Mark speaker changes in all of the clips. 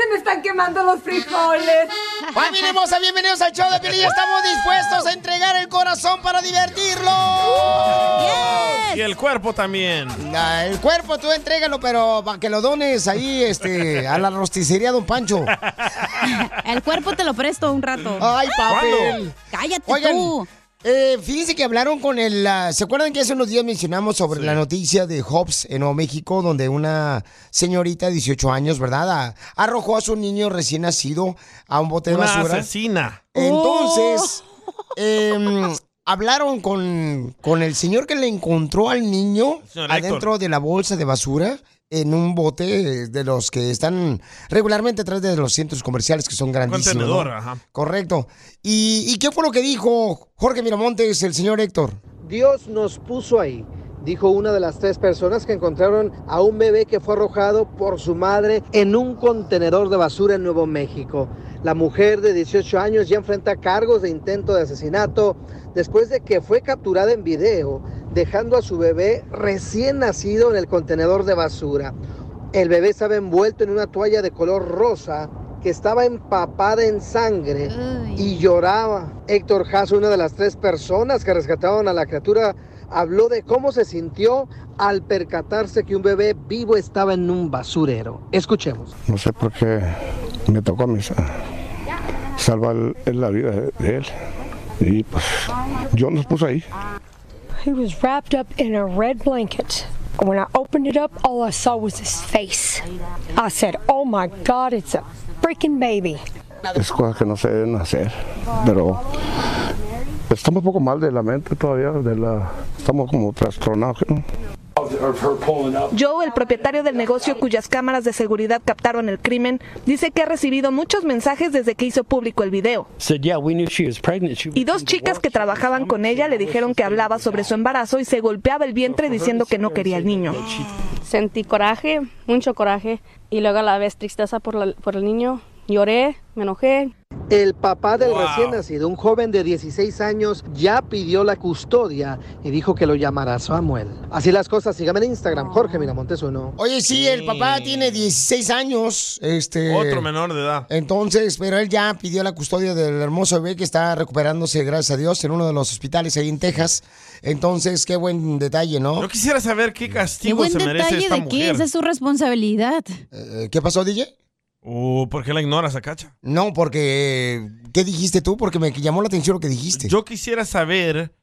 Speaker 1: Se me están quemando los frijoles.
Speaker 2: Familia hermosa, bienvenidos al show de Pelín. Estamos dispuestos a entregar el corazón para divertirlo.
Speaker 3: Y el cuerpo también.
Speaker 2: Ah, El cuerpo tú entrégalo, pero para que lo dones ahí este, a la rosticería Don Pancho.
Speaker 4: El cuerpo te lo presto un rato.
Speaker 2: Ay, papel.
Speaker 4: ¿Cuándo? Cállate
Speaker 2: Oigan,
Speaker 4: tú.
Speaker 2: eh, fíjense que hablaron con el... ah, ¿Se acuerdan que hace unos días mencionamos sobre la noticia de Hobbs en Nuevo México, donde una señorita de 18 años, ¿verdad? A- arrojó a su niño recién nacido a un bote de
Speaker 3: Una
Speaker 2: basura.
Speaker 3: asesina. Oh.
Speaker 2: Entonces, em, hablaron con, con el señor que le encontró al niño
Speaker 3: señor Héctor.
Speaker 2: adentro de la bolsa de basura en un bote eh, de los que están regularmente atrás de los centros comerciales que son grandísimos. ¿no?
Speaker 3: Contenedor, ajá.
Speaker 2: Correcto. ¿Y, ¿Y qué fue lo que dijo Jorge Miramontes, el señor Héctor?
Speaker 5: Dios nos puso ahí, dijo una de las tres personas que encontraron a un bebé que fue arrojado por su madre en un contenedor de basura en Nuevo México. La mujer de 18 años ya enfrenta cargos de intento de asesinato después de que fue capturada en video dejando a su bebé recién nacido en el contenedor de basura. El bebé estaba envuelto en una toalla de color rosa que estaba empapada en sangre y lloraba. Héctor Jasso, una de las tres personas que rescataron a la criatura, habló de cómo se sintió al percatarse que un bebé vivo estaba en un basurero. Escuchemos.
Speaker 6: No sé por qué me tocó a mí sa- salvar la vida de- de él. Y pues yo nos puso ahí.
Speaker 7: He was wrapped up in a red blanket. When I opened it up, all I saw was his face. I said, Oh my God, it's a freaking baby.
Speaker 6: Es cosas que no se deben hacer. Pero estamos un poco mal de la mente todavía. De la, estamos como trastornados. ¿no?
Speaker 8: Joe, el propietario del negocio cuyas cámaras de seguridad captaron el crimen, dice que ha recibido muchos mensajes desde que hizo público el video.
Speaker 9: said, yeah, we knew she was pregnant. She
Speaker 8: Y dos chicas que trabajaban con ella le dijeron que hablaba sobre su embarazo y se golpeaba el vientre diciendo que no quería el niño.
Speaker 10: Sentí coraje, mucho coraje, y luego a la vez tristeza por, la- por el niño. Lloré, me enojé.
Speaker 5: El papá del
Speaker 10: Wow.
Speaker 5: recién nacido, un joven de 16 años, ya pidió la custodia y dijo que lo llamará Samuel. Así las cosas, síganme en Instagram, Jorge Miramontes uno.
Speaker 2: Oye, sí, el papá tiene 16 años. Este,
Speaker 3: Otro menor de edad.
Speaker 2: Entonces, pero él ya pidió la custodia del hermoso bebé que está recuperándose, gracias a Dios, en uno de los hospitales ahí en Texas. Entonces, qué buen detalle, ¿no?
Speaker 3: Oh. Yo quisiera saber
Speaker 2: Mm.
Speaker 3: qué
Speaker 4: Qué
Speaker 3: castigo
Speaker 4: buen
Speaker 3: se merece
Speaker 4: detalle
Speaker 3: esta
Speaker 4: de qué,
Speaker 3: mujer.
Speaker 4: esa es su responsabilidad.
Speaker 2: Eh, ¿Qué pasó, DJ?
Speaker 3: Uh, ¿Por qué la ignoras, Acacha?
Speaker 2: No, porque... ¿Qué dijiste tú? Porque me llamó la atención lo que dijiste.
Speaker 3: Yo quisiera saber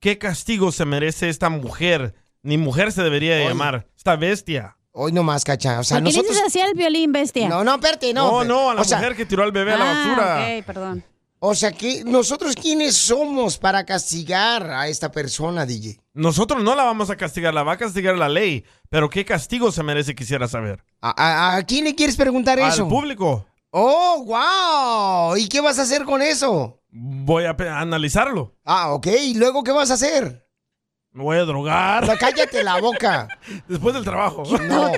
Speaker 3: qué castigo se merece esta mujer. Ni mujer se debería de llamar. Esta bestia.
Speaker 2: Hoy nomás, cacha. O sea,
Speaker 4: ¿Por qué
Speaker 2: nosotros...
Speaker 4: dices así al violín, bestia?
Speaker 2: No, no, espérate,
Speaker 3: No, no, a la
Speaker 2: o sea-
Speaker 3: mujer que tiró al bebé
Speaker 4: Ah.
Speaker 3: a la basura.
Speaker 4: ok, perdón.
Speaker 2: O sea, que nosotros quiénes somos para castigar a esta persona, DJ.
Speaker 3: Nosotros no la vamos a castigar, la va a castigar la ley. Pero qué castigo se merece, quisiera saber.
Speaker 2: ¿A, a- a quién le quieres preguntar
Speaker 3: Al
Speaker 2: eso?
Speaker 3: público.
Speaker 2: ¡Oh, wow! ¿Y qué vas a hacer con eso?
Speaker 3: Voy a pe- a analizarlo.
Speaker 2: Ah, ok. ¿Y luego qué vas a hacer?
Speaker 3: Me voy a drogar.
Speaker 2: No, cállate la boca.
Speaker 3: Después del trabajo.
Speaker 2: No.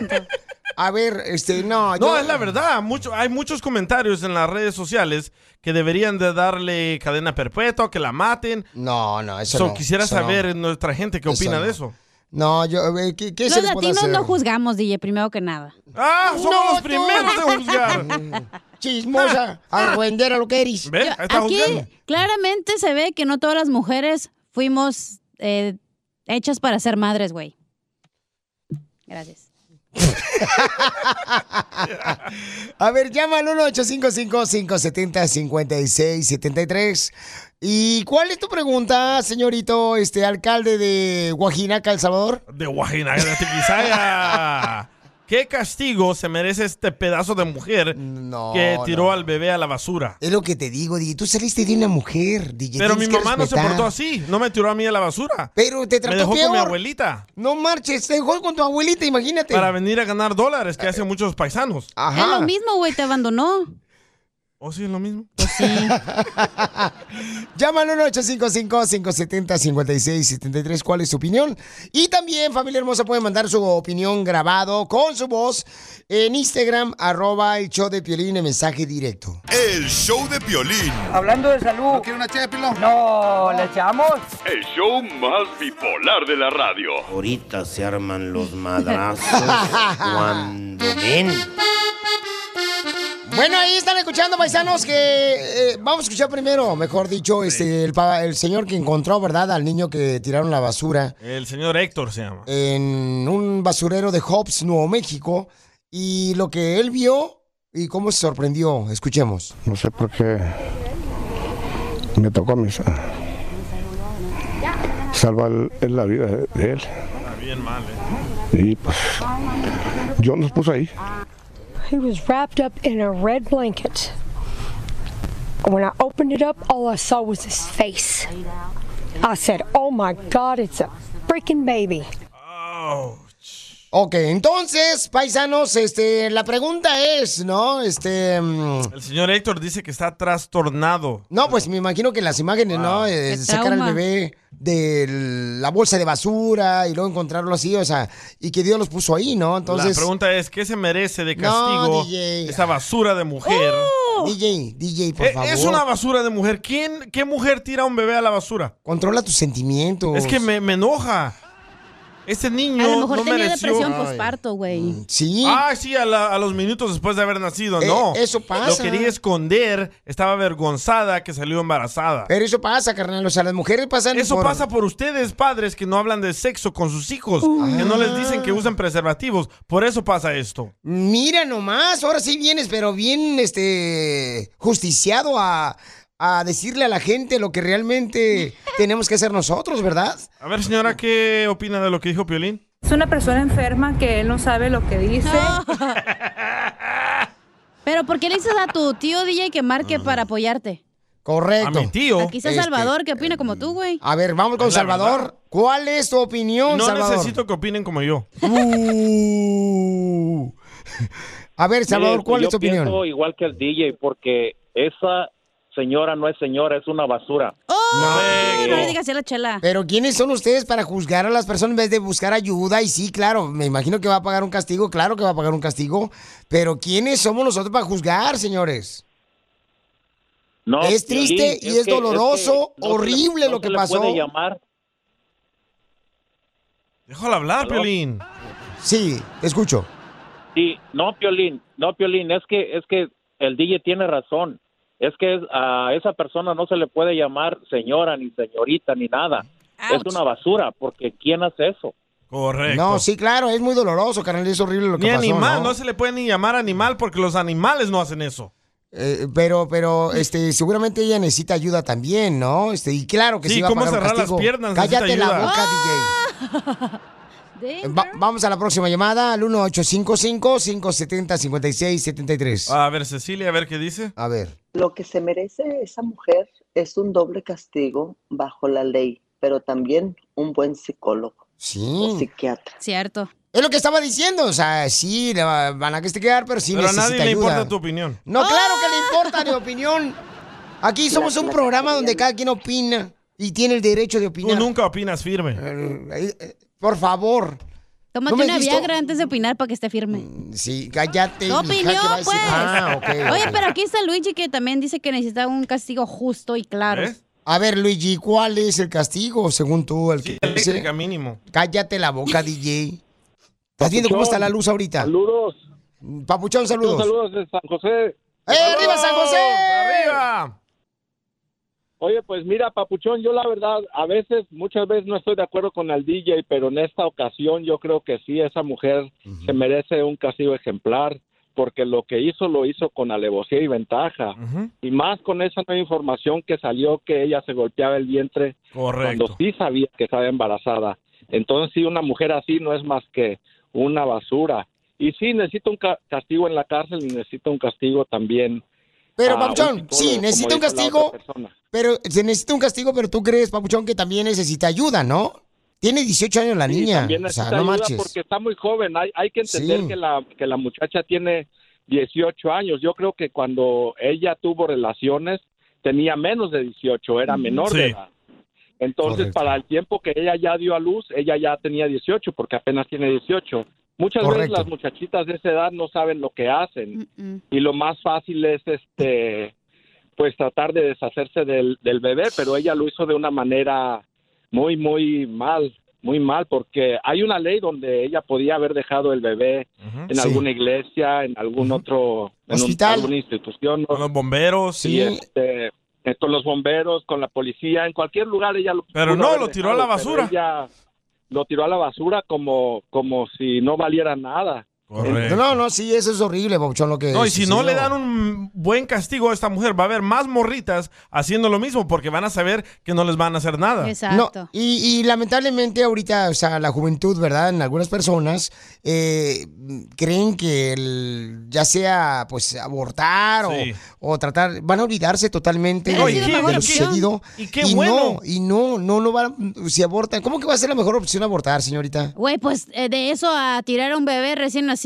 Speaker 2: A ver, este, no.
Speaker 3: No,
Speaker 2: yo-
Speaker 3: es la verdad. Mucho, hay muchos comentarios en las redes sociales que deberían de darle cadena perpetua, que la maten.
Speaker 2: No, no, eso
Speaker 3: So,
Speaker 2: no,
Speaker 3: Quisiera
Speaker 2: eso
Speaker 3: saber
Speaker 2: no.
Speaker 3: nuestra gente qué
Speaker 2: Eso
Speaker 3: opina
Speaker 2: no.
Speaker 3: de eso.
Speaker 2: No, yo, eh, ¿qué, qué se
Speaker 4: Los
Speaker 2: le puede
Speaker 4: latinos
Speaker 2: hacer?
Speaker 4: no juzgamos, DJ, primero que nada.
Speaker 3: ¡Ah! Somos
Speaker 2: No,
Speaker 3: los
Speaker 2: tú.
Speaker 3: primeros en juzgar.
Speaker 2: Chismosa, arruendera lo que eres.
Speaker 3: ¿Ves? Ahí está
Speaker 4: Aquí
Speaker 3: juzgando.
Speaker 4: claramente se ve que no todas las mujeres fuimos eh, hechas para ser madres, güey. Gracias.
Speaker 2: A ver, llama al 1-855-570-5673. ¿Y cuál es tu pregunta, señorito este alcalde de Guajinaca, El Salvador?
Speaker 3: De Guajinaca de Tiquisaya. ¿Qué castigo se merece este pedazo de mujer que tiró
Speaker 2: no.
Speaker 3: al bebé a la basura?
Speaker 2: Es lo que te digo, DJ. Tú saliste de una mujer, DJ.
Speaker 3: Pero mi
Speaker 2: tienes que
Speaker 3: mamá no se
Speaker 2: respetar.
Speaker 3: portó así, no me tiró a mí a la basura.
Speaker 2: Pero te trató
Speaker 3: me dejó con mi
Speaker 2: peor.
Speaker 3: abuelita
Speaker 2: No marches, te dejó con tu abuelita, imagínate.
Speaker 3: para venir a ganar dólares
Speaker 2: Eh,
Speaker 3: que hacen muchos paisanos.
Speaker 4: Es lo mismo, güey, te abandonó.
Speaker 3: ¿O sí es lo mismo?
Speaker 2: Llama al 1-855-570-5673. ¿Cuál es tu opinión? Y también, familia hermosa, pueden mandar su opinión grabado con su voz en Instagram, arroba el show de Piolín en mensaje directo.
Speaker 11: El show de Piolín.
Speaker 12: Hablando de salud. ¿No quiere una ché No, ¿le echamos?
Speaker 11: El show más bipolar de la radio.
Speaker 13: Ahorita se arman los madrazos cuando ven.
Speaker 2: Bueno, ahí están escuchando, paisanos, que eh, vamos a escuchar primero, mejor dicho, este el, pa- el señor que encontró, ¿verdad?, al niño que tiraron la basura
Speaker 3: El señor Héctor se llama.
Speaker 2: en un basurero de Hobbs, Nuevo México, y lo que él vio y cómo se sorprendió. Escuchemos.
Speaker 6: No sé por qué me tocó a mí sa- salvar el- la vida de- de él.
Speaker 3: Está bien mal, ¿eh?
Speaker 6: Y pues yo nos puso ahí.
Speaker 7: He was wrapped up in a red blanket. When I opened it up, all I saw was his face. I said, Oh my God, it's a freaking baby.
Speaker 2: Ok, entonces, paisanos, este, la pregunta es, ¿no? Este, mm,
Speaker 3: El señor Héctor dice que está trastornado.
Speaker 2: no, pues me imagino que las imágenes, ¿no? Eh,
Speaker 3: Qué
Speaker 2: sacar al
Speaker 3: trauma.
Speaker 2: bebé de la bolsa de basura y luego encontrarlo así, o sea, y que Dios los puso ahí, ¿no? Entonces,
Speaker 3: la pregunta es, ¿qué se merece de
Speaker 2: No,
Speaker 3: castigo
Speaker 2: DJ.
Speaker 3: esa basura de mujer?
Speaker 2: ¡Oh! DJ, DJ, por
Speaker 3: Eh,
Speaker 2: favor.
Speaker 3: Es una basura de mujer. ¿Quién, ¿Qué mujer tira a un bebé a la basura?
Speaker 2: Controla tus sentimientos.
Speaker 3: Es que me, me enoja. Este niño
Speaker 4: A lo mejor
Speaker 3: no
Speaker 4: tenía
Speaker 3: mereció-
Speaker 4: depresión
Speaker 3: Ay.
Speaker 4: posparto, güey.
Speaker 2: Sí.
Speaker 3: Ah, sí, a, la- a los minutos después de haber nacido,
Speaker 2: Eh,
Speaker 3: no.
Speaker 2: eso pasa.
Speaker 3: Lo quería esconder, estaba avergonzada que salió embarazada.
Speaker 2: Pero eso pasa, carnal, o sea, las mujeres pasan
Speaker 3: Eso
Speaker 2: por-
Speaker 3: pasa por ustedes, padres, que no hablan de sexo con sus hijos, que no
Speaker 2: Ah.
Speaker 3: les dicen que usen preservativos. Por eso pasa esto.
Speaker 2: Mira nomás, ahora sí vienes, pero bien este justiciado a, a decirle a la gente lo que realmente tenemos que hacer nosotros, ¿verdad?
Speaker 3: A ver, señora, ¿qué opina de lo que dijo Piolín?
Speaker 14: Es una persona enferma que él no sabe lo que dice.
Speaker 4: Pero ¿por qué le dices a tu tío DJ que marque para apoyarte?
Speaker 2: Correcto.
Speaker 3: A mi tío.
Speaker 4: Aquí está
Speaker 3: Este,
Speaker 4: Salvador, que opina como tú, güey.
Speaker 2: A ver, vamos con
Speaker 3: Es la
Speaker 2: Salvador.
Speaker 3: verdad.
Speaker 2: ¿Cuál es tu opinión,
Speaker 3: No
Speaker 2: Salvador?
Speaker 3: necesito que opinen como yo.
Speaker 2: Uh. A ver, Salvador,
Speaker 15: Mire,
Speaker 2: ¿cuál
Speaker 15: yo
Speaker 2: es tu opinión?
Speaker 15: pienso igual que el DJ, porque esa señora no es señora, es una basura.
Speaker 4: Oh, No, no le digas así a la chela.
Speaker 2: Pero ¿quiénes son ustedes para juzgar a las personas en vez de buscar ayuda? Y sí, claro, me imagino que va a pagar un castigo, claro que va a pagar un castigo, pero ¿quiénes somos nosotros para juzgar, señores?
Speaker 15: No,
Speaker 2: Es
Speaker 15: Piolín,
Speaker 2: triste y es
Speaker 15: que-
Speaker 2: doloroso,
Speaker 15: que no se le-
Speaker 2: horrible
Speaker 15: no
Speaker 2: lo
Speaker 15: se
Speaker 2: que
Speaker 15: le
Speaker 2: pasó.
Speaker 15: puede llamar.
Speaker 3: Déjala hablar,
Speaker 15: ¿Aló?
Speaker 3: Piolín.
Speaker 2: Sí, te escucho.
Speaker 15: Sí, no, Piolín, no, Piolín, es que, es que el DJ tiene razón. Es que es- a esa persona no se le puede llamar señora, ni señorita, ni nada. Es una basura, porque ¿quién hace eso?
Speaker 3: Correcto.
Speaker 2: No, sí, claro, es muy doloroso, carnal, es horrible lo que
Speaker 3: Ni
Speaker 2: pasó.
Speaker 3: animal,
Speaker 2: ¿no?
Speaker 3: ¿no? se le puede ni llamar animal porque los animales no hacen eso.
Speaker 2: Eh, pero, pero, este, seguramente ella necesita ayuda también, ¿no? Este, y claro que sí,
Speaker 3: Sí,
Speaker 2: va a
Speaker 3: ¿cómo
Speaker 2: pagar un
Speaker 3: cerrar las
Speaker 2: castigo.
Speaker 3: piernas?
Speaker 2: Cállate
Speaker 3: Necesita
Speaker 2: la
Speaker 3: ayuda.
Speaker 2: boca, DJ. Va- vamos a la próxima llamada al 1855-570-5673.
Speaker 3: A ver, Cecilia, a ver qué dice.
Speaker 2: A ver.
Speaker 16: Lo que se merece esa mujer es un doble castigo bajo la ley, pero también un buen psicólogo o psiquiatra.
Speaker 4: Cierto.
Speaker 2: Es lo que estaba diciendo, o sea, sí, le va- van a castigar, pero sí
Speaker 3: Pero a
Speaker 2: necesita
Speaker 3: nadie le
Speaker 2: ayuda.
Speaker 3: importa tu ¡Ah! opinión.
Speaker 2: No, claro que le importa mi opinión. Aquí somos un programa donde cada quien opina y tiene el derecho de
Speaker 3: Tú
Speaker 2: opinar. Eh,
Speaker 3: nunca opinas firme.
Speaker 2: Por favor.
Speaker 4: Tómate
Speaker 2: ¿No me
Speaker 4: una
Speaker 2: has visto? Mm,
Speaker 4: Viagra antes de opinar para que esté firme.
Speaker 2: Sí, cállate.
Speaker 4: Tu
Speaker 2: hija, ¿qué va a
Speaker 4: opinión,
Speaker 2: decir?
Speaker 4: pues.
Speaker 2: Ah, ok, ok.
Speaker 4: Oye, pero aquí está Luigi que también dice que necesita un castigo justo y claro.
Speaker 3: ¿Eh?
Speaker 2: A ver, Luigi, ¿cuál es el castigo según tú? El que dice?
Speaker 3: Eléctrica mínimo.
Speaker 2: Cállate la boca, DJ. ¿Estás viendo cómo está la luz ahorita?
Speaker 15: Saludos.
Speaker 2: Papuchón, saludos.
Speaker 15: Saludos de San José.
Speaker 2: ¡Eh, arriba San José!
Speaker 3: ¡Arriba!
Speaker 17: Oye, pues mira, Papuchón, yo la verdad, a veces, muchas veces no estoy de acuerdo con el DJ, pero en esta ocasión yo creo que sí, esa mujer se merece un castigo ejemplar, porque lo que hizo lo hizo con alevosía y ventaja. Y más con esa nueva información que salió que ella se golpeaba el vientre
Speaker 3: Correcto.
Speaker 17: cuando sí sabía que estaba embarazada. Entonces, sí, una mujer así no es más que una basura. Y sí, necesita un ca- castigo en la cárcel y necesita un castigo también.
Speaker 2: Pero,
Speaker 17: ah, un
Speaker 2: Papuchón,
Speaker 17: psicólogo,
Speaker 2: sí,
Speaker 17: como
Speaker 2: necesita un
Speaker 17: dijo la
Speaker 2: castigo,
Speaker 17: otra persona.
Speaker 2: pero se necesita un castigo, pero tú crees, Papuchón, que también necesita ayuda, ¿no? Tiene 18 años la
Speaker 17: Sí,
Speaker 2: niña,
Speaker 17: también
Speaker 2: o sea,
Speaker 17: necesita
Speaker 2: no
Speaker 17: ayuda
Speaker 2: marches.
Speaker 17: Porque está muy joven. Hay, hay que entender
Speaker 2: Sí.
Speaker 17: que, la, que la muchacha tiene 18 años. Yo creo que cuando ella tuvo relaciones tenía menos de 18,
Speaker 2: Mm,
Speaker 17: era menor de
Speaker 3: Sí.
Speaker 17: edad. Entonces,
Speaker 3: Correcto.
Speaker 17: para el tiempo que ella ya dio a luz, ella ya tenía 18, porque apenas tiene 18. Muchas veces
Speaker 3: Correcto.
Speaker 17: las muchachitas de esa edad no saben lo que hacen y lo más fácil es este pues tratar de deshacerse del, del bebé, pero ella lo hizo de una manera muy, muy mal, muy mal, porque hay una ley donde ella podía haber dejado el bebé en
Speaker 3: Sí.
Speaker 17: alguna iglesia, en algún otro en un-
Speaker 3: Hospital.
Speaker 17: alguna institución. Con
Speaker 3: los bomberos.
Speaker 17: Sí. este, eh, con los bomberos, con la policía, en cualquier lugar ella lo
Speaker 3: Pero
Speaker 17: pudo
Speaker 3: no,
Speaker 17: haber
Speaker 3: lo tiró a la
Speaker 17: dejado, pero
Speaker 3: basura.
Speaker 17: ella lo tiró a la basura como, como si no valiera nada.
Speaker 2: No, no, no, sí, eso es horrible, Papuchón, lo que
Speaker 3: No, y si no
Speaker 2: sucedió.
Speaker 3: le dan un buen castigo a esta mujer, va a haber más morritas haciendo lo mismo porque van a saber que no les van a hacer nada.
Speaker 2: No, y, y lamentablemente ahorita, o sea, la juventud, ¿verdad? En algunas personas eh, creen que el- ya sea, pues, abortar o-
Speaker 3: Sí.
Speaker 2: o, tratar, van a olvidarse totalmente
Speaker 3: Pero ha
Speaker 2: de,
Speaker 3: sido
Speaker 2: de
Speaker 3: mejor
Speaker 2: lo
Speaker 3: opción.
Speaker 2: sucedido.
Speaker 3: Y qué
Speaker 2: No,
Speaker 3: bueno.
Speaker 2: y no, no, no van, si abortan, ¿cómo que va a ser la mejor opción abortar, señorita?
Speaker 4: Güey, pues eh, de eso a tirar a un bebé recién nacido.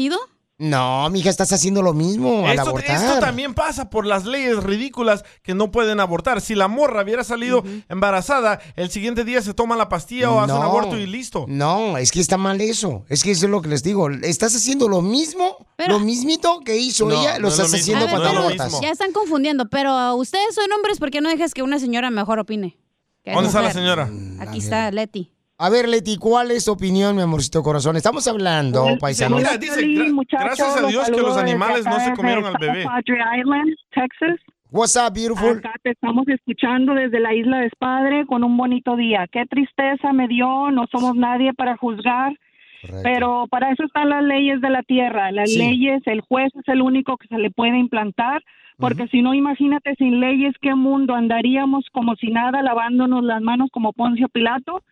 Speaker 2: No, mija, estás haciendo lo mismo al
Speaker 3: Esto,
Speaker 2: abortar.
Speaker 3: esto también pasa por las leyes ridículas que no pueden abortar. Si la morra hubiera salido embarazada, el siguiente día se toma la pastilla o hace un
Speaker 2: No.
Speaker 3: aborto y listo.
Speaker 2: No, es que está mal eso. Es que eso es lo que les digo. Estás haciendo lo mismo, lo mismito que hizo
Speaker 3: No,
Speaker 2: ella,
Speaker 3: no
Speaker 2: lo
Speaker 3: es lo
Speaker 2: estás
Speaker 3: mismo,
Speaker 4: Ah,
Speaker 2: haciendo
Speaker 3: no
Speaker 2: cuando
Speaker 3: es lo
Speaker 2: abortas.
Speaker 3: mismo.
Speaker 4: Ya están confundiendo, pero ustedes son hombres, ¿por qué no dejas que una señora mejor opine? Que es
Speaker 3: ¿Dónde está la
Speaker 4: mujer.
Speaker 3: señora?
Speaker 4: Aquí está Leti.
Speaker 2: A ver, Leti, ¿cuál es tu opinión, mi amorcito corazón? Estamos hablando, paisanos.
Speaker 3: Mira, dice, gra- gracias a Dios que los animales no se comieron al bebé.
Speaker 18: Padre Island, Texas.
Speaker 2: What's up, beautiful?
Speaker 18: Acá te estamos escuchando desde la isla de Padre con un bonito día. Qué tristeza me dio, no somos nadie para juzgar, pero para eso están las leyes de la tierra. Las
Speaker 19: Sí.
Speaker 18: leyes, el juez es el único que se le puede implantar, porque si no, imagínate sin leyes qué mundo andaríamos como si nada, lavándonos las manos como Poncio Pilato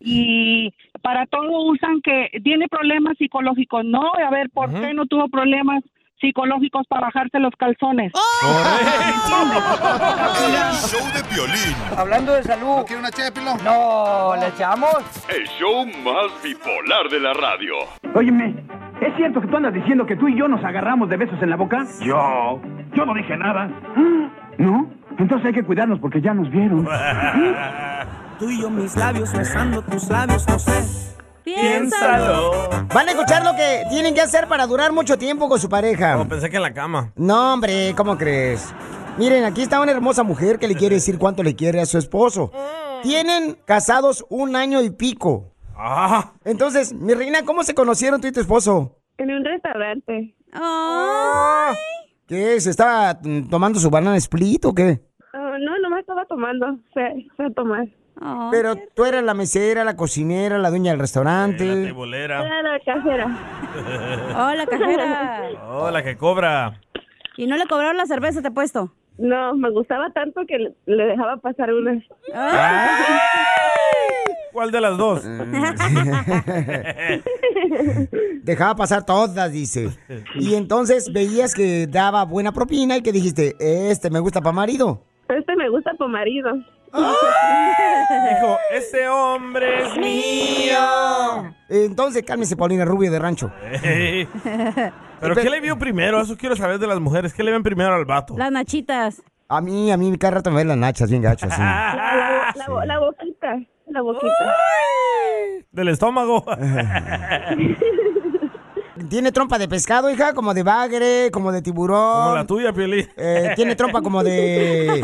Speaker 18: y para todo usan que tiene problemas psicológicos. No, a ver, ¿por qué no tuvo problemas psicológicos para bajarse los calzones?
Speaker 9: El show de violín.
Speaker 12: Hablando de salud. ¿No quiere una ché de pilón? No, ¿le echamos?
Speaker 9: El show más bipolar de la radio.
Speaker 1: Óyeme, ¿es cierto que tú andas diciendo que tú y yo nos agarramos de besos en la boca?
Speaker 9: Yo.
Speaker 1: Yo no dije nada. ¿No? Entonces hay que cuidarnos porque ya nos vieron.
Speaker 20: Tú y yo mis labios besando tus labios, no sé.
Speaker 2: Van a escuchar lo que tienen que hacer para durar mucho tiempo con su pareja. No,
Speaker 3: pensé que en la cama.
Speaker 2: No, hombre, ¿cómo crees? Miren, aquí está una hermosa mujer que le quiere decir cuánto le quiere a su esposo. Tienen casados un año y pico. Entonces, mi reina, ¿cómo se conocieron tú y tu esposo?
Speaker 21: En un restaurante.
Speaker 2: ¿Qué? ¿Se estaba mm, tomando su banana split o qué?
Speaker 21: Ah, no, no me estaba tomando. Se, se tomar.
Speaker 2: Pero tú eras la mesera, la cocinera, la dueña del restaurante.
Speaker 21: Era la cajera.
Speaker 4: Hola, cajera.
Speaker 3: Oh, la que cobra.
Speaker 4: ¿Y no le cobraron la cerveza, te he puesto?
Speaker 21: No, me gustaba tanto que le- le dejaba pasar una.
Speaker 3: ¿Cuál de las dos?
Speaker 2: Dejaba pasar todas, dice. Y entonces veías que daba buena propina y que dijiste, este me gusta para marido.
Speaker 21: Este me gusta por marido.
Speaker 3: Dijo, este hombre es mío.
Speaker 2: Entonces, cálmese, Paulina Rubio de Rancho.
Speaker 3: Ey. ¿Pero qué le vio primero? Eso quiero saber de las mujeres. ¿Qué le ven primero al vato?
Speaker 4: Las nachitas.
Speaker 2: A mí, a mí cada rato me ven las nachas bien gachas. sí.
Speaker 21: La, la-
Speaker 2: Ah.
Speaker 21: la- la boquita. La boquita.
Speaker 3: Del estómago.
Speaker 2: Tiene trompa de pescado, hija, como de bagre, como de tiburón.
Speaker 3: Como la tuya, Piolín.
Speaker 2: Eh, tiene trompa como de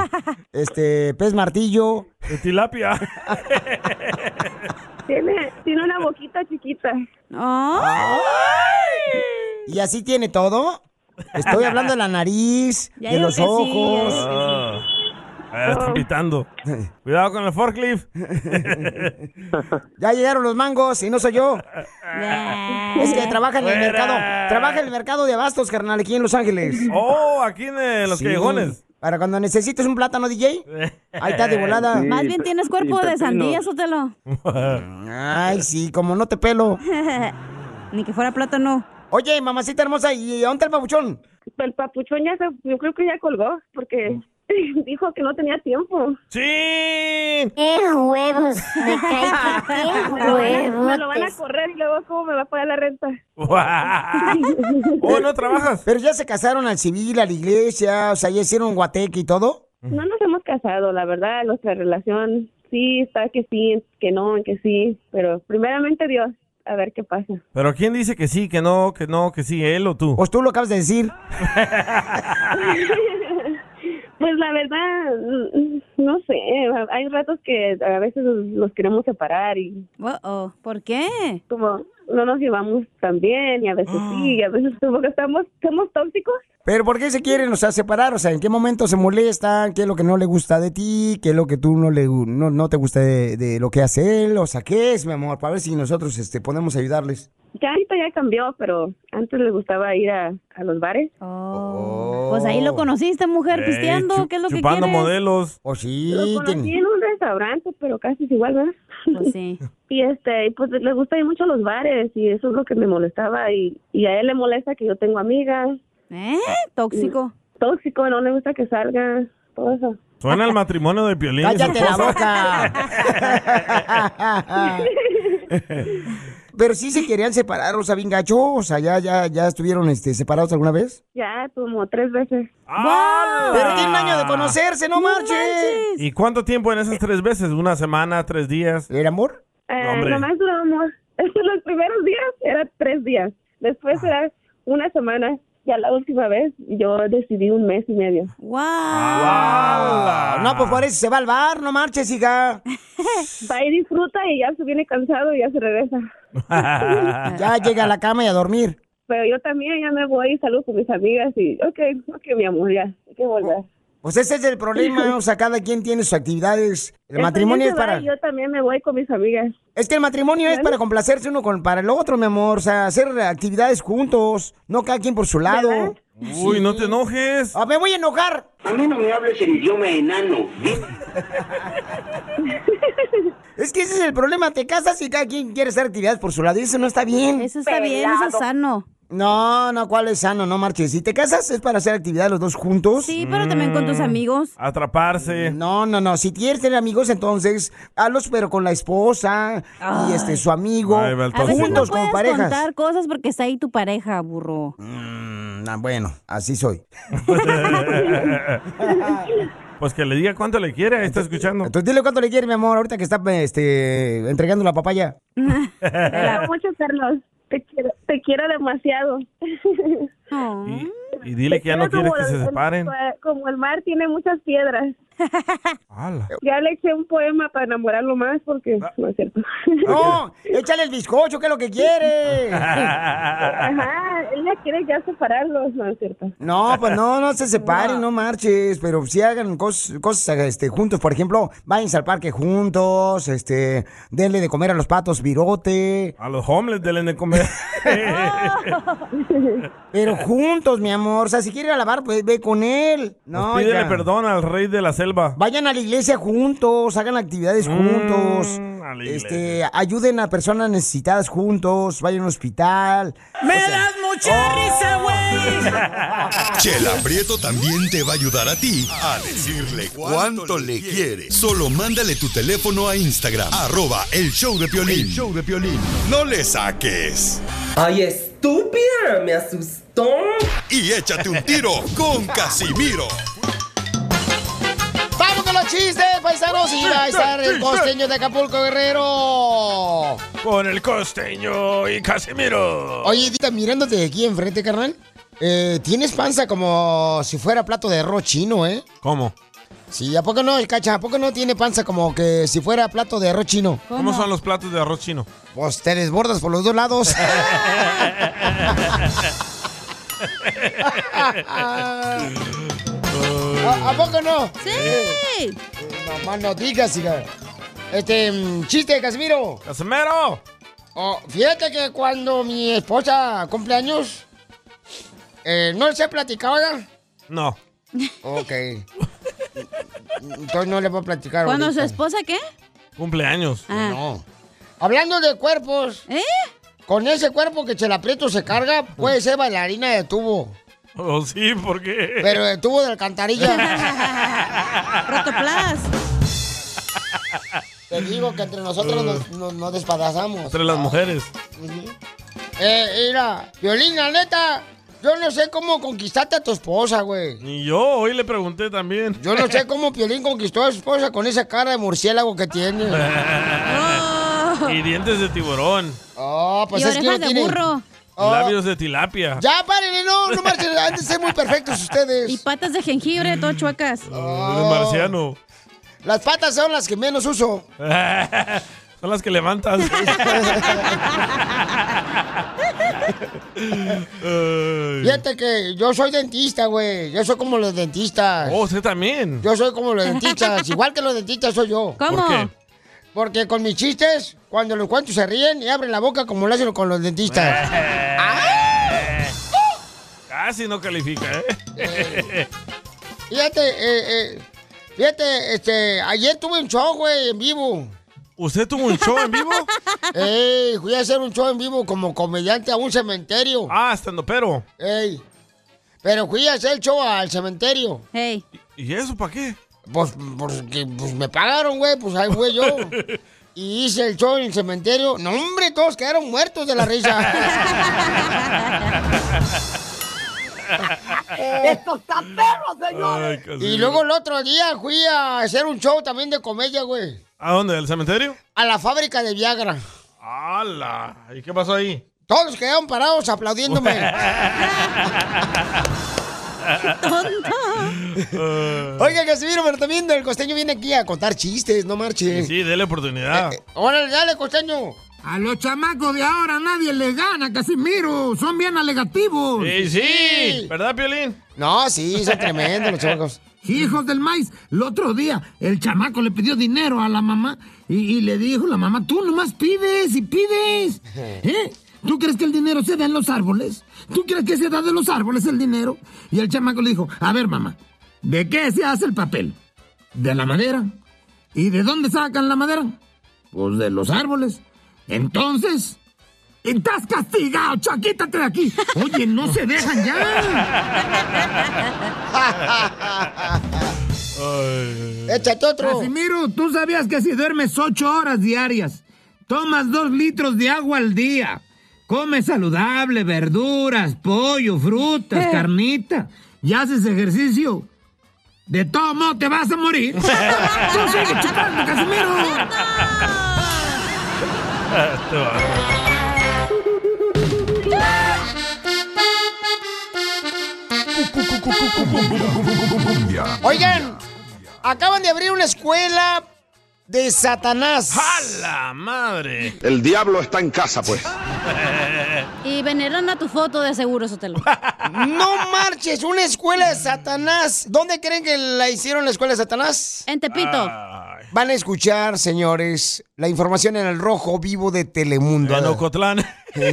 Speaker 2: este pez martillo.
Speaker 3: De tilapia.
Speaker 21: Tiene, tiene una boquita chiquita.
Speaker 2: Ah. Y así tiene todo. Estoy hablando de la nariz,
Speaker 21: Ya
Speaker 2: de
Speaker 21: digo
Speaker 2: los
Speaker 21: que sí, ya digo que
Speaker 2: ojos.
Speaker 21: sí.
Speaker 3: Ah, están pitando. Cuidado con el forklift.
Speaker 2: Ya llegaron los mangos y no soy yo. es
Speaker 21: Eh.
Speaker 2: que trabaja en el
Speaker 3: Fuera.
Speaker 2: mercado. Trabaja en el mercado de abastos, carnal, aquí en Los Ángeles.
Speaker 3: Oh, aquí en eh, los
Speaker 2: Sí.
Speaker 3: callejones.
Speaker 2: Para cuando necesites un plátano, DJ. Ahí está de volada.
Speaker 4: Más bien tienes cuerpo de sandía, sótelo.
Speaker 2: Ay, sí, como no te pelo.
Speaker 4: Ni que fuera plátano.
Speaker 2: Oye, mamacita hermosa, ¿y dónde está el papuchón?
Speaker 21: El papuchón ya se, yo creo que ya colgó porque dijo que no tenía tiempo.
Speaker 3: ¡Sí!
Speaker 21: ¡Qué huevos! ¡Me Me lo van a
Speaker 2: huevotes!
Speaker 21: correr y luego cómo me va a pagar la renta.
Speaker 3: oh, no trabajas.
Speaker 2: Pero ya se casaron al civil, a la iglesia, o sea, ya hicieron guateque y todo.
Speaker 21: No nos hemos casado, la verdad, nuestra relación sí está que sí, que no, que sí, pero primeramente Dios, a ver qué pasa.
Speaker 3: Pero ¿quién dice que sí, que no, que no, que sí, él o tú?
Speaker 2: Pues tú lo acabas de decir.
Speaker 21: Pues la verdad, mm, no sé, hay ratos que a veces los queremos separar y...
Speaker 4: oh ¿Por qué? Oh.
Speaker 21: Como no nos llevamos tan bien y a veces sí, y a veces como que estamos, somos tóxicos.
Speaker 2: Pero ¿por qué se quieren, o sea, separar? O sea, ¿en qué momento se molestan? ¿Qué es lo que no le gusta de ti? ¿Qué es lo que tú no le gu- no, no te gusta de, de lo que hace él? O sea, ¿qué es, mi amor? Para ver si nosotros este, podemos ayudarles.
Speaker 21: Ya ahorita ya cambió, pero antes le gustaba ir a, a los bares.
Speaker 4: Pues ahí lo conociste, mujer,
Speaker 21: Oh. Ey,
Speaker 4: pisteando.
Speaker 21: chu-
Speaker 4: ¿Qué es lo que
Speaker 21: chupando
Speaker 4: quieres?
Speaker 21: modelo.
Speaker 3: Modelos.
Speaker 2: O Oh, sí.
Speaker 21: Lo conocí en un restaurante, pero casi es igual, ¿verdad?
Speaker 4: Pues sí.
Speaker 21: Y este, y pues le gusta ir mucho a los bares y eso es lo que me molestaba y, y a él le molesta que yo tengo amigas. Mm,
Speaker 4: ¿Eh? Tóxico.
Speaker 21: Tóxico, no le gusta que salga, todo eso.
Speaker 3: Suena el matrimonio de Piolín. y su
Speaker 2: ¡Cállate la
Speaker 3: esposa.
Speaker 4: Ah.
Speaker 2: boca! Pero sí se querían separar, o sea, bien gacho. O sea, ¿ya, ya, ya estuvieron este, separados alguna vez?
Speaker 21: Ya, como tres veces.
Speaker 2: Pero tiene un
Speaker 4: Ah.
Speaker 2: año de conocerse, no, marches.
Speaker 3: ¿Y cuánto tiempo en esas tres veces? ¿Una semana, tres días?
Speaker 2: ¿El amor?
Speaker 3: No,
Speaker 21: Eh,
Speaker 3: hombre.
Speaker 21: nomás duramos, los primeros días era tres días, después
Speaker 3: Ah.
Speaker 21: era una semana, ya la última vez yo decidí un mes y medio.
Speaker 3: Ah.
Speaker 2: ¡Wow! No, pues por eso se va al bar, no marches, hija.
Speaker 21: Va y disfruta y ya se viene cansado y ya se regresa.
Speaker 2: ya llega a la cama y a dormir.
Speaker 21: Pero yo también ya me voy y salgo con mis amigas y, ok, ok, mi amor, ya, hay que volver.
Speaker 2: Pues ese es el problema, o sea, cada quien tiene sus actividades. El
Speaker 21: Eso
Speaker 2: matrimonio
Speaker 21: ya
Speaker 2: es
Speaker 21: se va
Speaker 2: para...
Speaker 21: y Yo también me voy con mis amigas.
Speaker 2: Es que el matrimonio es para complacerse uno con, para el otro, mi amor. O sea, hacer actividades juntos, no cada quien por su lado.
Speaker 3: Uy, no te enojes.
Speaker 2: Ah, me voy a enojar.
Speaker 22: A mí no me hables en idioma enano.
Speaker 2: Es que ese es el problema, te casas y cada quien quiere hacer actividades por su lado y eso no está bien.
Speaker 4: Eso está bien, eso es Pelado. sano.
Speaker 2: No, no, ¿cuál es sano? No marches. Si te casas es para hacer actividades los dos juntos.
Speaker 4: Sí, pero también con tus amigos.
Speaker 3: Mm, Atraparse.
Speaker 2: No, no, no. Si quieres tener amigos, entonces hazlos, pero con la esposa y este su amigo.
Speaker 3: Ahí va el
Speaker 4: A veces no
Speaker 2: juntos como
Speaker 4: puedes
Speaker 2: parejas.
Speaker 4: contar cosas porque está ahí tu pareja, burro.
Speaker 2: Mm, ah, bueno, así soy.
Speaker 3: pues que le diga cuánto le quiere, ahí está escuchando.
Speaker 2: Entonces dile cuánto le quiere, mi amor, ahorita que está este, entregando la papaya.
Speaker 21: Te quiero mucho, Carlos. Te quiero, te quiero demasiado.
Speaker 3: Y dile que ya no quieres
Speaker 21: como
Speaker 3: que se
Speaker 21: el-
Speaker 3: separen.
Speaker 21: Como el mar tiene muchas piedras.
Speaker 3: ¡Hala!
Speaker 21: Ya le eché un poema para enamorarlo más porque
Speaker 3: Ah.
Speaker 21: no es cierto.
Speaker 2: No, échale el bizcocho, que es lo que quiere.
Speaker 21: Ajá, ella quiere ya separarlos, no es cierto.
Speaker 2: No, pues no, no se separen, no marches, pero si hagan cos- cosas este, juntos, por ejemplo, váyanse al parque juntos, este, denle de comer a los patos virote,
Speaker 3: A los homeless denle de comer.
Speaker 2: pero juntos, mi amor, o sea, si quiere ir a lavar, pues ve con él, no,
Speaker 3: Pues pídele
Speaker 2: ya.
Speaker 3: perdón al rey de la selva.
Speaker 2: Vayan a la iglesia juntos, hagan actividades juntos,
Speaker 3: Mm, a la
Speaker 2: este, ayuden a personas necesitadas juntos, vayan al hospital.
Speaker 23: Me das mucha risa, güey.
Speaker 11: Chela Prieto también te va a ayudar a ti a decirle cuánto le quiere. Solo mándale tu teléfono a Instagram, arroba el show de Piolín. show de Piolín. No le saques.
Speaker 23: Ay, estúpida, me asustó.
Speaker 11: Y échate un tiro con Casimiro.
Speaker 2: ¡Vamos con los chistes, paisanos! Y va a estar el costeño de Acapulco, Guerrero.
Speaker 3: Con el costeño y Casimiro.
Speaker 2: Oye, Edita, mirándote de aquí enfrente, carnal, eh, tienes panza como si fuera plato de arroz chino, ¿eh?
Speaker 3: ¿Cómo?
Speaker 2: Sí, ¿a poco no, el cacha? ¿A poco no tiene panza como que si fuera plato de arroz chino?
Speaker 3: ¿Cómo son los platos de arroz chino?
Speaker 2: Pues te desbordas por los dos lados. ¿A, a poco no?
Speaker 4: Sí.
Speaker 2: Mamá, no digas, hija. Este, mm, chiste, Casimiro. Oh,
Speaker 3: ¡Casimiro!
Speaker 2: fíjate que cuando mi esposa cumpleaños, eh, no se ha platicado, ¿verdad?
Speaker 3: No.
Speaker 2: Ok. Entonces no le voy a platicar.
Speaker 4: ¿Cuándo su
Speaker 2: ahorita.
Speaker 4: esposa qué?
Speaker 3: Cumpleaños.
Speaker 4: Ah.
Speaker 2: No. Hablando de cuerpos.
Speaker 4: ¿Eh?
Speaker 2: Con ese cuerpo que Chelaprieto se carga, puede ser bailarina de tubo.
Speaker 3: Oh, sí, ¿por qué?
Speaker 2: Pero eh, de tubo de alcantarilla. Te digo que entre nosotros nos, nos, nos despedazamos.
Speaker 3: Entre las mujeres.
Speaker 2: Eh, mira, Violín, la neta, yo no sé cómo conquistaste a tu esposa, güey.
Speaker 3: Y yo hoy le pregunté también.
Speaker 2: Yo no sé cómo Piolín conquistó a su esposa con esa cara de murciélago que tiene.
Speaker 3: y dientes de tiburón.
Speaker 2: Oh, pues Y es que orejas no de tiene- burro. Oh.
Speaker 3: Labios de tilapia.
Speaker 2: Ya, párenle, no, no marchen, han de ser muy perfectos ustedes.
Speaker 4: Y patas de jengibre, todo chuecas.
Speaker 2: Oh.
Speaker 3: De marciano.
Speaker 2: Las patas son las que menos uso.
Speaker 3: Son las que levantas.
Speaker 2: Fíjate que yo soy dentista, güey. Yo soy como los dentistas.
Speaker 3: Oh, usted también.
Speaker 2: Yo soy como los dentistas. Igual que los dentistas soy yo.
Speaker 3: ¿Cómo? ¿Por qué?
Speaker 2: Porque con mis chistes, cuando los cuento se ríen y abren la boca como lo hacen con los dentistas. Ah.
Speaker 3: Casi no califica, ¿eh?
Speaker 2: Fíjate, eh, eh, fíjate, este, ayer tuve un show, güey, en vivo.
Speaker 3: ¿Usted tuvo un show en vivo?
Speaker 2: Ey, fui a hacer un show en vivo como comediante a un cementerio.
Speaker 3: Ah, estando pero.
Speaker 2: Ey, pero fui a hacer el show al cementerio.
Speaker 4: Ey.
Speaker 3: ¿Y eso para qué?
Speaker 2: Pues, porque, pues me pagaron, güey, pues ahí güey yo. Y hice el show en el cementerio. No, hombre, todos quedaron muertos de la risa.
Speaker 12: ¡Esto está perro, señores!
Speaker 2: y luego el otro día fui a hacer un show también de comedia, güey.
Speaker 3: ¿A dónde? ¿Al cementerio?
Speaker 2: A la fábrica de Viagra.
Speaker 3: ¡Hala! ¿Y qué pasó ahí?
Speaker 2: Todos quedaron parados aplaudiéndome. Oiga, Casimiro, pero también el costeño viene aquí a contar chistes, no marche.
Speaker 3: Sí, dele oportunidad.
Speaker 2: Eh, Órale, dale, costeño.
Speaker 1: A los chamacos de ahora nadie le gana, Casimiro. Son bien alegativos.
Speaker 3: Sí, sí. ¿Verdad, Piolín?
Speaker 2: eh, No, sí, son tremendos los chamacos.
Speaker 1: Hijos del maíz, el otro día el chamaco le pidió dinero a la mamá y, y le dijo la mamá, tú nomás pides y pides. ¿Eh? ¿Tú crees que el dinero se da en los árboles? ¿Tú crees que se da de los árboles el dinero? Y el chamaco le dijo, a ver mamá, ¿de qué se hace el papel? De la madera. ¿Y de dónde sacan la madera? Pues de los árboles. Entonces, estás castigado, chaquítate de aquí. Oye, no se dejan ya.
Speaker 2: Échate otro.
Speaker 1: Casimiro, tú sabías que si duermes ocho horas diarias, tomas dos litros de agua al día, comes saludable, verduras, pollo, frutas, carnita, y haces ejercicio, de todo modo te vas a morir. tú sigue chupando, Casimiro.
Speaker 2: Oigan, acaban de abrir una escuela de Satanás.
Speaker 3: ¡La madre!
Speaker 8: El diablo está en casa, pues.
Speaker 4: Y veneran a tu foto de seguro, Sotelo.
Speaker 2: No marches, una escuela de Satanás. ¿Dónde creen que la hicieron la escuela de Satanás?
Speaker 4: En
Speaker 3: Ah.
Speaker 4: Tepito.
Speaker 2: Van a escuchar, señores, la información en el rojo vivo de Telemundo. En
Speaker 3: Ocotlán.
Speaker 4: Donde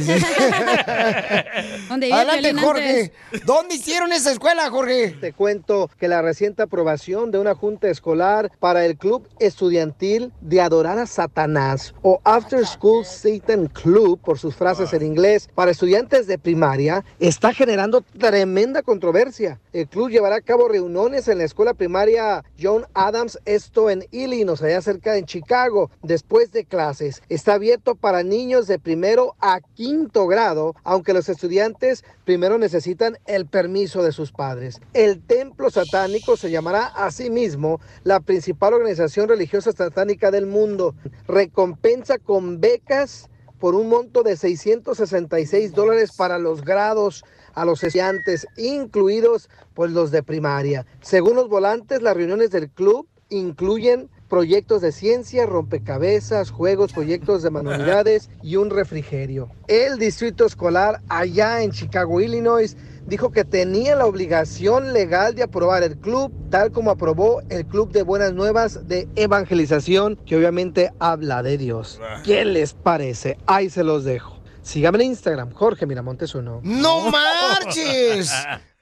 Speaker 4: vive
Speaker 2: Adelante,
Speaker 4: Piolín
Speaker 2: Jorge.
Speaker 4: antes.
Speaker 2: ¿Dónde hicieron esa escuela, Jorge?
Speaker 5: Te cuento que la reciente aprobación de una junta escolar para el club estudiantil de adorar a Satanás o After School Satan Club por sus frases en inglés para estudiantes de primaria está generando tremenda controversia. El club llevará a cabo reuniones en la escuela primaria John Adams, esto en Illinois, allá cerca de Chicago, después de clases. Está abierto para niños de primero a quinto grado, aunque los estudiantes primero necesitan el permiso de sus padres. El templo satánico se llamará a sí mismo la principal organización religiosa satánica del mundo. Recompensa con becas por un monto de 666 dólares para los grados a los estudiantes, incluidos pues los de primaria. Según los volantes, las reuniones del club incluyen proyectos de ciencia, rompecabezas, juegos, proyectos de manualidades y un refrigerio. El distrito escolar allá en Chicago, Illinois, dijo que tenía la obligación legal de aprobar el club, tal como aprobó el Club de Buenas Nuevas de Evangelización, que obviamente habla de Dios. ¿Qué les parece? Ahí se los dejo. Síganme en Instagram, Jorge Miramontes uno.
Speaker 2: ¡No marches!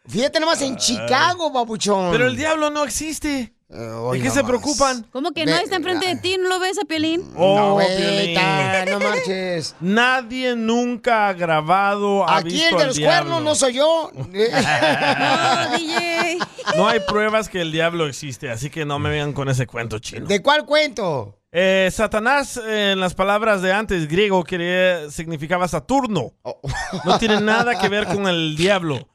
Speaker 2: Fíjate nomás en Chicago, babuchón.
Speaker 3: Pero el diablo no existe.
Speaker 2: Eh,
Speaker 3: ¿De qué se preocupan?
Speaker 4: ¿Cómo que no está enfrente de ti? ¿No lo ves a Piolín?
Speaker 3: Oh,
Speaker 2: güey,
Speaker 3: Piolín.
Speaker 2: ta, no marches.
Speaker 3: Nadie nunca ha grabado. Ha
Speaker 2: Aquí
Speaker 3: visto
Speaker 2: el de
Speaker 3: al
Speaker 2: los
Speaker 3: diablo.
Speaker 2: cuernos no soy yo.
Speaker 4: No, DJ.
Speaker 3: No hay pruebas que el diablo existe, así que no me vengan con ese cuento chino.
Speaker 2: ¿De cuál cuento?
Speaker 3: Eh, Satanás, eh, en las palabras de antes griego, quería- significaba Saturno.
Speaker 2: Oh.
Speaker 3: No tiene nada que ver con el diablo.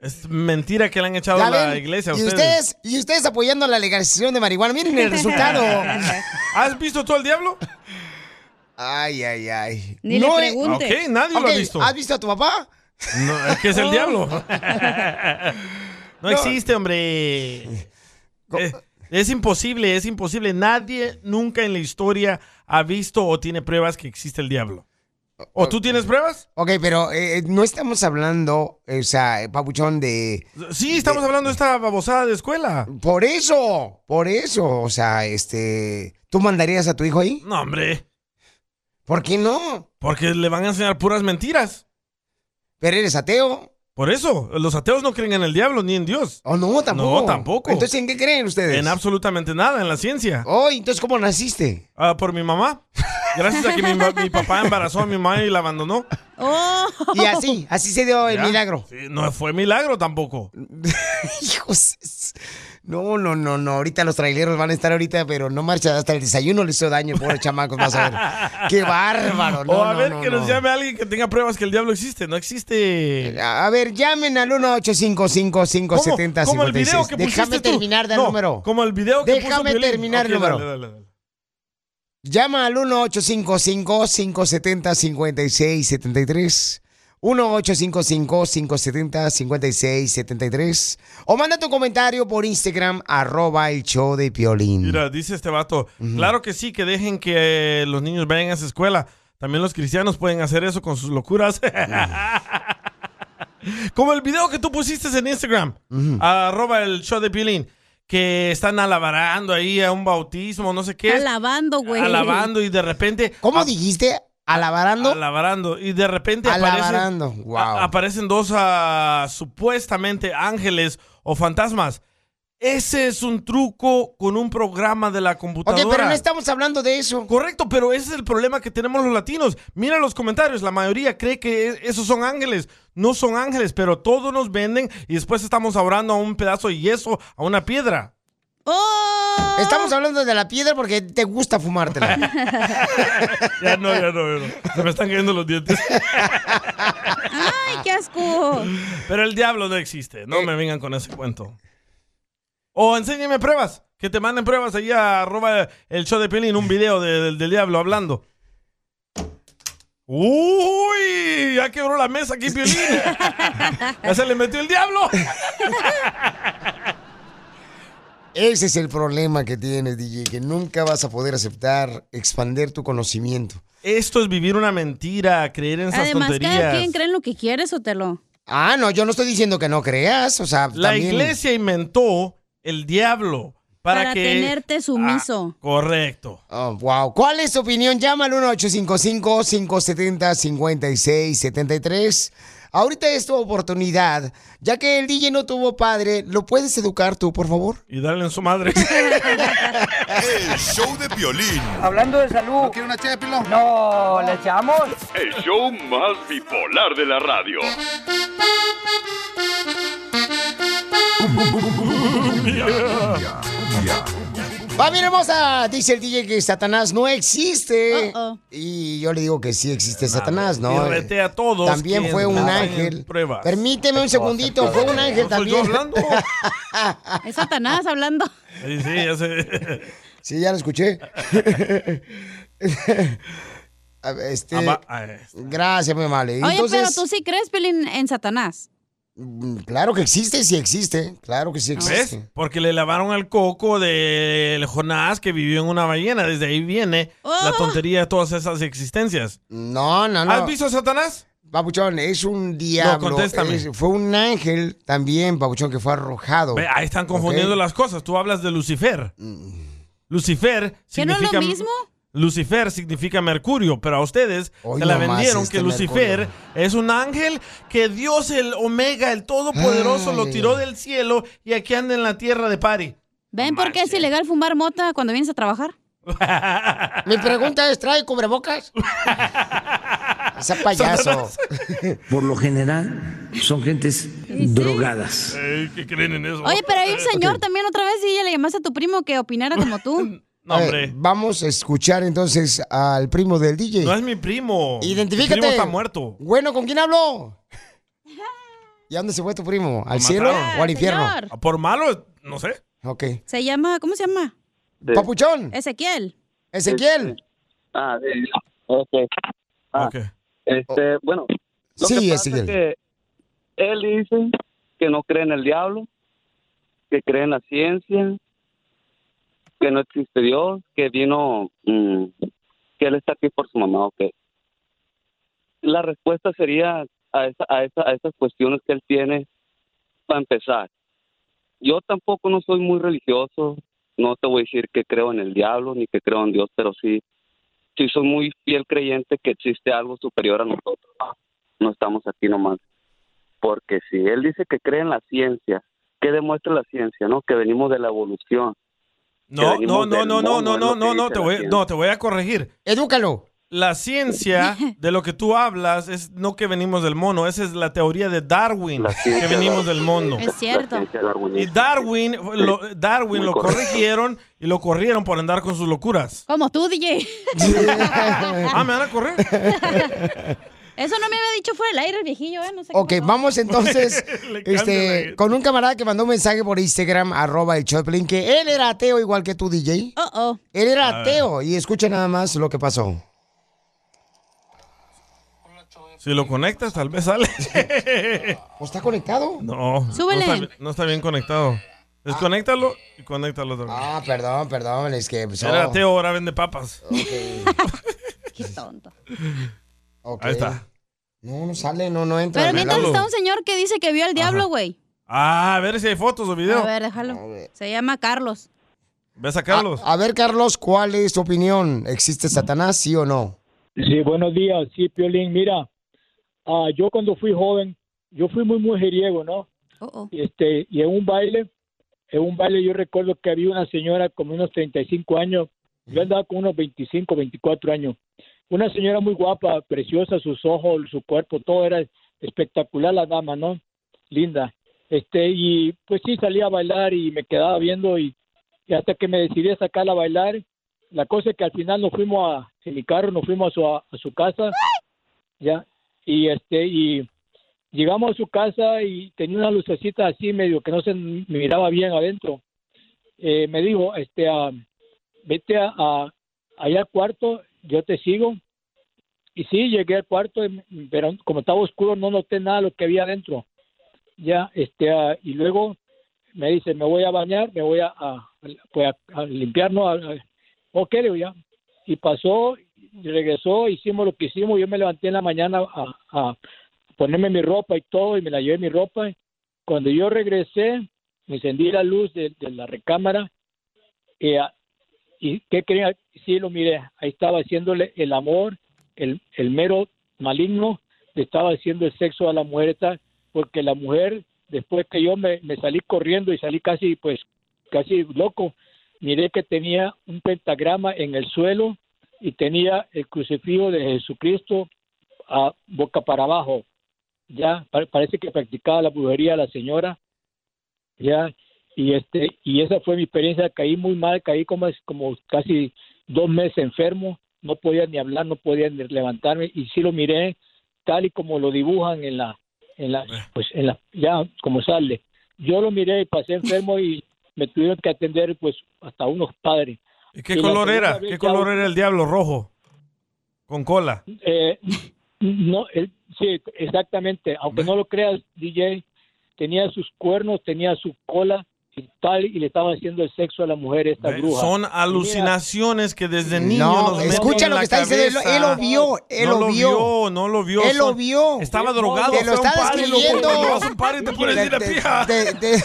Speaker 3: Es mentira que le han echado a
Speaker 2: Ya
Speaker 3: la
Speaker 2: ven,
Speaker 3: iglesia a
Speaker 2: y ustedes, y ustedes apoyando la legalización de marihuana. Miren el resultado.
Speaker 3: ¿Has visto tú al diablo?
Speaker 2: Ay, ay, ay.
Speaker 3: Ni le preguntes. Ok, nadie lo ha
Speaker 2: Ok,
Speaker 3: visto.
Speaker 2: ¿Has visto a tu papá?
Speaker 3: No, es que es el
Speaker 2: Oh.
Speaker 3: diablo.
Speaker 2: No.
Speaker 3: no existe, hombre. Eh, Es imposible, es imposible. Nadie nunca en la historia ha visto o tiene pruebas que existe el diablo. ¿O tú tienes pruebas?
Speaker 2: Ok, pero eh, no estamos hablando, eh, o sea, eh, papuchón, de...
Speaker 3: Sí, estamos hablando de esta babosada de escuela.
Speaker 2: Por eso, por eso, o sea, este... ¿Tú mandarías a tu hijo ahí?
Speaker 3: No, hombre.
Speaker 2: ¿Por qué no?
Speaker 3: Porque le van a enseñar puras mentiras.
Speaker 2: Pero eres ateo.
Speaker 3: Por eso, los ateos no creen en el diablo ni en Dios.
Speaker 2: Oh, no, tampoco.
Speaker 3: No, tampoco.
Speaker 2: Entonces, ¿en qué creen ustedes?
Speaker 3: En absolutamente nada, en la ciencia.
Speaker 2: Oh, entonces, ¿cómo naciste?
Speaker 3: Ah, por mi mamá. Gracias a que mi, ma- mi papá embarazó a mi mamá y la abandonó.
Speaker 4: Oh.
Speaker 2: Y así, así se dio el
Speaker 3: ¿Ya?
Speaker 2: milagro.
Speaker 3: Sí, no fue milagro tampoco.
Speaker 2: Hijos. es- No, no, no, no. Ahorita los traileros van a estar ahorita, pero no marcha. Hasta el desayuno le hizo daño, pobre chamacos. Pues Vas a ver. Qué bárbaro. No,
Speaker 3: o a
Speaker 2: no,
Speaker 3: ver,
Speaker 2: no,
Speaker 3: que
Speaker 2: no.
Speaker 3: nos llame alguien que tenga pruebas que el diablo existe. No existe.
Speaker 2: A ver, llamen al 1 855 570
Speaker 3: Como el video que pusiste
Speaker 2: Déjame
Speaker 3: tú.
Speaker 2: terminar de
Speaker 3: No,
Speaker 2: número.
Speaker 3: Como el video que puso
Speaker 2: Déjame
Speaker 3: Piolín.
Speaker 2: terminar el
Speaker 3: Ok,
Speaker 2: número.
Speaker 3: dale, dale, dale.
Speaker 2: Llama al 1-855-570-5673. 1-855-570-5673. O manda tu comentario por Instagram, arroba el show de Piolín.
Speaker 3: Mira, dice este vato, claro que sí, que dejen que eh, los niños vayan a esa escuela. También los cristianos pueden hacer eso con sus locuras. Como el video que tú pusiste en Instagram, arroba el show de Pilín, que están alabarando ahí a un bautismo, no sé qué.
Speaker 4: Alabando, güey.
Speaker 3: Alabando y de repente...
Speaker 2: ¿Cómo dijiste? ¿Alabarando?
Speaker 3: Alabarando. Y de repente
Speaker 2: Alabarando,
Speaker 3: aparecen,
Speaker 2: wow.
Speaker 3: a- aparecen dos ah, supuestamente ángeles o fantasmas. Ese es un truco con un programa de la
Speaker 2: Ok,
Speaker 3: computadora.
Speaker 2: pero no estamos hablando de eso.
Speaker 3: Correcto, pero ese es el problema que tenemos los latinos. Mira los comentarios, la mayoría cree que e- esos son ángeles. No son ángeles, pero todos nos venden y después estamos orando a un pedazo de yeso, a una piedra.
Speaker 2: Estamos hablando de la piedra porque te gusta fumártela.
Speaker 3: Ya no, ya no, ya no. Se me están cayendo los dientes.
Speaker 4: ¡Ay, qué asco!
Speaker 3: Pero el diablo no existe.
Speaker 2: Eh.
Speaker 3: No me vengan con ese cuento. O enséñeme pruebas. Que te manden pruebas ahí a arroba el show de Piolín, un video de- del- del diablo hablando. ¡Uy! Ya quebró la mesa aquí, Piolín. ya se le metió el diablo.
Speaker 2: Ese es el problema que tienes, DJ, que nunca vas a poder aceptar expander tu conocimiento.
Speaker 3: Esto es vivir una mentira, creer en esas
Speaker 4: Además, cada
Speaker 3: tonterías.
Speaker 4: quien cree en lo que quiere, Sotelo.
Speaker 2: Ah, no, yo no estoy diciendo que no creas, o sea,
Speaker 3: La
Speaker 2: también-
Speaker 3: iglesia inventó el diablo para,
Speaker 4: Para
Speaker 3: que...
Speaker 4: tenerte sumiso.
Speaker 3: Ah, correcto.
Speaker 2: Oh, wow. ¿Cuál es tu opinión? Llama al 1-855-570-5673. Ahorita es tu oportunidad. Ya que el DJ no tuvo padre, ¿lo puedes educar tú, por favor?
Speaker 3: Y darle en su madre.
Speaker 11: El show de violín.
Speaker 12: Hablando de salud. ¿No quiere una ché No, ¿le echamos?
Speaker 9: El show más bipolar de la radio.
Speaker 2: Va bien, hermosa. Dice el DJ que Satanás no existe. Y yo le digo que sí existe Satanás, ¿no?
Speaker 3: Y rete a todos.
Speaker 2: También
Speaker 3: que
Speaker 2: fue un
Speaker 3: entraban
Speaker 2: ángel.
Speaker 3: en pruebas.
Speaker 2: Permíteme un segundito, fue un ángel
Speaker 3: ¿No soy Pues, yo
Speaker 2: también.
Speaker 3: hablando?
Speaker 4: Es Satanás hablando.
Speaker 3: Sí, sí, ya sé.
Speaker 2: Sí, ya lo escuché. A ver, este,
Speaker 3: Ah, va, ah, está.
Speaker 2: gracias, mi amable.
Speaker 4: Oye,
Speaker 2: Entonces,
Speaker 4: pero tú sí crees, Pelín, en Satanás.
Speaker 2: mm, claro que existe, sí existe. Claro que sí
Speaker 3: ¿Ves?
Speaker 2: existe.
Speaker 3: Porque le lavaron al coco del Jonás que vivió en una ballena. Desde ahí viene la tontería de todas esas existencias.
Speaker 2: Oh. Ah, No, no, no.
Speaker 3: ¿Has visto a Satanás?
Speaker 2: Papuchón, es un diablo.
Speaker 3: contéstame.
Speaker 2: Es- fue un ángel también, Papuchón, que fue arrojado.
Speaker 3: Ve, ahí están confundiendo
Speaker 2: Oh, ¿ok?
Speaker 3: las cosas. Tú hablas de Lucifer. Lucifer
Speaker 4: ¿Que no
Speaker 3: significa...
Speaker 4: es lo mismo?
Speaker 3: Lucifer significa mercurio, pero a ustedes
Speaker 2: Hoy
Speaker 3: se la
Speaker 2: nomás
Speaker 3: vendieron
Speaker 2: este
Speaker 3: que Lucifer
Speaker 2: mercurio.
Speaker 3: es un ángel que Dios, el Omega, el Todopoderoso, lo
Speaker 4: Ay.
Speaker 3: tiró del cielo y aquí anda en la tierra de Pari.
Speaker 4: ¿Ven por qué es ilegal fumar mota cuando vienes a trabajar?
Speaker 2: Mi pregunta es, ¿trae cubrebocas? Ese payaso.
Speaker 6: Por lo general son gentes drogadas.
Speaker 3: ¿Qué creen en eso?
Speaker 4: Oye, pero hay un señor también otra vez y ya le llamaste a tu primo que opinara como tú.
Speaker 3: No, hombre.
Speaker 2: Eh, vamos a escuchar entonces al primo del DJ.
Speaker 3: No es mi primo.
Speaker 2: Identifícate.
Speaker 3: Mi primo está muerto.
Speaker 2: Bueno, ¿con quién hablo? ¿Y a dónde se fue tu primo? ¿Al
Speaker 3: Lo
Speaker 2: cielo
Speaker 3: mataron. Ah,
Speaker 2: o al infierno?
Speaker 4: Señor.
Speaker 3: Por malo, no sé.
Speaker 2: Ok.
Speaker 4: Se llama, ¿cómo se llama?
Speaker 2: Papuchón.
Speaker 4: Ezequiel.
Speaker 2: Ezequiel.
Speaker 10: Ah, eh, ok. Ah, Este, bueno. Lo
Speaker 2: Sí,
Speaker 10: que pasa
Speaker 2: Ezequiel.
Speaker 10: es que él dice que no cree en el diablo, que cree en la ciencia, que no existe Dios, que vino, mm, que él está aquí por su mamá, ok. La respuesta sería a, esa, a, esa- a esas cuestiones que él tiene para empezar. Yo tampoco no soy muy religioso, no te voy a decir que creo en el diablo ni que creo en Dios, pero sí sí soy muy fiel creyente que existe algo superior a nosotros. No estamos aquí nomás. Porque si él dice que cree en la ciencia, ¿qué demuestra la ciencia? no Que venimos de la evolución. que
Speaker 3: No, no,
Speaker 10: venimos
Speaker 3: no,
Speaker 10: del
Speaker 3: no, no,
Speaker 10: mono,
Speaker 3: no,
Speaker 10: es lo
Speaker 3: no,
Speaker 10: que
Speaker 3: no, no,
Speaker 10: dice
Speaker 3: te
Speaker 10: la
Speaker 3: voy,
Speaker 10: ciencia.
Speaker 3: no, te voy a corregir.
Speaker 2: Edúcalo.
Speaker 3: La ciencia de lo que tú hablas es no que venimos del mono, esa es la teoría de Darwin, que
Speaker 10: ciencia
Speaker 3: venimos
Speaker 10: Darwin.
Speaker 3: del mono.
Speaker 10: Es cierto. La ciencia
Speaker 3: Y
Speaker 10: darwinista.
Speaker 3: Darwin lo, Darwin
Speaker 10: Muy
Speaker 3: lo
Speaker 10: correcto.
Speaker 3: corrigieron y lo corrieron por andar con sus locuras.
Speaker 4: Como tú, DJ.
Speaker 3: Ah, ¿me van a correr?
Speaker 4: Eso no me había dicho fuera del aire el viejillo, ¿eh? No sé
Speaker 2: Ok,
Speaker 4: qué pasó.
Speaker 2: vamos entonces
Speaker 4: Le cambia
Speaker 2: este, con un camarada que mandó un mensaje por Instagram, arroba el Choplin, que él era ateo igual que tú, DJ. Él era
Speaker 3: A ver.
Speaker 2: ateo y escucha nada más lo que pasó.
Speaker 3: Si lo conectas, tal vez sale.
Speaker 2: ¿Está conectado?
Speaker 3: No,
Speaker 2: Súbele.
Speaker 3: No, está, bien- no está bien conectado. Desconéctalo y conéctalo otra vez.
Speaker 2: Ah, perdón, perdón, es que... pues,
Speaker 3: Era
Speaker 2: oh.
Speaker 3: ateo, ahora vende papas.
Speaker 4: Qué tonto.
Speaker 2: Ok.
Speaker 3: Ahí está.
Speaker 2: No, no sale, no, no entra.
Speaker 4: Pero mientras
Speaker 3: Lalo.
Speaker 4: está un señor que dice que vio al diablo, güey.
Speaker 3: Ah, a ver si hay fotos o video.
Speaker 4: A ver, déjalo. Se llama Carlos.
Speaker 3: ¿Ves a Carlos?
Speaker 2: A ver, Carlos, ¿cuál es tu opinión? ¿Existe Satanás, sí o no?
Speaker 13: Sí, buenos días. Sí, Piolín, mira, ah, yo cuando fui joven, yo fui muy mujeriego, ¿no?
Speaker 24: Oh.
Speaker 13: Este, y en un baile, en un baile yo recuerdo que había una señora como unos 35 años, yo andaba con unos 25, 24 años. Una señora muy guapa, preciosa, sus ojos, su cuerpo, todo era espectacular la dama, ¿no? Linda. Este, y pues sí, salía a bailar y me quedaba viendo y, y hasta que me decidí a sacarla a bailar la cosa es que al final nos fuimos a, en mi carro, nos fuimos a su, a su casa, ya, y este, y llegamos a su casa y tenía una lucecita así medio que no se miraba bien adentro. Eh, me dijo, este, ah, vete a, a- allá al cuarto, yo te sigo. Y sí, llegué al cuarto, em, pero como estaba oscuro no noté nada de lo que había adentro. Ya, este, ah, y luego me dice, me voy a bañar, me voy a, a- pues a, a limpiarnos, a- a- Ok, le digo ya. Y pasó, y regresó, hicimos lo que hicimos. Yo me levanté en la mañana a, a ponerme mi ropa y todo, y me la llevé mi ropa. Cuando yo regresé, encendí la luz de, de la recámara. eh, ¿Y qué creía? Sí, lo miré. Ahí estaba haciéndole el amor, el, el mero maligno, le estaba haciendo el sexo a la muerta, porque la mujer, después que yo me, me salí corriendo y salí casi, pues, casi loco, miré que tenía un pentagrama en el suelo y tenía el crucifijo de Jesucristo a boca para abajo. Ya pa- parece que practicaba la brujería la señora. Ya y este y esa fue mi experiencia, caí muy mal, caí como como casi dos meses enfermo, no podía ni hablar, no podía ni levantarme y sí lo miré tal y como lo dibujan en la en la
Speaker 3: Eh.
Speaker 13: pues en la ya como sale. Yo lo miré y pasé enfermo y me tuvieron que atender pues hasta unos padres.
Speaker 3: ¿Y ¿Qué
Speaker 13: la
Speaker 3: color
Speaker 13: segunda
Speaker 3: era?
Speaker 13: vez
Speaker 3: ¿Qué
Speaker 13: ya-
Speaker 3: color era el diablo rojo? Con cola.
Speaker 13: eh, no, eh, sí, exactamente. Aunque no lo creas, DJ, tenía sus cuernos, tenía su cola, y tal, y le estaban haciendo el sexo a la mujer esta bruja.
Speaker 3: Son
Speaker 13: Y mira,
Speaker 3: alucinaciones que desde niño nos meten
Speaker 2: escucha
Speaker 3: en
Speaker 2: lo
Speaker 3: la
Speaker 2: que está diciendo, él lo- él lo
Speaker 3: cabeza.
Speaker 2: vio, él
Speaker 3: No
Speaker 2: lo vio.
Speaker 3: no lo vio.
Speaker 2: Él lo
Speaker 3: son-
Speaker 2: vio.
Speaker 3: Estaba
Speaker 2: Te
Speaker 3: drogado.
Speaker 2: lo
Speaker 3: fue a un
Speaker 2: está
Speaker 3: party, loco,
Speaker 2: describiendo.
Speaker 3: cuando vas a un party te pones
Speaker 2: Te-
Speaker 3: bien a
Speaker 2: te-
Speaker 3: pija.
Speaker 2: Te, te-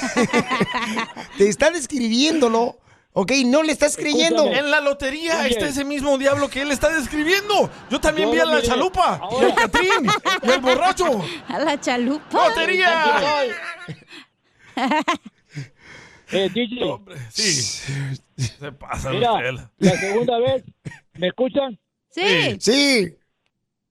Speaker 2: te está describiéndolo, ¿ok? No le estás creyendo.
Speaker 3: En la lotería
Speaker 2: Oye.
Speaker 3: está ese mismo diablo que él está describiendo. Yo también
Speaker 2: Yo
Speaker 3: vi a
Speaker 2: lo
Speaker 3: la
Speaker 2: miré.
Speaker 3: chalupa, y al Catrín, y al borracho.
Speaker 4: A la chalupa.
Speaker 3: ¡Lotería!
Speaker 13: Eh, DJ.
Speaker 3: Sí. Se pasa
Speaker 13: Mira,
Speaker 3: usted.
Speaker 13: la segunda vez, ¿me escuchan?
Speaker 4: Sí.
Speaker 2: Sí.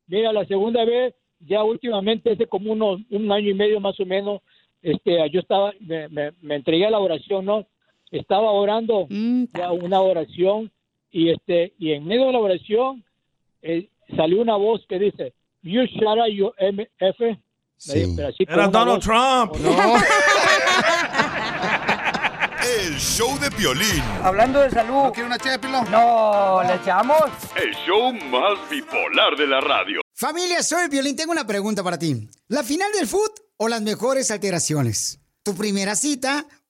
Speaker 13: Mira, la segunda vez, ya últimamente, hace como unos, un año y medio más o menos, este, yo estaba, me, me- me entregué a la oración, ¿no? Estaba orando ya una oración y este, y en medio de la oración eh, salió una voz que dice, You shut up, you MF. Me dijo, pero así con
Speaker 3: Era
Speaker 13: una
Speaker 3: Donald
Speaker 13: voz.
Speaker 3: Trump.
Speaker 11: El show de Piolín.
Speaker 12: Hablando de salud. ¿No quiere una ché de pilón? No, ¿le echamos?
Speaker 9: El show más bipolar de la radio.
Speaker 25: Familia, soy Violín. Tengo una pregunta para ti. ¿La final del foot o las mejores alteraciones? ¿Tu primera cita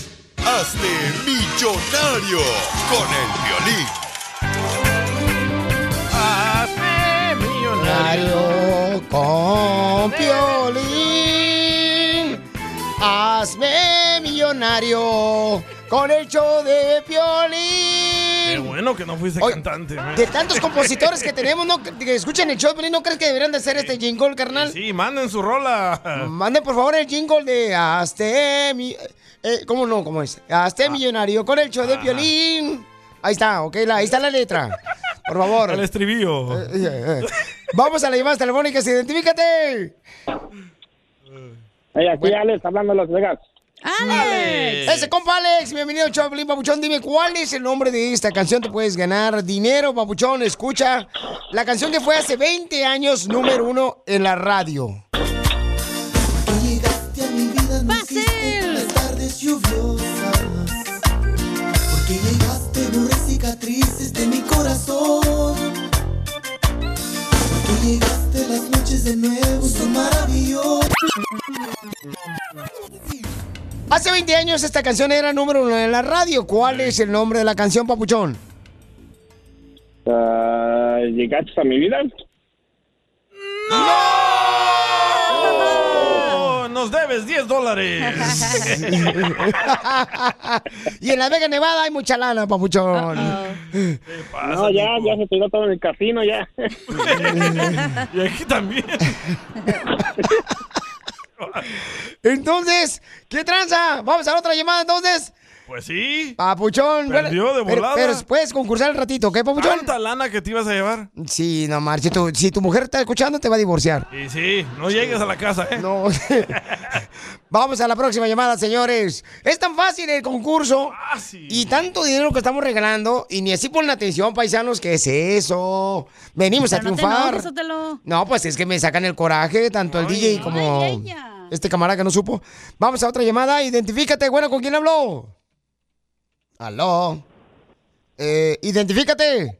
Speaker 11: Hazte millonario con el violín.
Speaker 3: Hazme
Speaker 2: Millonario con Piolín. Hazme millonario con el show de
Speaker 3: Qué
Speaker 2: Piolín.
Speaker 3: bueno que no fuiste
Speaker 2: Oye,
Speaker 3: cantante. ¿eh? man.
Speaker 2: De tantos compositores que tenemos, no, que escuchen el show de Piolín, ¿no crees que deberían de hacer este jingle, carnal?
Speaker 3: Sí, manden su rola.
Speaker 2: Manden por favor el jingle de Hazte mi... eh, ¿Cómo no? ¿Cómo es?
Speaker 3: Ah.
Speaker 2: Hazte millonario con el show de Piolín. Ahí está, ok, la- ahí está la letra. Por favor.
Speaker 3: El estribillo.
Speaker 2: Eh, eh. Vamos a las llamadas telefónicas, identifícate.
Speaker 17: Hey, aquí Alex, hablando de Las Vegas.
Speaker 2: Alex. Ese compa Alex, bienvenido al show de Piolín, Papuchón. Dime cuál es el nombre de esta canción. Te puedes ganar dinero, Papuchón. Escucha la canción que fue hace 20 años número uno en la radio.
Speaker 1: Llegaste a mi vida, no existe en las tardes lluviosas. Porque llegaste, borré cicatrices de mi corazón. Porque llegaste, las noches de nuevo son maravillosas.
Speaker 2: Hace 20 años esta canción era número uno en la radio. ¿Cuál es el nombre de la canción, Papuchón?
Speaker 17: Ah, ¿Llegaste a mi vida?
Speaker 3: Oh, nos debes 10 dólares.
Speaker 2: y en Las Vegas, Nevada hay mucha lana, Papuchón.
Speaker 17: no, ya, ya se tiró todo en el casino, ya.
Speaker 3: y aquí también.
Speaker 2: Entonces, ¿qué tranza? Vamos a la otra llamada entonces.
Speaker 3: Pues sí.
Speaker 2: Papuchón, bueno,
Speaker 3: Perdió de
Speaker 2: pero,
Speaker 3: volada.
Speaker 2: pero puedes concursar el ratito, ¿qué, Papuchón?
Speaker 3: ¿Cuánta lana que te ibas a llevar?
Speaker 2: Sí, no marches, tu- si tu mujer está escuchando te va a divorciar.
Speaker 3: Y sí, no llegues a la casa, ¿eh?
Speaker 2: No. Vamos a la próxima llamada, señores. Es tan fácil el concurso
Speaker 3: Ah,
Speaker 2: y tanto dinero que estamos regalando y ni así ponen atención, paisanos, ¿qué es eso? Venimos a
Speaker 4: Pero no te
Speaker 2: triunfar.
Speaker 4: enojes, Sotelo.
Speaker 2: No, pues es que me sacan el coraje, tanto el DJ como este camarada que no supo. Vamos a otra llamada, identifícate, bueno, ¿con quién habló? Aló. Eh, identifícate.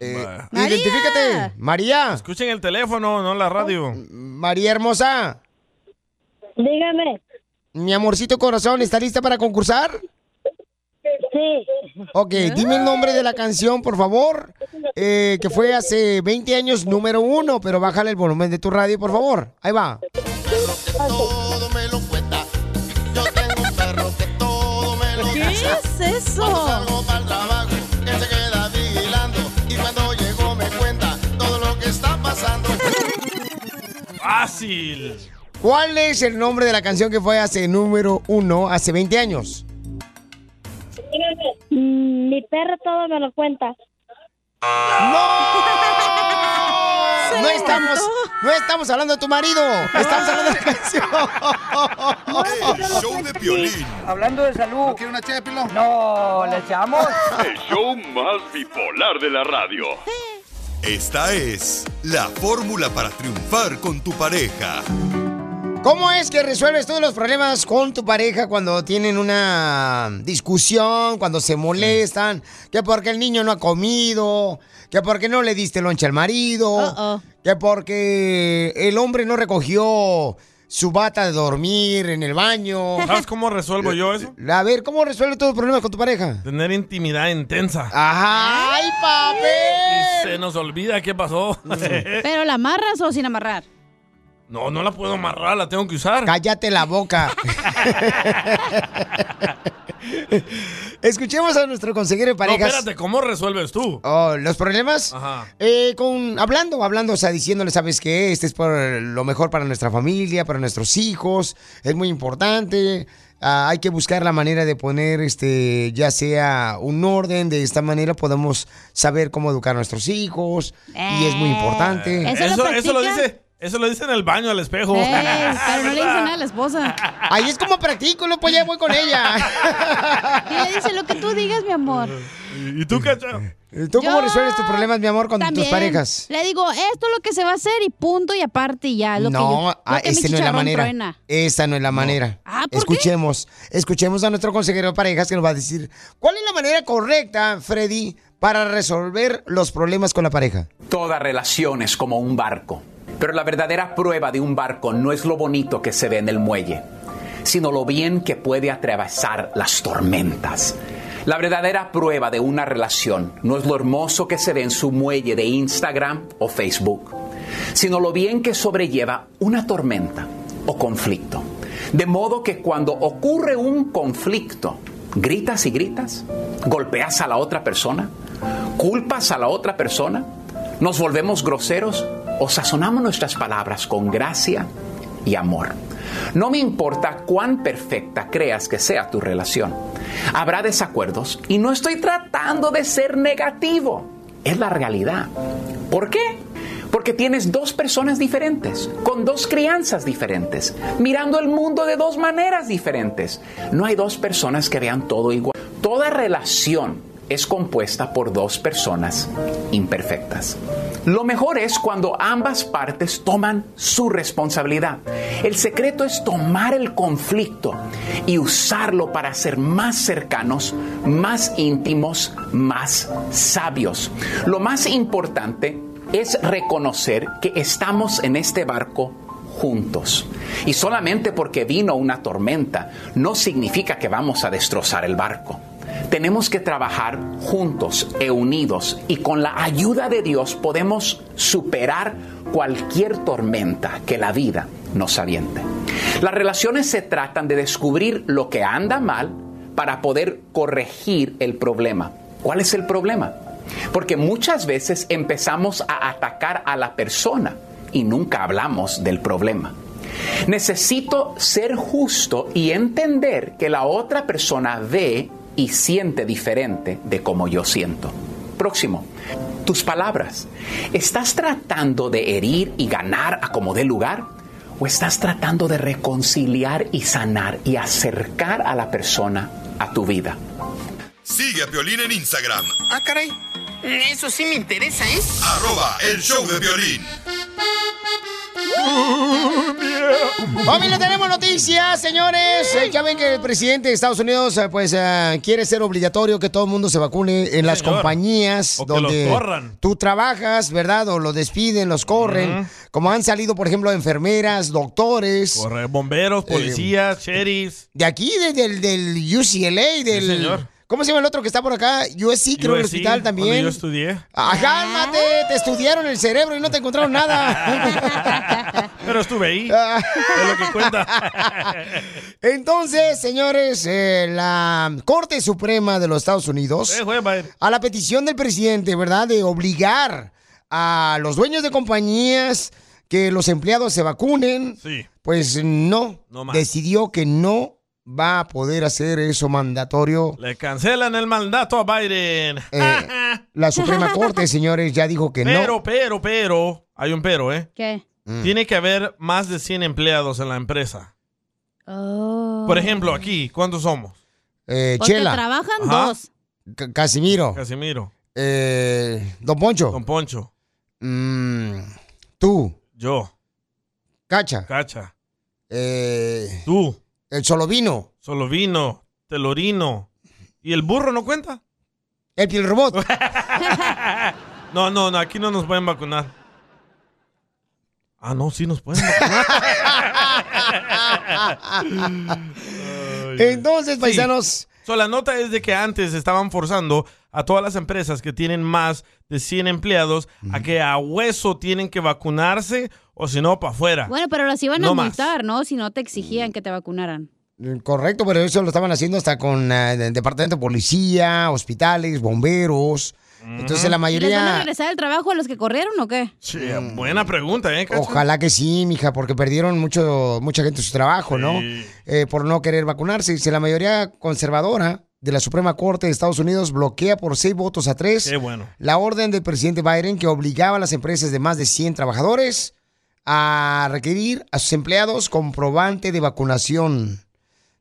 Speaker 2: Eh, Identifícate. María.
Speaker 3: Escuchen el teléfono, no la radio.
Speaker 2: María hermosa. Dígame. Mi amorcito corazón, ¿está lista para concursar? Sí. Ok, dime el nombre de la canción, por favor, eh, que fue hace 20 años número uno, pero bájale el volumen de tu radio, por favor. Ahí va.
Speaker 20: Todo me lo cuenta. Yo tengo un perro que todo me lo
Speaker 4: ¿Qué es eso?
Speaker 20: Cuando salgo para el trabajo, él se queda vigilando. Y cuando llego me cuenta todo lo que está pasando.
Speaker 3: Fácil.
Speaker 2: ¿Cuál es el nombre de la canción que fue hace número uno, hace 20 años?
Speaker 15: Mm, Mi perro todo me lo cuenta.
Speaker 2: No estamos, no estamos hablando de tu marido, estamos hablando de la
Speaker 11: El
Speaker 2: canción.
Speaker 11: show de Piolín.
Speaker 12: Hablando de salud. ¿No quiere una ché de pilón? No, ¿le echamos?
Speaker 9: El show más bipolar de la radio.
Speaker 11: Esta es la fórmula para triunfar con tu pareja.
Speaker 2: ¿Cómo es que resuelves todos los problemas con tu pareja cuando tienen una discusión, cuando se molestan? Que porque el niño no ha comido, que porque no le diste lonche al marido, que porque el hombre no recogió su bata de dormir en el baño.
Speaker 3: ¿Sabes cómo resuelvo yo eso?
Speaker 2: A ver, ¿cómo resuelves todos los problemas con tu pareja?
Speaker 3: Tener intimidad intensa.
Speaker 2: Ajá. ¡Ay, papel!
Speaker 3: Y se nos olvida qué pasó.
Speaker 2: Mm.
Speaker 4: ¿Pero la amarras o sin amarrar?
Speaker 3: no, no la puedo amarrar, la tengo que usar.
Speaker 2: Cállate la boca. Escuchemos a nuestro consejero de
Speaker 3: No,
Speaker 2: parejas.
Speaker 3: espérate, ¿cómo resuelves tú?
Speaker 2: Oh, ¿Los problemas?
Speaker 3: Ajá.
Speaker 2: Eh, con, hablando, hablando, o sea, diciéndole, ¿sabes qué? Este es por lo mejor para nuestra familia, para nuestros hijos, es muy importante. Ah, hay que buscar la manera de poner, este, ya sea un orden, de esta manera podemos saber cómo educar a nuestros hijos, y es muy importante.
Speaker 3: Eh, eso, eso lo dice, eso lo dice en el baño al espejo.
Speaker 4: Ey, Eh, pero no le dice nada a la esposa.
Speaker 2: Ahí es como practico, lo pues ya voy con ella.
Speaker 4: Y le dice lo que tú digas, mi amor.
Speaker 3: ¿Y tú, cacha?
Speaker 2: Eh, ¿Tú cómo
Speaker 4: Yo
Speaker 2: resuelves tus problemas, mi amor, con tus
Speaker 4: También.
Speaker 2: parejas?
Speaker 4: Le digo, esto es lo que se va a hacer y punto y aparte y ya. Lo que yo-
Speaker 2: no,
Speaker 4: lo
Speaker 2: ah,
Speaker 4: que mi
Speaker 2: esta no es la
Speaker 4: chicharrón
Speaker 2: manera.
Speaker 4: truena.
Speaker 2: Esta no es la manera.
Speaker 4: Ah, ¿por qué?
Speaker 2: escuchemos, escuchemos a nuestro consejero de parejas que nos va a decir cuál es la manera correcta, Freddy, para resolver los problemas con la pareja.
Speaker 26: Toda relación es como un barco. Pero la verdadera prueba de un barco no es lo bonito que se ve en el muelle, sino lo bien que puede atravesar las tormentas. La verdadera prueba de una relación no es lo hermoso que se ve en su muelle de Instagram o Facebook, sino lo bien que sobrelleva una tormenta o conflicto. De modo que cuando ocurre un conflicto, gritas y gritas, golpeas a la otra persona, culpas a la otra persona, nos volvemos groseros o sazonamos nuestras palabras con gracia y amor. No me importa cuán perfecta creas que sea tu relación. Habrá desacuerdos y no estoy tratando de ser negativo. Es la realidad. ¿Por qué? Porque tienes dos personas diferentes, con dos crianzas diferentes, mirando el mundo de dos maneras diferentes. No hay dos personas que vean todo igual. Toda relación es compuesta por dos personas imperfectas. Lo mejor es cuando ambas partes toman su responsabilidad. El secreto es tomar el conflicto y usarlo para ser más cercanos, más íntimos, más sabios. Lo más importante es reconocer que estamos en este barco juntos. Y solamente porque vino una tormenta no significa que vamos a destrozar el barco. Tenemos que trabajar juntos e unidos y con la ayuda de Dios podemos superar cualquier tormenta que la vida nos aviente. Las relaciones se tratan de descubrir lo que anda mal para poder corregir el problema. ¿Cuál es el problema? Porque muchas veces empezamos a atacar a la persona y nunca hablamos del problema. Necesito ser justo y entender que la otra persona ve y siente diferente de como yo siento. Próximo, tus palabras. ¿Estás tratando de herir y ganar a como dé lugar? ¿O estás tratando de reconciliar y sanar y acercar a la persona a tu vida?
Speaker 11: Sigue a Piolín en Instagram.
Speaker 22: Ah, caray. Eso sí me interesa, ¿eh?
Speaker 11: Arroba el show de violín.
Speaker 2: Familia, tenemos noticias, señores. Eh, Ya ven que el presidente de Estados Unidos eh, pues eh, quiere ser obligatorio que todo el mundo se vacune en las
Speaker 3: señor.
Speaker 2: compañías
Speaker 3: O que
Speaker 2: donde
Speaker 3: los corran.
Speaker 2: tú trabajas, ¿verdad? O los despiden, los corren.
Speaker 3: Ujú.
Speaker 2: Como han salido, por ejemplo, enfermeras, doctores.
Speaker 3: Corre,
Speaker 2: Eh,
Speaker 3: bomberos, policías, sheriffs.
Speaker 2: De aquí, de- del, del UCLA, del...
Speaker 3: señor.
Speaker 2: ¿Cómo se llama el otro que está por acá? USC, creo, en
Speaker 3: USC,
Speaker 2: el hospital
Speaker 3: donde
Speaker 2: también.
Speaker 3: yo estudié.
Speaker 2: Ah, cálmate, te estudiaron el cerebro y no te encontraron nada.
Speaker 3: Pero estuve ahí.
Speaker 2: Ah.
Speaker 3: es lo que cuenta.
Speaker 2: Entonces, señores, eh, la Corte Suprema de los Estados Unidos,
Speaker 3: Eh, juez, va-
Speaker 2: a la petición del presidente, ¿verdad?, de obligar a los dueños de compañías que los empleados se vacunen,
Speaker 3: Sí.
Speaker 2: pues no,
Speaker 3: No más.
Speaker 2: decidió que no va a poder hacer eso mandatorio.
Speaker 3: Le cancelan el mandato a Biden.
Speaker 2: Eh, la Suprema Corte, señores, ya dijo que
Speaker 3: pero,
Speaker 2: no. Mm.
Speaker 3: pero, pero, hay un pero, ¿eh?
Speaker 4: ¿Qué?
Speaker 3: Tiene que haber más de 100 empleados en la empresa.
Speaker 4: Oh.
Speaker 3: Por ejemplo, aquí, ¿cuántos somos?
Speaker 2: Eh,
Speaker 4: Porque
Speaker 2: Chela.
Speaker 4: trabajan
Speaker 3: Ajá.
Speaker 4: dos.
Speaker 2: C- Casimiro.
Speaker 3: Casimiro.
Speaker 2: Eh, Don Poncho. Mm,
Speaker 3: Don Poncho.
Speaker 2: tú.
Speaker 3: Yo.
Speaker 2: Cacha.
Speaker 3: Cacha.
Speaker 2: tú. Eh, El Solovino.
Speaker 3: Solovino. Telorino. ¿Y el burro no cuenta?
Speaker 2: El piel robot.
Speaker 3: no, no, no, aquí no nos pueden vacunar. Ah, no, sí nos pueden vacunar.
Speaker 2: Entonces, paisanos.
Speaker 3: So, la nota es de que antes estaban forzando a todas las empresas que tienen más de 100 empleados a que a hueso tienen que vacunarse o si no, para afuera.
Speaker 4: Bueno, pero las iban a
Speaker 3: No más.
Speaker 4: multar, ¿no? Si no te exigían que te vacunaran.
Speaker 2: Correcto, pero eso lo estaban haciendo hasta con eh, el departamento de policía, hospitales, bomberos. Entonces
Speaker 4: ¿Les
Speaker 2: la
Speaker 4: van a
Speaker 2: mayoría, Mm,
Speaker 4: regresar el trabajo a los que corrieron o qué?
Speaker 3: Sí, buena pregunta, ¿eh? Cacha?
Speaker 2: ojalá que sí, mija, porque perdieron mucho, mucha gente su trabajo, ¿no?
Speaker 3: Sí.
Speaker 2: Eh, por no querer vacunarse. Dice, la mayoría conservadora de la Suprema Corte de Estados Unidos bloquea por seis votos a tres
Speaker 3: Qué bueno.
Speaker 2: la orden del presidente Biden que obligaba a las empresas de más de 100 trabajadores a requerir a sus empleados comprobante de vacunación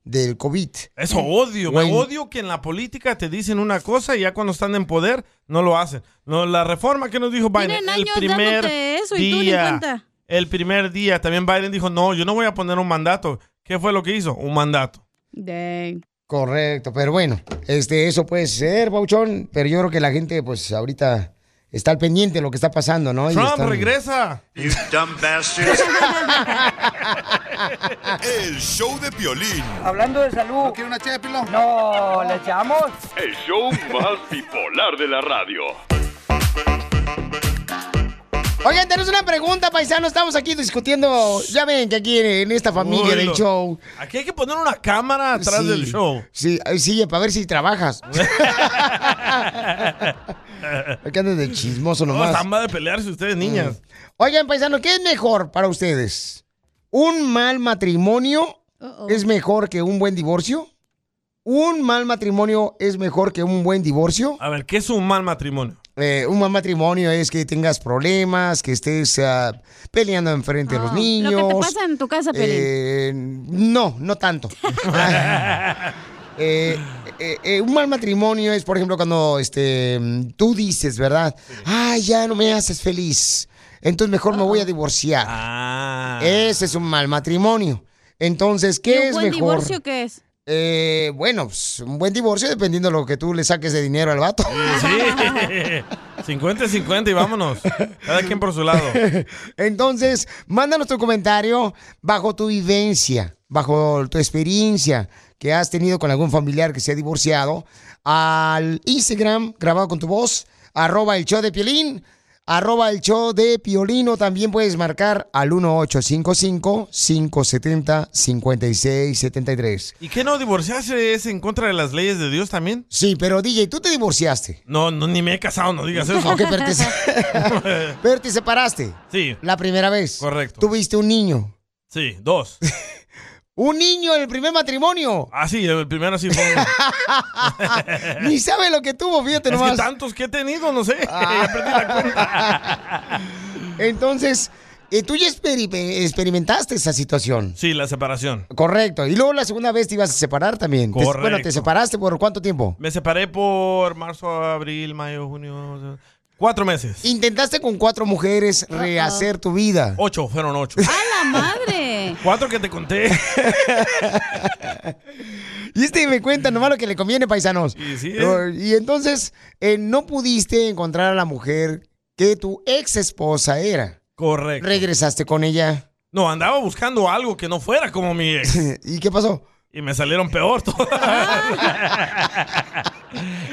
Speaker 2: del COVID.
Speaker 3: Eso odio, me
Speaker 2: Güey,
Speaker 3: odio que en la política te dicen una cosa y ya cuando están en poder no lo hacen. No, la reforma que nos dijo Biden,
Speaker 4: Tienen
Speaker 3: el
Speaker 4: años
Speaker 3: primer
Speaker 4: dándote eso y tú ni
Speaker 3: día,
Speaker 4: cuenta.
Speaker 3: el primer día también Biden dijo, no, yo no voy a poner un mandato. ¿Qué fue lo que hizo? Un mandato.
Speaker 4: Dang.
Speaker 2: Correcto, pero bueno, este, eso puede ser, Bauchón, pero yo creo que la gente, pues, ahorita está al pendiente de lo que está pasando, ¿no? Y
Speaker 3: Trump,
Speaker 2: están-
Speaker 3: regresa.
Speaker 11: You dumb bastards. El show de Piolín.
Speaker 12: Hablando de salud. ¿No quiere una ché de pilón? No, ¿le echamos?
Speaker 9: El show más bipolar de la radio.
Speaker 2: Oigan, tenemos una pregunta, paisano, estamos aquí discutiendo, ya ven que aquí en, en esta familia
Speaker 3: Uy,
Speaker 2: del
Speaker 3: lo-
Speaker 2: show.
Speaker 3: Aquí hay que poner una cámara atrás
Speaker 2: Sí,
Speaker 3: del show.
Speaker 2: Sí, ay, sí, para ver si trabajas. Acá andas de chismoso
Speaker 3: No,
Speaker 2: nomás.
Speaker 3: están va de pelearse ustedes, niñas.
Speaker 2: Mm. Oigan, paisano, ¿qué es mejor para ustedes? ¿Un mal matrimonio es mejor que un buen divorcio? ¿Un mal matrimonio es mejor que un buen divorcio?
Speaker 3: A ver, ¿qué es un mal matrimonio?
Speaker 2: Eh, un mal matrimonio es que tengas problemas, que estés ah, peleando enfrente de los niños.
Speaker 4: Ah. Lo que te pasa en tu casa, Pelín.
Speaker 2: Eh, no, no tanto. Eh, eh, eh, un mal matrimonio es, por ejemplo, cuando este, mm, tú dices, ¿verdad? Ay, ya no me haces feliz. Entonces mejor me voy a divorciar. Ese es un mal matrimonio. Entonces, ¿qué es
Speaker 4: ¿Un buen
Speaker 2: mejor?
Speaker 4: divorcio qué es?
Speaker 2: Eh, bueno, pues, un buen divorcio dependiendo de lo que tú le saques de dinero al vato.
Speaker 3: Sí. 50-50 y vámonos. Cada quien por su lado.
Speaker 2: Entonces, mándanos tu comentario bajo tu vivencia, bajo tu experiencia que has tenido con algún familiar que se ha divorciado al Instagram grabado con tu voz, arroba el show de Piolín, arroba el show de Piolín o también puedes marcar al 1855-570-5673.
Speaker 3: ¿Y qué no divorciarse es en contra de las leyes de Dios también?
Speaker 2: Sí, pero DJ, tú te divorciaste.
Speaker 3: No, no ni me he casado, no digas eso.
Speaker 2: Ok, pero te, pero te separaste
Speaker 3: Eh. Sí,
Speaker 2: la primera vez.
Speaker 3: correcto.
Speaker 2: Tuviste un niño.
Speaker 3: Sí, dos.
Speaker 2: Un niño en el primer matrimonio.
Speaker 3: Ah, sí, el primero sí fue.
Speaker 2: Ni sabe lo que tuvo, fíjate
Speaker 3: Es que
Speaker 2: nomás.
Speaker 3: tantos que he tenido, no sé. Ya perdí la
Speaker 2: Entonces, eh, tú ya experi- experimentaste esa situación.
Speaker 3: Sí, la separación.
Speaker 2: Correcto. Y luego la segunda vez te ibas a separar también. Te- bueno, te
Speaker 3: Correcto.
Speaker 2: separaste por cuánto tiempo?
Speaker 3: Me separé por marzo, abril, mayo, junio. o sea, Cuatro meses.
Speaker 2: Intentaste con cuatro mujeres rehacer tu vida.
Speaker 3: Ocho, fueron ocho.
Speaker 4: ¡A la madre!
Speaker 3: Cuatro que te conté.
Speaker 2: Y este me cuenta nomás lo que le conviene, paisanos.
Speaker 3: Y sí, ¿eh?
Speaker 2: Pero- Y entonces, eh, no pudiste encontrar a la mujer que tu ex esposa era.
Speaker 3: Correcto.
Speaker 2: Regresaste con ella.
Speaker 3: No, andaba buscando algo que no fuera como mi ex.
Speaker 2: ¿Y qué pasó?
Speaker 3: Y me salieron peor todas.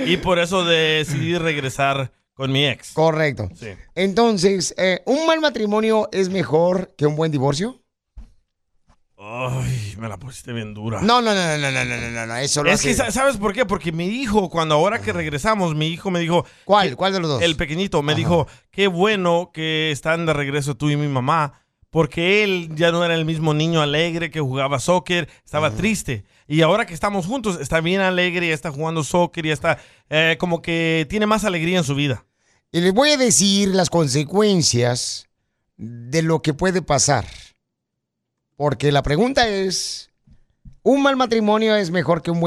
Speaker 3: y por eso decidí regresar con mi ex.
Speaker 2: Correcto.
Speaker 3: Sí.
Speaker 2: Entonces, eh, ¿un mal matrimonio es mejor que un buen divorcio?
Speaker 3: Ay, me la pusiste bien dura.
Speaker 2: No, no, no, no, no, no, no, no, no, eso lo
Speaker 3: Es que,
Speaker 2: hace-
Speaker 3: sa- ¿sabes por qué? Porque mi hijo, cuando ahora que regresamos, mi hijo me dijo...
Speaker 2: ¿Cuál? ¿Cuál de los dos?
Speaker 3: El pequeñito me dijo, qué bueno que están de regreso tú y mi mamá, porque él ya no era el mismo niño alegre que jugaba soccer, estaba triste. Y ahora que estamos juntos, está bien alegre, ya está jugando soccer, ya está eh, como que tiene más alegría en su vida.
Speaker 2: Y les voy a decir las consecuencias de lo que puede pasar. Porque la pregunta es, ¿un mal matrimonio es mejor que un buen...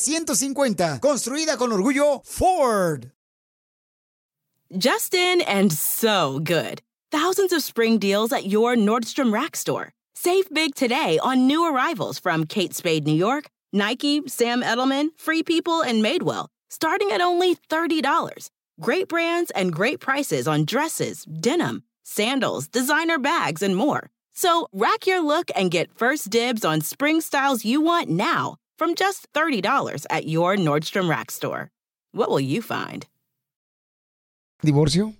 Speaker 7: construida con orgullo Ford.
Speaker 23: Justin and so good. Thousands of spring deals at your Nordstrom Rack store. Save big today on new arrivals from Kate Spade New York, Nike, Sam Edelman, Free People, and Madewell, starting at only $30. Great brands and great prices on dresses, denim, sandals, designer bags, and more. So rack your look and get first dibs on spring styles you want now from just $30 at your Nordstrom Rack store. What will you find?
Speaker 2: divorcio?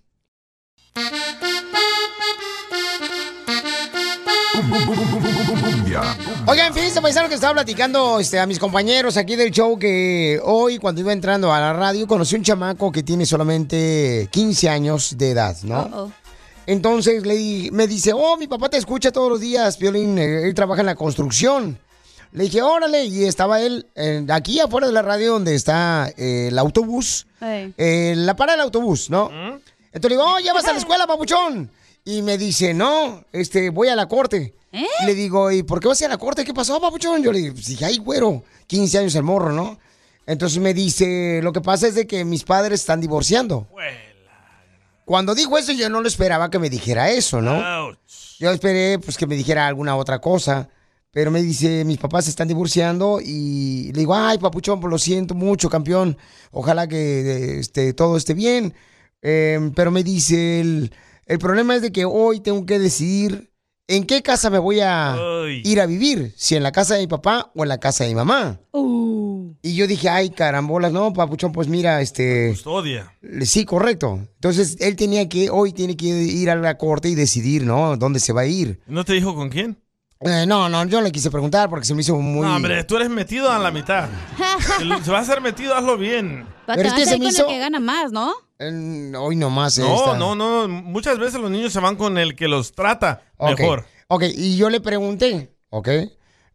Speaker 2: Oigan, fíjense, paisano, que estaba platicando este, a mis compañeros aquí del show que hoy, cuando iba entrando a la radio, conocí un chamaco que tiene solamente 15 años de edad, ¿no? Entonces le di- me dice, oh, mi papá te escucha todos los días, Violín, eh, él trabaja en la construcción. Le dije, órale, y estaba él eh, aquí afuera de la radio donde está eh, el autobús,
Speaker 4: Ey.
Speaker 2: eh, la parada del autobús, ¿no?
Speaker 3: ¿Mm?
Speaker 2: Entonces le digo, oh, ya vas a la escuela, papuchón. Y me dice, no, este, voy a la corte. Le digo, ¿y por qué vas a ir a la corte? ¿Qué pasó, papuchón? Yo le pues, dije, ay, güero, 15 años el morro, ¿no? Entonces me dice, lo que pasa es de que mis padres están divorciando. Cuando dijo eso, yo no lo esperaba que me dijera eso, ¿no? Yo esperé, pues, que me dijera alguna otra cosa. Pero me dice, mis papás se están divorciando y le digo, ay, papuchón, pues lo siento mucho, campeón. Ojalá que este, todo esté bien. Eh, pero me dice, el, el problema es de que hoy tengo que decidir en qué casa me voy a
Speaker 3: Ay.
Speaker 2: ir a vivir, si en la casa de mi papá o en la casa de mi mamá. Y yo dije, ay, carambolas, no, papuchón, pues mira, este...
Speaker 3: Custodia.
Speaker 2: Sí, correcto. Entonces, él tenía que, hoy tiene que ir a la corte y decidir, ¿no? ¿Dónde se va a ir?
Speaker 3: ¿No te dijo con quién?
Speaker 2: Eh, no, no, yo no le quise preguntar porque se me hizo muy...
Speaker 3: No, hombre, tú eres metido a la mitad. Si lo- si vas a ser metido, hazlo bien.
Speaker 4: Pero
Speaker 2: Pero es que
Speaker 4: que
Speaker 2: se me
Speaker 4: con
Speaker 2: hizo-
Speaker 4: el que gana más, ¿no?
Speaker 2: Mm, Hoy nomás
Speaker 3: No,
Speaker 2: esta.
Speaker 3: no, no. Muchas veces los niños se van con el que los trata
Speaker 2: Ok.
Speaker 3: mejor.
Speaker 2: Ok, y yo le pregunté, ¿ok?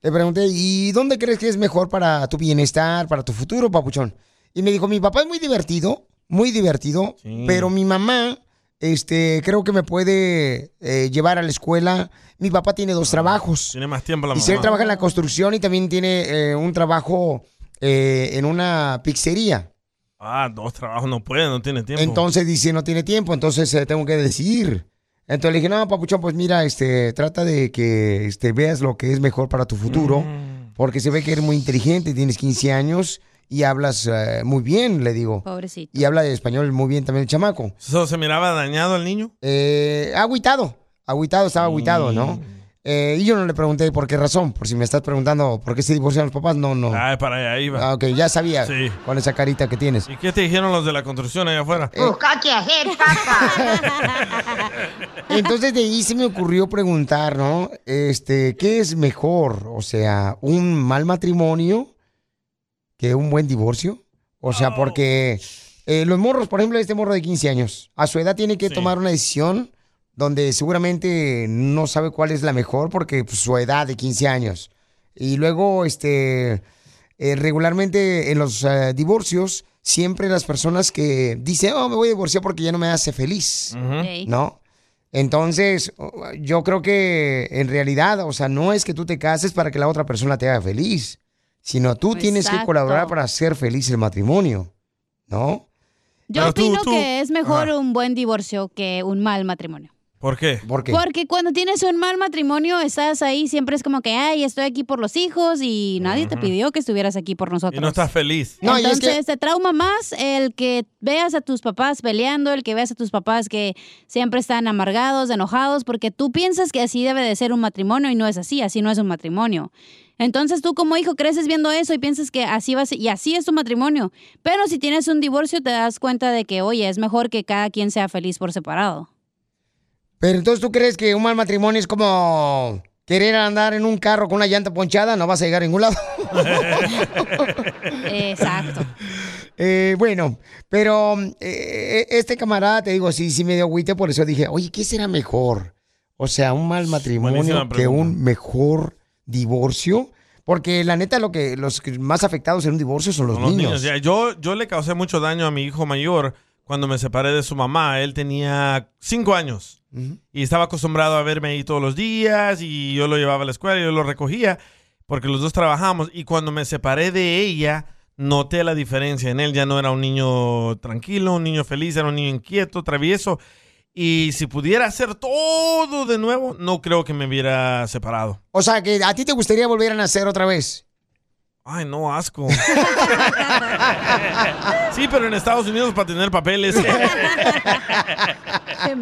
Speaker 2: Le pregunté, ¿y dónde crees que es mejor para tu bienestar, para tu futuro, papuchón? Y me dijo, mi papá es muy divertido, muy divertido, pero mi mamá, este, creo que me puede eh, llevar a la escuela. Mi papá tiene dos
Speaker 3: Ah,
Speaker 2: trabajos.
Speaker 3: Tiene más tiempo la
Speaker 2: Y si él
Speaker 3: mamá.
Speaker 2: trabaja en la construcción y también tiene eh, un trabajo eh, en una pizzería.
Speaker 3: Ah, dos trabajos no puede, no tiene tiempo.
Speaker 2: Entonces dice, no tiene tiempo, entonces eh, tengo que decidir. Entonces le dije, no, papuchón, pues mira, este, trata de que este, veas lo que es mejor para tu futuro,
Speaker 3: Mm.
Speaker 2: porque se ve que eres muy inteligente, tienes 15 años y hablas eh, muy bien, le digo.
Speaker 4: Pobrecito.
Speaker 2: Y habla de español muy bien también el chamaco.
Speaker 3: ¿Eso se miraba dañado el niño? Mm.
Speaker 2: Eh, agüitado, agüitado, estaba agüitado, ¿no? Eh, y yo no le pregunté por qué razón, por si me estás preguntando por qué se divorciaron los papás, no, no.
Speaker 3: Ah, para allá iba.
Speaker 2: Ah, ok, ya sabía
Speaker 3: Sí.
Speaker 2: con esa carita que tienes.
Speaker 3: ¿Y qué te dijeron los de la construcción allá afuera?
Speaker 2: Eh,
Speaker 1: Busca qué hacer, papá.
Speaker 2: Entonces de ahí se me ocurrió preguntar, ¿no? Este, ¿qué es mejor? O sea, ¿un mal matrimonio que un buen divorcio? O sea, porque eh, los morros, por ejemplo, este morro de 15 años, a su edad tiene que tomar una decisión donde seguramente no sabe cuál es la mejor porque pues, su edad de 15 años. Y luego, este, eh, regularmente en los eh, divorcios, siempre las personas que dicen, oh, me voy a divorciar porque ya no me hace feliz,
Speaker 18: Ey.
Speaker 2: ¿no? Entonces, o- yo creo que en realidad, o sea, no es que tú te cases para que la otra persona te haga feliz, sino tú tienes que
Speaker 4: Exacto.
Speaker 2: colaborar para hacer feliz el matrimonio, ¿no?
Speaker 4: Yo
Speaker 2: Pero tú-
Speaker 4: opino
Speaker 2: tú- Ah.
Speaker 4: que es mejor
Speaker 2: Ajá.
Speaker 4: un buen divorcio que un mal matrimonio.
Speaker 3: ¿Por qué?
Speaker 2: ¿Por qué?
Speaker 4: Porque cuando tienes un mal matrimonio, estás ahí, siempre es como que, ay, estoy aquí por los hijos y nadie te
Speaker 3: Ujú.
Speaker 4: pidió que estuvieras aquí por nosotros.
Speaker 3: Y no estás feliz.
Speaker 4: Entonces te trauma más el que veas a tus papás peleando, el que veas a tus papás que siempre están amargados, enojados, porque tú piensas que así debe de ser un matrimonio y no es así, así no es un matrimonio. Entonces tú como hijo creces viendo eso y piensas que así va a ser- y así es tu matrimonio. Pero si tienes un divorcio te das cuenta de que, oye, es mejor que cada quien sea feliz por separado.
Speaker 2: Pero entonces tú crees que un mal matrimonio es como querer andar en un carro con una llanta ponchada, no vas a llegar a ningún lado.
Speaker 4: Exacto.
Speaker 2: Eh, bueno, pero eh, este camarada, te digo, sí, sí me dio agüite, por eso dije, oye, ¿qué será mejor? O sea, un mal matrimonio
Speaker 3: Buenísima
Speaker 2: que
Speaker 3: pregunta.
Speaker 2: un mejor divorcio. Porque la neta, lo que los que más afectados en un divorcio son los,
Speaker 3: Con los niños,
Speaker 2: niños.
Speaker 3: ya. Yo, yo le causé mucho daño a mi hijo mayor cuando me separé de su mamá. Él tenía cinco años y estaba acostumbrado a verme ahí todos los días y yo lo llevaba a la escuela, yo lo recogía porque los dos trabajamos y cuando me separé de ella noté la diferencia en él. Ya no era un niño tranquilo, un niño feliz, era un niño inquieto, travieso. Y si pudiera hacer todo de nuevo, no creo que me hubiera separado.
Speaker 2: O sea, que a ti te gustaría volver a nacer otra vez.
Speaker 3: Ay, no, asco. Sí, pero en Estados Unidos para tener papeles. A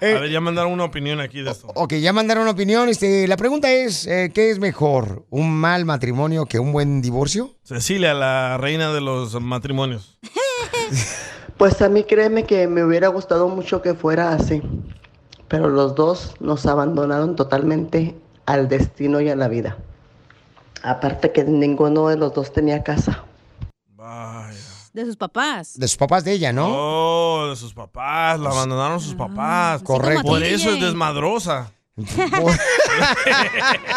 Speaker 3: ver, ya mandaron una opinión aquí de esto.
Speaker 2: Ok, ya mandaron opinión. Este, la pregunta es, eh, ¿qué es mejor? ¿Un mal matrimonio que un buen divorcio?
Speaker 3: Cecilia, la reina de los matrimonios.
Speaker 27: Pues a mí créeme que me hubiera gustado mucho que fuera así, pero los dos nos abandonaron totalmente al destino y a la vida. Aparte que ninguno de los dos tenía casa.
Speaker 4: De sus papás.
Speaker 2: De sus papás de ella, ¿no? Pues, ah,
Speaker 3: Oh, de sus papás, la abandonaron sus papás.
Speaker 2: como a ti, eh.
Speaker 3: Por eso es
Speaker 2: DJ.
Speaker 3: desmadrosa.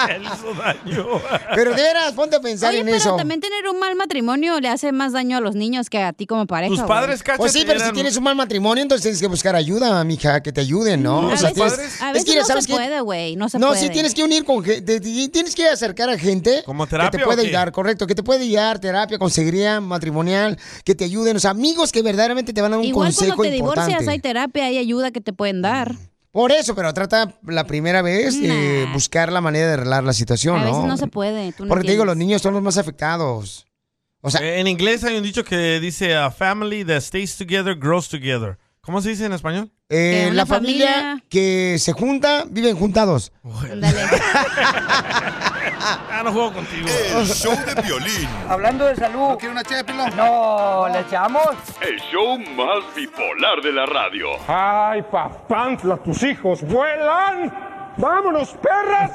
Speaker 3: Él hizo daño.
Speaker 2: Pero de veras, ponte a pensar
Speaker 4: Oye,
Speaker 2: en
Speaker 4: pero
Speaker 2: eso.
Speaker 4: también tener un mal matrimonio le hace más daño a los niños que a ti como pareja. güey.
Speaker 2: Pues sí, pero si tienes un mal matrimonio, entonces tienes que buscar ayuda, mija, que te ayuden, ¿no?
Speaker 4: A
Speaker 2: O sea,
Speaker 4: veces-
Speaker 2: tienes-
Speaker 4: a
Speaker 2: es
Speaker 4: veces
Speaker 2: que ya
Speaker 4: no
Speaker 2: sabes
Speaker 4: se
Speaker 2: que-
Speaker 4: puede, güey, no se
Speaker 2: No,
Speaker 4: puede.
Speaker 2: sí tienes que unir con ge- te- te- tienes que acercar a gente que
Speaker 3: terapia
Speaker 2: te
Speaker 3: o
Speaker 2: puede
Speaker 3: qué?
Speaker 2: ayudar, correcto, que te puede ayudar, terapia, consejería matrimonial, que te ayuden, o sea, amigos que verdaderamente te van a dar un
Speaker 4: Igual
Speaker 2: consejo
Speaker 4: cuando te
Speaker 2: importante.
Speaker 4: divorcias hay terapia, hay ayuda que te pueden dar.
Speaker 2: Por eso, pero trata la primera vez de buscar la manera de arreglar la situación,
Speaker 4: a
Speaker 2: ¿no?
Speaker 4: veces no se puede. tú no
Speaker 2: Porque te digo,
Speaker 4: tienes.
Speaker 2: los niños son los más afectados. O sea,
Speaker 3: Eh, en inglés hay un dicho que dice a family that stays together grows together. ¿Cómo se dice en español?
Speaker 2: eh,
Speaker 3: una
Speaker 2: la familia, que se junta, viven juntados.
Speaker 3: Oh. Ah, no juego contigo.
Speaker 11: El show de violín.
Speaker 12: Hablando de salud. ¿No quiere una ché de pilón? No, ¿le echamos?
Speaker 9: El show más bipolar de la radio.
Speaker 12: Ay, papantla, tus hijos vuelan. Vámonos, perras.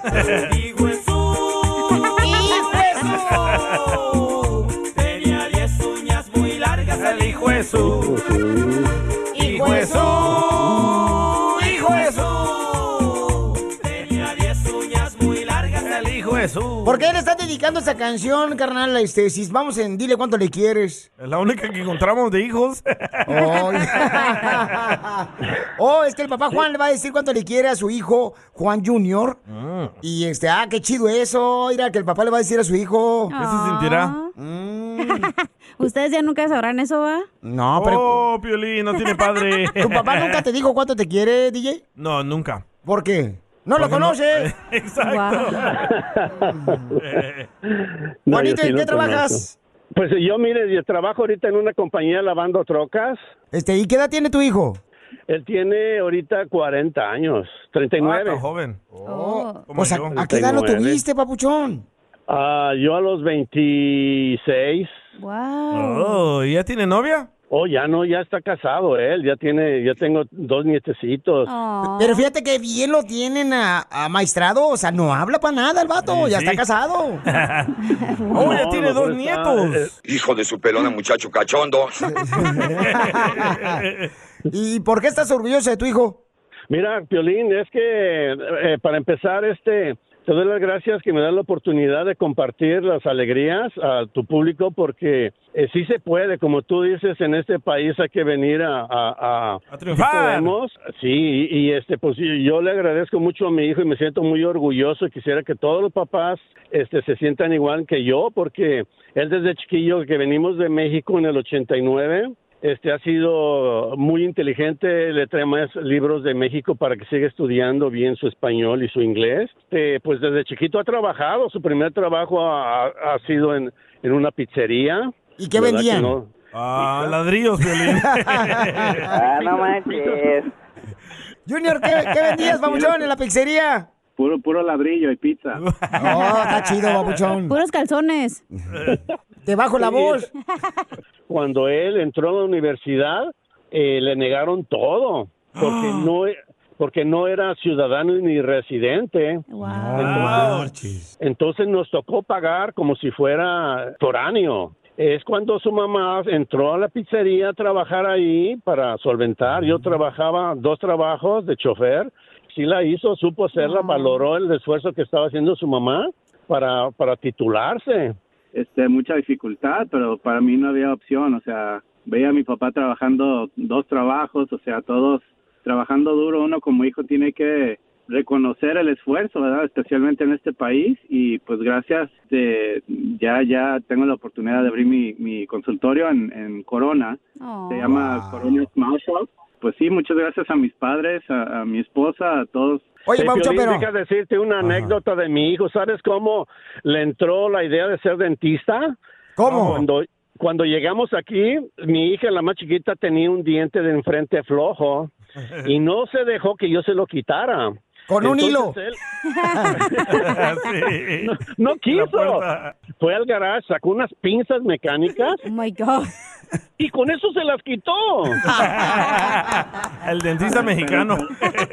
Speaker 20: Tenía diez uñas muy largas el hijo Jesús. Hijo Jesús, hijo Jesús. Tenía diez uñas muy largas el hijo Jesús.
Speaker 2: ¿Por qué le estás dedicando esa canción, carnal? Este, si vamos en Dile cuánto le quieres.
Speaker 3: Es la única que encontramos de hijos.
Speaker 2: Oh, es que el papá Juan le va a decir cuánto le quiere a su hijo, Juan Junior. Y este, ah, qué chido eso. Mira, que el papá le va a decir a su hijo.
Speaker 4: ¿Qué se sentirá?
Speaker 2: Ah.
Speaker 4: Ustedes ya nunca sabrán eso, ¿va?
Speaker 2: No,
Speaker 3: pero. Oh, Piolín, no tiene padre.
Speaker 2: ¿Tu papá nunca te dijo cuánto te quiere, DJ?
Speaker 3: No, nunca.
Speaker 2: ¿Por qué? No lo
Speaker 3: Porque
Speaker 24: eh,
Speaker 3: eh,
Speaker 2: conoces.
Speaker 24: No,
Speaker 2: Juanito,
Speaker 24: yo sí
Speaker 2: ¿en
Speaker 24: lo
Speaker 2: qué
Speaker 24: conozco.
Speaker 2: trabajas?
Speaker 24: eh, Pues yo, mire, yo trabajo ahorita en una compañía lavando trocas.
Speaker 2: Este, ¿y qué edad tiene tu hijo?
Speaker 24: Él tiene ahorita 40 años, 39.
Speaker 3: Ah, está joven.
Speaker 2: Oh.
Speaker 3: Oh,
Speaker 2: O sea, ¿a qué edad lo
Speaker 24: 39.
Speaker 2: tuviste, papuchón?
Speaker 24: Ah, yo a los 26.
Speaker 3: Oh.
Speaker 4: Wow.
Speaker 24: ¿Y ya tiene novia? Oh, ya no, ya está casado él, ya tiene, ya tengo dos nietecitos.
Speaker 2: Oh. Pero fíjate que bien lo tienen a, a maestrado, o sea, no habla para nada el vato,
Speaker 24: Sí,
Speaker 2: ya
Speaker 24: sí.
Speaker 2: está casado.
Speaker 24: No,
Speaker 3: Ah,
Speaker 2: ya tiene
Speaker 24: lo
Speaker 2: dos
Speaker 24: mejor
Speaker 2: nietos.
Speaker 20: Hijo de su pelona, muchacho cachondo.
Speaker 2: ¿Y por qué estás orgulloso de tu hijo?
Speaker 24: Mira, Piolín, es que eh, para empezar, este, te doy las gracias que me das la oportunidad de compartir las alegrías a tu público porque eh, sí se puede, como tú dices, en este país hay que venir a, a, a-
Speaker 3: triunfar.
Speaker 24: Sí podemos, sí, y, y, este, pues y yo le agradezco mucho a mi hijo y me siento muy orgulloso y quisiera que todos los papás este, se sientan igual que yo porque él desde chiquillo que venimos de México en el 89 este ha sido muy inteligente, le trae más libros de México para que siga estudiando bien su español y su inglés. Este, pues desde chiquito ha trabajado, su primer trabajo ha, ha sido en, en una pizzería.
Speaker 2: ¿Y
Speaker 24: qué
Speaker 3: vendían? Ah, ladrillos, Piolín.
Speaker 24: ah,
Speaker 20: no manches.
Speaker 2: Junior, ¿qué, qué vendías, papuchón, en la pizzería?
Speaker 20: Puro, puro ladrillo y pizza.
Speaker 2: Oh, está chido, papuchón.
Speaker 4: Puros calzones.
Speaker 2: Debajo
Speaker 24: la voz. cuando él entró a la universidad, eh, le negaron todo, porque no e- porque no era ciudadano ni residente. Entonces, entonces nos tocó pagar como si fuera foráneo. Es cuando su mamá entró a la pizzería a trabajar ahí para solventar. Yo trabajaba dos trabajos de chofer. Sí la hizo, supo hacerla, valoró el esfuerzo que estaba haciendo su mamá para, para titularse.
Speaker 20: Este, mucha dificultad, pero para mí no había opción. O sea, veía a mi papá trabajando dos trabajos, o sea, todos trabajando duro. Uno como hijo tiene que reconocer el esfuerzo, ¿verdad? Especialmente en este país. Y pues gracias, de, ya ya tengo la oportunidad de abrir mi, mi consultorio en, en Corona.
Speaker 7: Oh.
Speaker 20: Se llama Corona Smile Shop. Pues sí, muchas gracias a mis padres, a, a mi esposa, a todos. Eh,
Speaker 24: Sí, Piolín, deja decirte una anécdota de mi hijo. ¿Sabes cómo le entró la idea de ser dentista?
Speaker 2: ¿Cómo?
Speaker 24: Cuando, cuando llegamos aquí, mi hija, la más chiquita, tenía un diente de enfrente flojo y no se dejó que yo se lo quitara.
Speaker 2: Con un hilo.
Speaker 24: Entonces él- no, no quiso. Fue al garage, sacó unas pinzas mecánicas. Y con eso se las quitó.
Speaker 3: El dentista mexicano.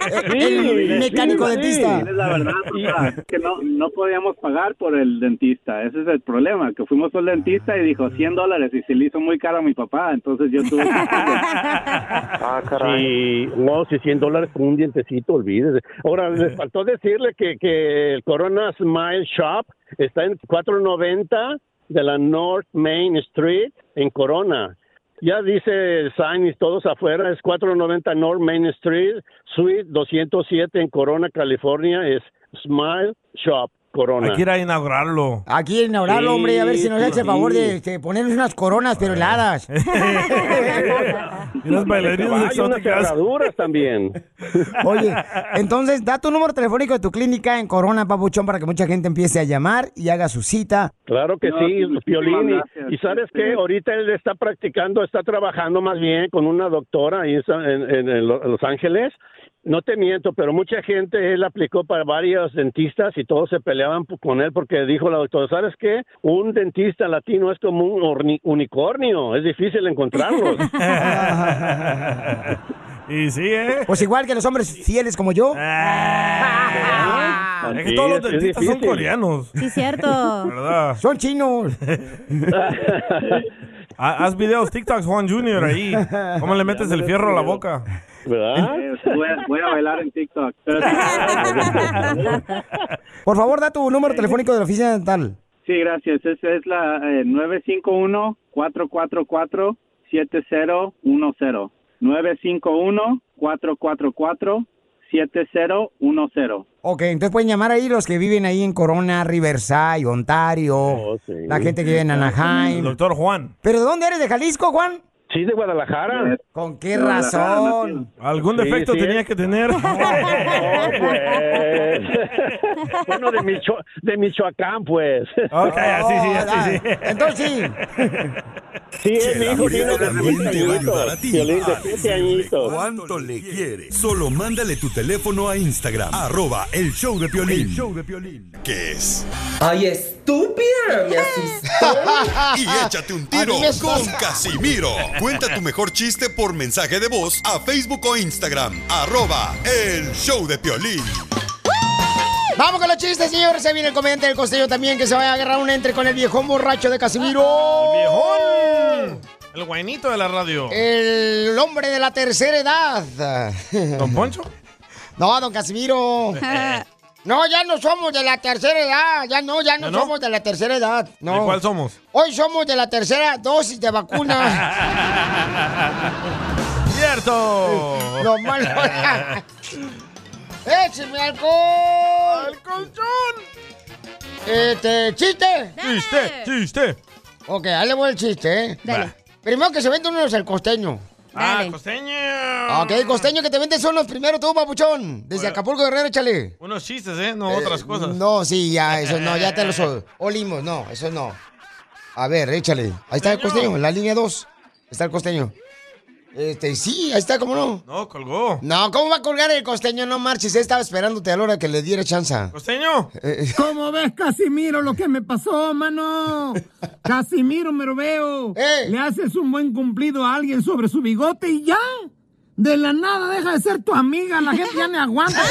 Speaker 20: Sí, sí, sí, es la verdad, o sea, que no, no podíamos pagar por el dentista. Ese es el problema, que fuimos al dentista y dijo 100 dólares y se le hizo muy caro a mi papá. Entonces yo tuve
Speaker 24: Ah, Sí, no, si 100 dólares por un dientecito, olvídese. Ahora, les faltó decirle que, que el Corona Smile Shop está en 490 de la North Main Street en Corona. Ya dice el sign y todos afuera, es 490 North Main Street, Suite 207 en Corona, California, es Smile Shop Corona.
Speaker 3: Hay que ir a inaugurarlo.
Speaker 2: Aquí Inaugurarlo, hombre, a ver si nos hace el favor
Speaker 24: sí.
Speaker 2: de este, ponernos unas coronas, pero heladas.
Speaker 3: unas bailarinas
Speaker 24: Hay unas
Speaker 3: exóticas.
Speaker 24: cerraduras también.
Speaker 2: Oye, entonces da tu número telefónico de tu clínica en Corona, papuchón, para que mucha gente empiece a llamar y haga su cita.
Speaker 24: Claro que
Speaker 2: No,
Speaker 24: sí,
Speaker 2: sí, muchísimas
Speaker 24: Piolín. y-
Speaker 2: gracias.
Speaker 24: Y, sabes
Speaker 2: Este-
Speaker 24: que ahorita él está practicando, está trabajando más bien con una doctora ahí en, Sa- en- en- en Lo- Los Ángeles. No te miento, pero mucha gente, él aplicó para varios dentistas y todos se peleaban p- con él porque dijo la doctora, ¿sabes qué? Un dentista latino es como un orni- unicornio, es difícil encontrarlos.
Speaker 3: y sí, ¿eh?
Speaker 2: Pues igual que los hombres fieles como yo.
Speaker 3: Ah. Es que todos los dentistas son coreanos.
Speaker 4: Sí, cierto.
Speaker 3: ¿Verdad?
Speaker 2: Son chinos.
Speaker 3: Ha- Haz Ah, videos TikToks, Juan Junior, ahí. ¿Cómo le metes el fierro a la boca?
Speaker 24: ¿Verdad?
Speaker 20: Eh, voy, a, voy a bailar en TikTok.
Speaker 2: Por favor, da tu número telefónico de la oficina dental.
Speaker 20: Sí, gracias. Esa es la eh, 951-444-7010. 951-444-7010.
Speaker 2: Ok, entonces pueden llamar ahí los que viven ahí en Corona, Riverside,
Speaker 3: Oh,
Speaker 2: Ontario, la gente que vive en Anaheim.
Speaker 3: Doctor Juan.
Speaker 2: ¿Pero de dónde eres? ¿De Jalisco, Juan?
Speaker 24: Sí, de Guadalajara.
Speaker 20: ¿Con
Speaker 3: qué razón? Algún defecto tenía que tener.
Speaker 24: bueno, de, Micho- de Michoacán, pues.
Speaker 3: Ok, así sí, así sí.
Speaker 24: Ah, Entonces sí. Sí, es mi
Speaker 11: Chela
Speaker 24: hijo
Speaker 11: Prieto
Speaker 24: tiene de
Speaker 11: también
Speaker 24: siete
Speaker 11: te va a
Speaker 24: añitos.
Speaker 11: ayudar a ti
Speaker 24: Piolín,
Speaker 11: a
Speaker 24: de siete
Speaker 11: decirle
Speaker 24: añitos.
Speaker 11: cuánto le quiere. Solo mándale tu teléfono a Instagram, arroba el show de Piolín.
Speaker 12: El show
Speaker 11: ¿Qué es?
Speaker 12: ¡Ay, estúpida! Me
Speaker 11: Y échate un tiro
Speaker 12: A mí me
Speaker 11: con
Speaker 12: pasa.
Speaker 11: Casimiro. Cuenta tu mejor chiste por mensaje de voz a Facebook o Instagram, arroba el show de Piolín.
Speaker 2: Vamos con los chistes, señores. Se viene el comediante del costeño también que se va a agarrar un entre con el viejón borracho de Casimiro.
Speaker 3: viejón! El guainito de la radio.
Speaker 2: El hombre de la tercera edad.
Speaker 3: ¿Don Poncho?
Speaker 2: No, don Casimiro. No, ya no somos de la tercera edad. Ya no, ya no,
Speaker 3: ¿Ya no?
Speaker 2: somos de la tercera edad. No.
Speaker 3: ¿De cuál somos?
Speaker 2: Hoy somos de la tercera dosis de vacuna.
Speaker 3: ¡Cierto!
Speaker 2: Lo malo. ¡Écheme alcohol! ¡Al
Speaker 3: colchón!
Speaker 2: Este, chiste.
Speaker 3: Chiste, chiste.
Speaker 2: Ok, ahí le voy el chiste, ¿eh?
Speaker 3: Dale. Va.
Speaker 2: Primero que se vende uno es el costeño.
Speaker 3: Ah, costeño.
Speaker 2: Ok, costeño que te vende son los primeros, tú, papuchón. Desde Acapulco Guerrero, échale.
Speaker 3: Unos chistes, ¿eh? No otras cosas.
Speaker 2: No, sí, ya, eso no, ya te los o- olimos, no, eso no. A ver, échale. Ahí está el costeño, en la línea 2. Está el costeño. Este, sí, ahí está, ¿cómo no?
Speaker 3: No, colgó.
Speaker 2: No, ¿cómo va a colgar el costeño? No marches, él estaba esperándote a la hora que le diera chance.
Speaker 3: Costeño.
Speaker 1: ¿Cómo ves, Casimiro, lo que me pasó, mano? Casimiro, me lo veo.
Speaker 2: Eh.
Speaker 1: Le haces un buen cumplido a alguien sobre su bigote y ya. De la nada deja de ser tu amiga. La gente ya me aguanta.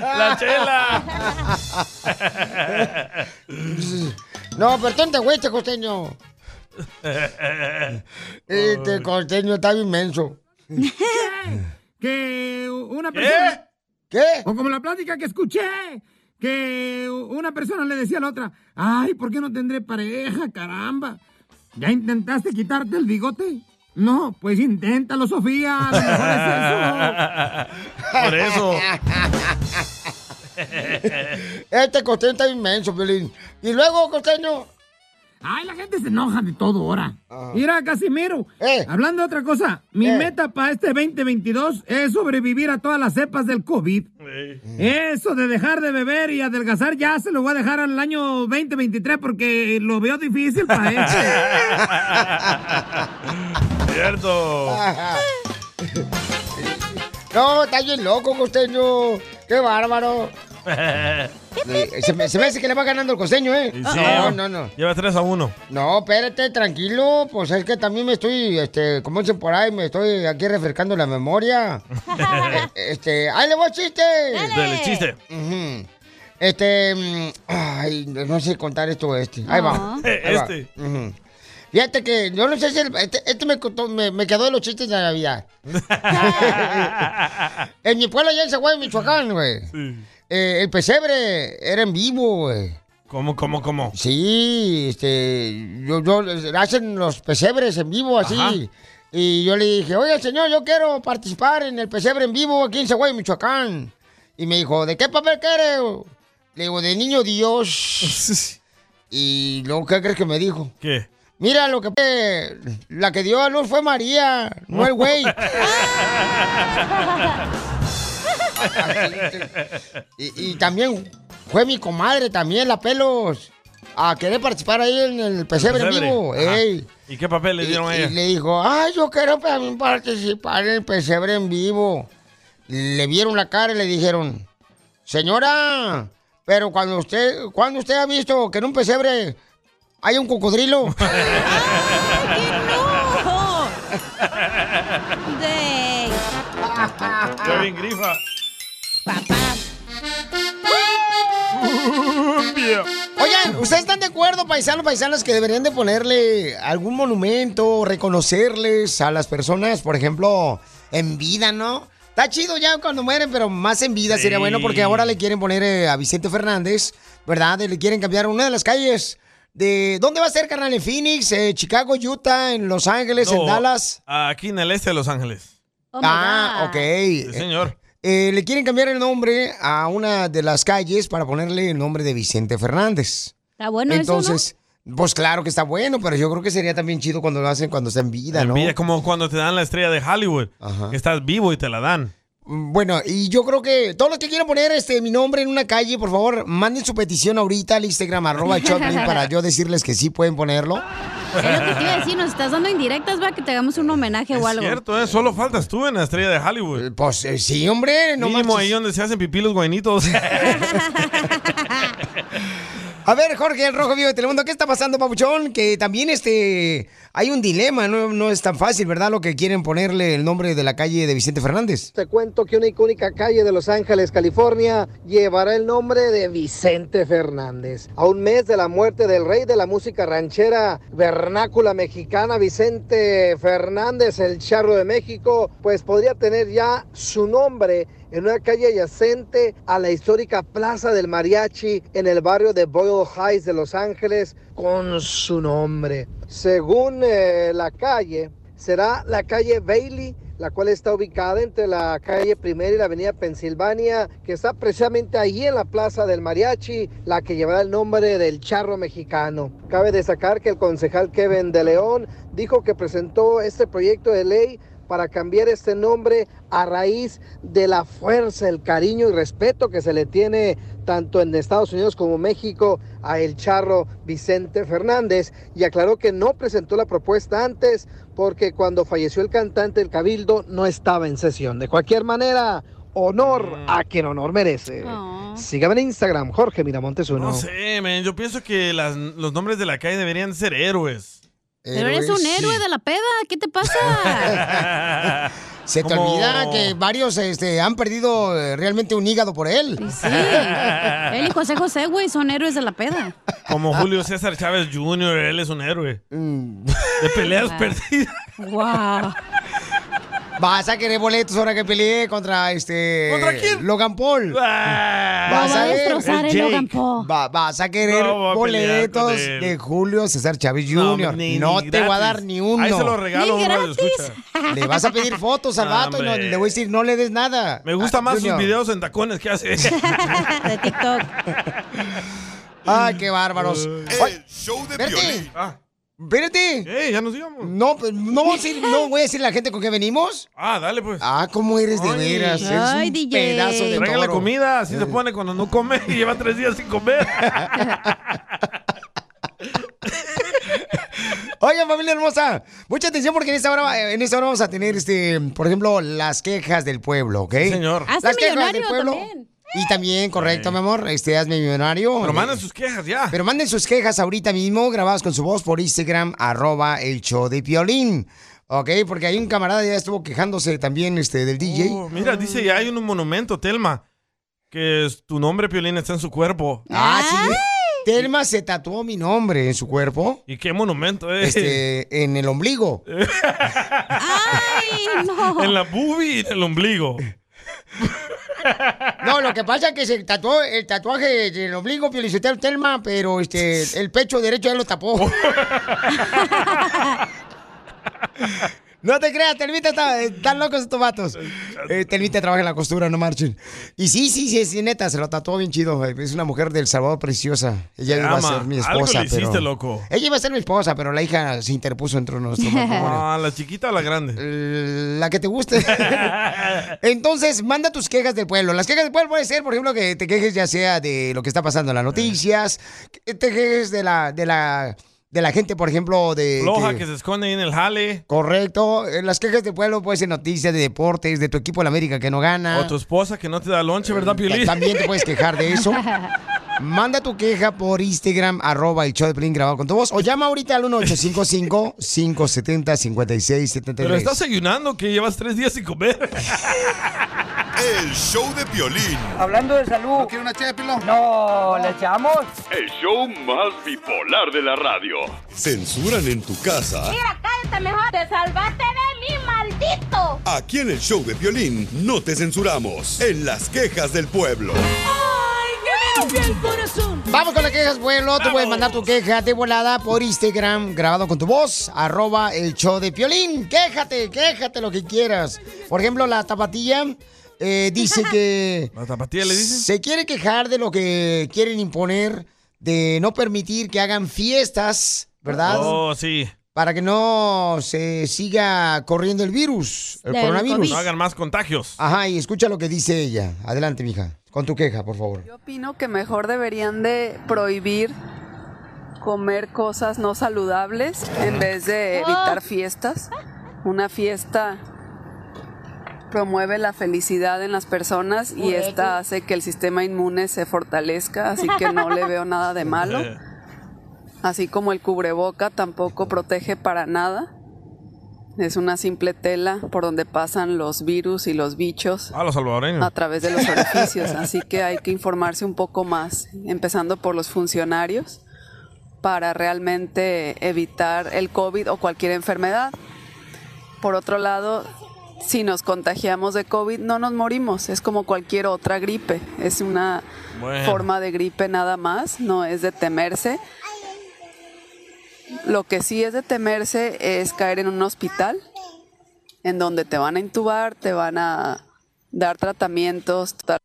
Speaker 3: ¡La chela!
Speaker 2: No, pero tú no te agüites, costeño. Este costeño está bien menso.
Speaker 1: que una
Speaker 2: ¿Qué?
Speaker 1: persona...
Speaker 2: ¿Qué?
Speaker 1: O como la plática que escuché, que una persona le decía a la otra, ay, ¿por qué no tendré pareja, caramba? ¿Ya intentaste quitarte el bigote? No, pues inténtalo, Sofía. a lo mejor es eso".
Speaker 3: Por eso.
Speaker 2: Este costeño está bien menso, Pelín. Y luego, costeño.
Speaker 1: Ay, la gente se enoja de todo ahora. Mira, Casimiro, hablando de otra cosa, mi meta para este 2022 es sobrevivir a todas las cepas del COVID. Eso de dejar de beber y adelgazar ya se lo voy a dejar al año 2023 porque lo veo difícil para él.
Speaker 3: Cierto.
Speaker 2: No, está bien loco, costeño. Qué bárbaro. Eh, Se me, se me hace que le va ganando el costeño, ¿eh?
Speaker 3: Sí,
Speaker 2: No, no, no.
Speaker 3: Lleva 3 a 1.
Speaker 2: No, espérate, tranquilo. Pues es que también me estoy, este, como dicen por ahí, me estoy aquí refrescando la memoria. Eh, este, ¡ahí le voy al chiste!
Speaker 3: Dale, chiste.
Speaker 2: Ujú. Este, mm, ay, no sé contar esto o este. Ahí va.
Speaker 3: Ah. Eh,
Speaker 2: Ahí va.
Speaker 3: este.
Speaker 2: Ujú. Fíjate que yo no sé si el- este, este me, contó- me- me quedó de los chistes de Navidad. En mi pueblo allá en Zaguay, Michoacán, güey. eh, el pesebre era en vivo, güey.
Speaker 3: ¿Cómo, cómo, cómo?
Speaker 2: Sí, este, yo, yo, hacen los pesebres en vivo así.
Speaker 3: Ajá.
Speaker 2: Y yo le dije, oye, señor, yo quiero participar en el pesebre en vivo aquí en Zaguay, Michoacán. Y me dijo, ¿de qué papel quiere? Le digo, de niño Dios. y luego, ¿qué crees que me dijo?
Speaker 3: ¿Qué?
Speaker 2: Mira, lo que la que dio a luz fue María, no el güey. Y, y también fue mi comadre también, la pelos, a querer participar ahí en el pesebre, en
Speaker 3: Pesebre.
Speaker 2: vivo.
Speaker 3: Pues Ajá.
Speaker 2: Pues ey.
Speaker 3: ¿Y qué papel le dieron a
Speaker 2: Y
Speaker 3: ella?
Speaker 2: le dijo, ay, yo quiero también participar en el pesebre en vivo. Le vieron la cara y le dijeron, señora, pero cuando usted, cuando usted ha visto que en un pesebre hay un cocodrilo.
Speaker 3: Yo bien grifa.
Speaker 2: Oigan, ¿ustedes están de acuerdo, paisanos, paisanas, que deberían de ponerle algún monumento, reconocerles a las personas, por ejemplo, en vida, ¿no? Está chido ya cuando mueren, pero más en vida sería
Speaker 5: Sí.
Speaker 2: bueno porque ahora le quieren poner eh, a Vicente Fernández, ¿verdad? Y le quieren cambiar una de las calles. De, ¿Dónde va a ser, carnal? ¿En Phoenix? eh, ¿Chicago, Utah? ¿En Los Ángeles?
Speaker 3: No,
Speaker 2: ¿En Dallas?
Speaker 3: Aquí en el este de Los Ángeles.
Speaker 4: Oh
Speaker 2: ah, ok.
Speaker 3: Sí, señor.
Speaker 2: Eh, le quieren cambiar el nombre a una de las calles para ponerle el nombre de Vicente Fernández.
Speaker 4: Está bueno eso,
Speaker 2: Entonces, Pues claro que está bueno, pero yo creo que sería también chido cuando lo hacen cuando está en vida, ¿no?
Speaker 3: Envidia, como cuando te dan la estrella de Hollywood. que Estás vivo y te la dan.
Speaker 2: Bueno, y yo creo que todos los que quieran poner este mi nombre en una calle, por favor, manden su petición ahorita al Instagram arroba el Choplin, para yo decirles que sí pueden ponerlo.
Speaker 4: Es lo que te iba a decir, nos estás dando indirectas, va, que te hagamos un homenaje o
Speaker 3: Es
Speaker 4: algo.
Speaker 3: cierto, ¿eh? solo faltas tú en la estrella de Hollywood.
Speaker 2: Pues sí, hombre.
Speaker 3: No Mínimo ahí donde se hacen pipí los guainitos.
Speaker 2: A ver, Jorge, el rojo vivo de Telemundo, ¿qué está pasando, Papuchón? Que también este hay un dilema, no, no es tan fácil, ¿verdad? Lo que quieren ponerle el nombre de la calle de Vicente Fernández.
Speaker 5: Pues Te cuento que una icónica calle de Los Ángeles, California, llevará el nombre de Vicente Fernández. A un mes de la muerte del rey de la música ranchera vernácula mexicana, Vicente Fernández, el charro de México, pues podría tener ya su nombre en una calle adyacente a la histórica Plaza del Mariachi en el barrio de Boyle Heights de Los Ángeles con su nombre. Según eh, la calle, será la calle Bailey, la cual está ubicada entre la calle Primera y la avenida Pensilvania, que está precisamente ahí en la plaza del Mariachi, la que llevará el nombre del charro mexicano. Cabe destacar que el concejal Kevin de León dijo que presentó este proyecto de ley para cambiar este nombre a raíz de la fuerza, el cariño y respeto que se le tiene tanto en Estados Unidos como México a el charro Vicente Fernández y aclaró que no presentó la propuesta antes porque cuando falleció el cantante el Cabildo no estaba en sesión. De cualquier manera, honor
Speaker 3: Mm.
Speaker 5: a quien honor merece. Sígame en Instagram, Jorge Miramontes uno.
Speaker 3: Ah. No sé, man, yo pienso que las- los nombres de la calle deberían ser héroes.
Speaker 4: Pero eres un héroe de la peda, ¿qué te pasa?
Speaker 2: Se te
Speaker 3: Como-
Speaker 2: olvida que varios este, han perdido eh, realmente un hígado por él.
Speaker 4: Sí, él y José José, güey, son héroes de la peda.
Speaker 3: Como Julio César Chávez Jr., él es un héroe.
Speaker 2: Mm.
Speaker 3: De peleas
Speaker 4: Ah.
Speaker 3: perdidas.
Speaker 4: Wow.
Speaker 2: Vas a querer boletos ahora que peleé contra este.
Speaker 3: ¿Contra quién? Ah.
Speaker 2: Logan Paul.
Speaker 4: Lo va a destrozar el El Jake. Logan
Speaker 2: Va- vas a querer
Speaker 3: No, voy a pelear con
Speaker 2: boletos
Speaker 3: él.
Speaker 2: de Julio César Chávez Jr. No,
Speaker 3: ni- ni
Speaker 2: te voy a dar
Speaker 3: gratis.
Speaker 2: ni uno.
Speaker 3: Ahí se lo regalo Ni a uno de los gratis. escucha.
Speaker 2: Le vas a pedir fotos al
Speaker 3: No,
Speaker 2: vato y no-
Speaker 3: hombre.
Speaker 2: le voy a decir, no le des nada.
Speaker 3: Me gusta
Speaker 2: Ah,
Speaker 3: más sus
Speaker 2: Junior.
Speaker 3: videos en tacones que hace.
Speaker 4: de TikTok.
Speaker 2: Ay, qué bárbaros. Ay,
Speaker 11: Show de
Speaker 2: Espérate.
Speaker 11: violín.
Speaker 2: Espérate.
Speaker 3: Ah. ya nos digamos.
Speaker 2: No, pues, no, voy a decir- no voy a decir a la gente con qué venimos.
Speaker 3: Ah, dale pues.
Speaker 2: Ah, ¿cómo eres de
Speaker 3: Ay.
Speaker 2: veras? Eres
Speaker 3: Ay,
Speaker 2: un
Speaker 3: DJ.
Speaker 2: pedazo de
Speaker 3: Tráigale
Speaker 2: toro. Eh.
Speaker 3: comida, así se pone cuando no come y lleva tres días sin comer.
Speaker 2: Oigan, familia hermosa, mucha atención porque en esta hora, eh, en esta hora vamos a tener, este, por ejemplo, las quejas del pueblo, ¿ok?
Speaker 3: señor.
Speaker 4: Hazte
Speaker 2: Las quejas del
Speaker 4: millonario
Speaker 2: pueblo.
Speaker 4: también.
Speaker 2: Y también, correcto, mi amor, este, hazme millonario.
Speaker 3: Pero manden
Speaker 2: Eh,
Speaker 3: sus quejas ya.
Speaker 2: Pero manden sus quejas ahorita mismo, grabadas con su voz por Instagram, arroba el show de Piolín. Ok, porque hay un camarada ya estuvo quejándose también, este, del DJ.
Speaker 3: Oh, mira, dice ya hay un monumento, Telma, que es- tu nombre, Piolín, está en su cuerpo.
Speaker 2: Ah, sí. Telma se tatuó mi nombre en su cuerpo.
Speaker 3: ¿Y qué monumento es?
Speaker 2: Este, en el ombligo.
Speaker 4: Ay,
Speaker 2: Ah.
Speaker 4: no.
Speaker 3: En la boobie y en el ombligo.
Speaker 2: No, lo que pasa es que se tatuó el tatuaje del ombligo Piolichotero Telma, pero este, el pecho derecho ya lo tapó. No te creas, Telmita, está, están locos estos vatos. Eh, Telmita trabaja en la costura, no marchen. Y sí, sí, sí, sí, neta, se lo tatuó bien chido. Es una mujer del Salvador preciosa. Ella
Speaker 3: Te
Speaker 2: iba
Speaker 3: ama.
Speaker 2: a ser mi
Speaker 3: Algo
Speaker 2: esposa.
Speaker 3: le hiciste,
Speaker 2: pero-
Speaker 3: loco.
Speaker 2: Ella iba a ser mi esposa, pero la hija se interpuso entre nuestro matrimonio.
Speaker 3: Ah, la chiquita o la
Speaker 2: Eh,
Speaker 3: grande.
Speaker 2: La que te guste. Entonces, manda tus quejas del pueblo. Las quejas del pueblo puede ser, por ejemplo, que te quejes ya sea de lo que está pasando en las noticias, que te quejes de la, de la, de la gente, por ejemplo, de.
Speaker 3: Floja
Speaker 2: que-
Speaker 3: que se esconde ahí en el jale.
Speaker 2: Correcto. Eh, Las quejas del pueblo puede ser noticias de deportes, de tu equipo de la América que no gana.
Speaker 3: O tu esposa que no te da lonche, ¿verdad,
Speaker 2: Eh, Ta-
Speaker 3: Piolín?
Speaker 2: También te puedes quejar de eso. Manda tu queja por Instagram, arroba el show de Pelín grabado con tu voz. O llama ahorita al 1855-570-5673.
Speaker 3: Pero estás ayunando que llevas tres días sin comer.
Speaker 11: El show de violín.
Speaker 12: Hablando de salud. ¿No quiere una ché, No, ¿le echamos?
Speaker 9: El show más bipolar de la radio.
Speaker 11: Censuran en tu casa.
Speaker 21: cállate mejor. Te salvaste de mí, maldito.
Speaker 11: Aquí en el show de violín no te censuramos. En las quejas del pueblo.
Speaker 2: Vamos con las quejas, pueblo. Te puedes mandar tu queja de volada por Instagram, grabado con tu voz, arroba el show de Piolín. Quéjate, quéjate lo que quieras. Por ejemplo, la tapatía eh, dice que...
Speaker 3: ¿La tapatía le dice?
Speaker 2: Se quiere quejar de lo que quieren imponer de no permitir que hagan fiestas, ¿verdad?
Speaker 3: Oh, sí.
Speaker 2: Para que no se siga corriendo el virus, el coronavirus.
Speaker 3: No hagan más contagios.
Speaker 2: Ajá, y escucha lo que dice ella. Adelante, mija, con tu queja, por favor.
Speaker 14: Yo opino que mejor deberían de prohibir comer cosas no saludables en vez de evitar fiestas. Una fiesta promueve la felicidad en las personas y esta hace que el sistema inmune se fortalezca, así que no le veo nada de malo. Así como el cubreboca tampoco protege para nada. Es una simple tela por donde pasan los virus y los bichos
Speaker 3: A los salvadoreños.
Speaker 14: a través de los orificios, así que hay que informarse un poco más, empezando por los funcionarios, para realmente evitar el COVID o cualquier enfermedad. Por otro lado, si nos contagiamos de COVID no nos morimos, es como cualquier otra gripe, es una
Speaker 16: Bueno.
Speaker 14: forma de gripe nada más, no es de temerse. Lo que sí es de temerse es caer en un hospital en donde te van a intubar, te van a dar tratamientos. tar-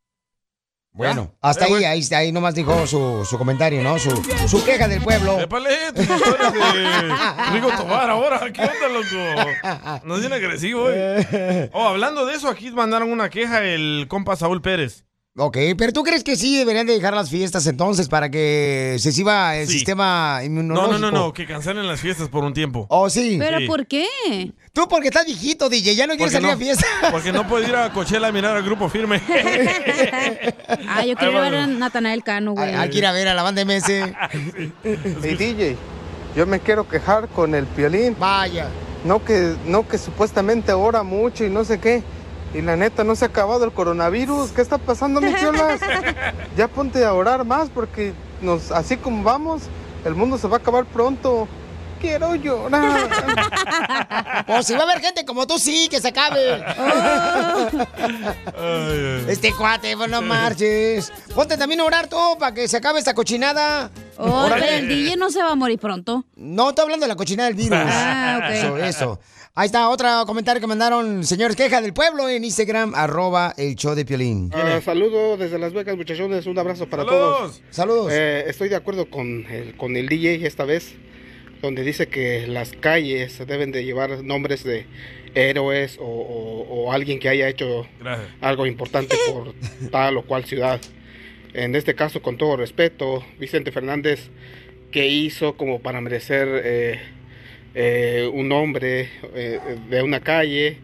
Speaker 2: Bueno, hasta ahí, ahí, ahí nomás dijo su, su comentario, ¿no? Su, su queja del pueblo.
Speaker 3: Épale, tus historias de Rigo Tobar ahora. ¿Qué onda, loco? No es bien agresivo, eh. Oh, hablando de eso, aquí mandaron una queja el compa Saúl Pérez.
Speaker 2: Ok, pero ¿tú crees que sí deberían de dejar las fiestas entonces para que se sirva el
Speaker 3: Sí.
Speaker 2: sistema
Speaker 3: No,
Speaker 2: inmunológico?
Speaker 3: no, no, no, que cancelen las fiestas por un tiempo.
Speaker 2: Oh, sí.
Speaker 4: ¿Pero por qué?
Speaker 2: Tú porque estás viejito, DJ, ya no quieres salir a fiesta.
Speaker 3: Porque no puedo ir a Coachella a mirar al grupo firme.
Speaker 4: Ah, yo quiero
Speaker 3: Ahí va,
Speaker 4: ver a Natanael Cano, güey.
Speaker 2: Hay que ir a ver a la banda MS.
Speaker 18: Hey, DJ, yo me quiero quejar con el piolín.
Speaker 2: Vaya.
Speaker 18: No que, no que supuestamente ora mucho y no sé qué. Y la neta, no se ha acabado el coronavirus. ¿Qué está pasando, mi cholas? ya ponte a orar más porque nos, así como vamos, el mundo se va a acabar pronto. Quiero llorar.
Speaker 2: Pues si va a haber gente como tú, sí, que se acabe. este cuate, pues no marches. Ponte también a orar tú para que se acabe esta cochinada.
Speaker 4: Oh, pero el DJ no se va a morir pronto.
Speaker 2: No, estoy hablando de la cochinada del virus.
Speaker 4: Ah, ok.
Speaker 2: Eso, eso. Ahí está otro comentario que mandaron, señores, queja del pueblo en Instagram, arroba el show de Piolín.
Speaker 28: Ah, saludo desde Las Vegas, muchachones. Un abrazo para todos.
Speaker 2: Saludos.
Speaker 28: Eh, estoy de acuerdo con el, con el DJ esta vez, donde dice que las calles se deben de llevar nombres de héroes o, o- o alguien que haya hecho
Speaker 3: Gracias.
Speaker 28: algo importante por tal o cual ciudad. En este caso, con todo respeto, Vicente Fernández, ¿qué hizo como para merecer eh, eh, un nombre eh, de una calle?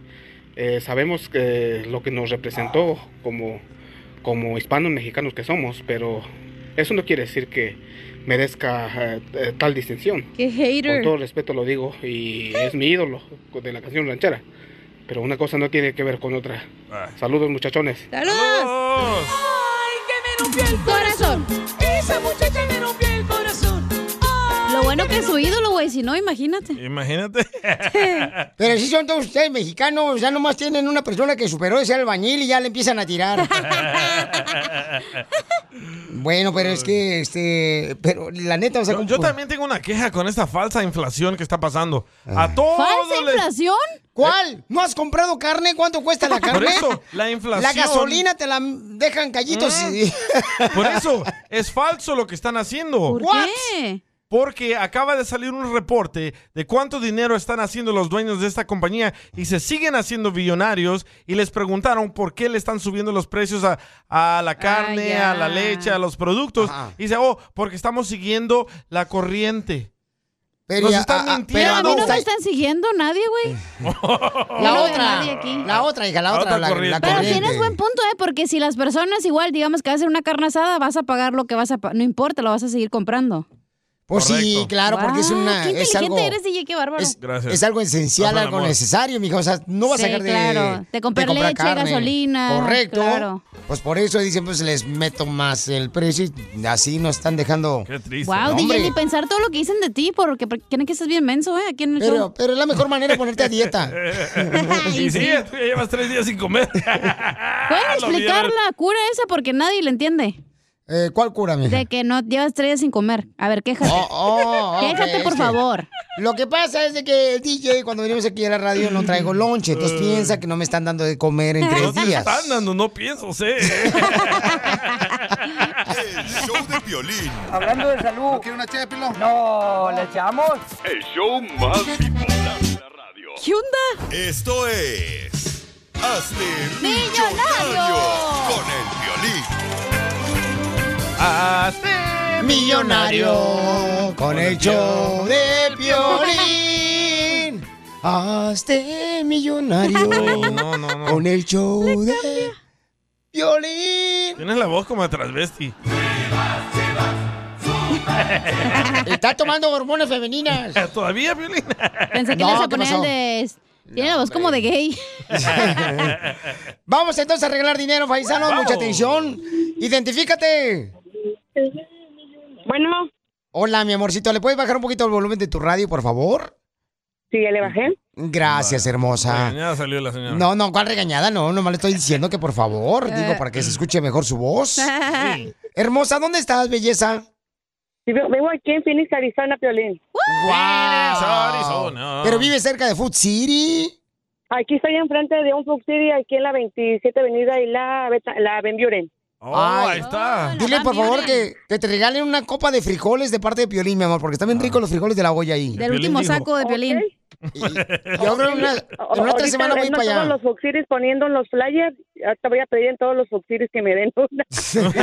Speaker 28: Eh, sabemos que lo que nos representó como, como hispanos mexicanos que somos, pero eso no quiere decir que merezca eh, eh, tal distinción.
Speaker 4: Qué
Speaker 28: Con
Speaker 4: hater.
Speaker 28: todo respeto lo digo y es mi ídolo de la canción ranchera. Pero una cosa no tiene que ver con otra. Saludos muchachones.
Speaker 4: ¡Saludos!
Speaker 20: ¡Ay, que me rompió el corazón! Esa muchacha me rompió el corazón.
Speaker 4: Lo bueno que es su ídolo, güey. Si no, imagínate.
Speaker 3: Imagínate.
Speaker 2: Pero si son todos ustedes mexicanos, ya nomás tienen una persona que superó ese albañil y ya le empiezan a tirar. bueno, pero es que, este, pero la neta, o sea,
Speaker 3: Yo,
Speaker 2: como-
Speaker 3: yo también tengo una queja con esta falsa inflación que está pasando. A todos
Speaker 2: ¿Falsa
Speaker 3: les-
Speaker 2: inflación? ¿Cuál? ¿No has comprado carne? ¿Cuánto cuesta la
Speaker 3: Por
Speaker 2: carne?
Speaker 3: eso, la inflación. ¿Mm?
Speaker 2: La gasolina te la dejan callitos
Speaker 4: Ah.
Speaker 2: y...
Speaker 3: Por eso es falso lo que están haciendo.
Speaker 2: ¿Por What? qué?
Speaker 3: Porque acaba de salir un reporte de cuánto dinero están haciendo los dueños de esta compañía y se siguen haciendo billonarios y les preguntaron por qué le están subiendo los precios a, a la carne,
Speaker 28: ya.
Speaker 3: a la leche, a los productos. Y dice, oh, porque estamos siguiendo la corriente.
Speaker 2: ah, Pero
Speaker 3: Nos
Speaker 2: ya-
Speaker 3: están
Speaker 2: a- a-
Speaker 3: mintiendo.
Speaker 4: Pero a mí no me están siguiendo nadie, güey.
Speaker 2: La
Speaker 4: no veo a
Speaker 2: otra.
Speaker 4: nadie aquí.
Speaker 2: La otra, hija, la
Speaker 3: La
Speaker 2: otra.
Speaker 3: otra
Speaker 2: La, la
Speaker 3: corriente.
Speaker 4: Pero
Speaker 2: corriente.
Speaker 4: tienes buen punto, ¿eh? Porque si las personas igual, digamos que vas a hacer una carne asada, vas a pagar lo que vas a... pa- No importa, lo vas a seguir comprando.
Speaker 2: Pues sí, claro, porque es
Speaker 4: Wow,
Speaker 2: una...
Speaker 4: Qué
Speaker 2: es
Speaker 4: inteligente
Speaker 2: algo,
Speaker 4: eres, DJ, qué bárbaro.
Speaker 2: Es, es algo esencial,
Speaker 3: Hazme el
Speaker 2: algo
Speaker 3: amor.
Speaker 2: necesario, mijo. O sea, no vas a
Speaker 4: Sí,
Speaker 2: dejar de.
Speaker 4: claro. De comprar leche, gasolina,
Speaker 2: Correcto.
Speaker 4: claro.
Speaker 2: Pues por eso dicen, pues les meto más el precio y así nos están dejando. Qué triste.
Speaker 4: Wow, DJ, ni pensar todo lo que dicen de ti, porque porque creen que estás bien menso, ¿eh? Aquí en el
Speaker 2: Pero,
Speaker 4: show.
Speaker 2: pero es la mejor manera de ponerte a dieta.
Speaker 3: y sí, tú ya llevas tres días sin comer.
Speaker 4: ¿Pueden
Speaker 3: Ah, lo vi,
Speaker 4: explicar
Speaker 3: a ver.
Speaker 4: la cura esa? Porque nadie la entiende.
Speaker 2: Eh, ¿Cuál cura, mija?
Speaker 4: De que no llevas tres días sin comer. A ver, quéjate.
Speaker 2: Oh, ok,
Speaker 4: quéjate, por
Speaker 2: sí.
Speaker 4: favor.
Speaker 2: Lo que pasa es de que el DJ, cuando venimos aquí a la radio, no traigo lonche. Entonces piensa que no me están dando de comer en
Speaker 3: No
Speaker 2: tres
Speaker 3: te
Speaker 2: días.
Speaker 3: están dando, no pienso, sé.
Speaker 11: Show de violín.
Speaker 12: Hablando de salud. ¿No quiere una ché de pilón? No, ¿le echamos?
Speaker 9: El show más bipolar de la radio.
Speaker 11: ¿Qué onda? Esto es. Hazte millonario
Speaker 9: Millonario.
Speaker 11: con el violín.
Speaker 2: Hazte Ah, millonario con el show de violín. Hazte millonario con el show de violín.
Speaker 3: Tienes la voz como de transvesti.
Speaker 2: Está tomando hormonas femeninas.
Speaker 3: Eh, Todavía, Violín.
Speaker 4: Pensé que
Speaker 2: No,
Speaker 4: le ibas a
Speaker 2: ¿qué
Speaker 4: poner
Speaker 2: pasó?
Speaker 4: el de. pues. Tiene la voz como de gay.
Speaker 2: Ah. Vamos entonces a arreglar dinero, paisanos.
Speaker 4: Vamos.
Speaker 2: Mucha atención. Identifícate. Bueno. Hola, mi amorcito. ¿Le puedes bajar un poquito el volumen de tu radio, por favor?
Speaker 21: Sí, ya le bajé.
Speaker 2: Gracias, hermosa.
Speaker 3: Ya salió la señora.
Speaker 2: No, no, ¿cuál regañada? No, nomás le estoy diciendo que por favor, digo, para que se escuche mejor su voz. Hermosa, ¿dónde estás, belleza?
Speaker 21: Vivo aquí en Phoenix, Arizona, Piolín.
Speaker 3: Arizona.
Speaker 2: Pero vive cerca de Food City.
Speaker 21: Aquí estoy enfrente de un Food City, aquí en la 27 Avenida y la, Beta- la Ben Buren.
Speaker 4: Oh,
Speaker 2: ahí está. Dile, por favor, que, que te regalen una copa de frijoles de parte de Piolín, mi amor, porque están bien ricos los frijoles de la olla ahí.
Speaker 4: Del último saco Ah. de violín.
Speaker 2: Yo creo en una, en una otra
Speaker 21: Ahorita
Speaker 2: semana voy
Speaker 21: ando
Speaker 2: para
Speaker 21: todos
Speaker 2: allá.
Speaker 21: los Food Cities poniendo en los flyers. Te voy a pedir en todos los Food Cities que me den una.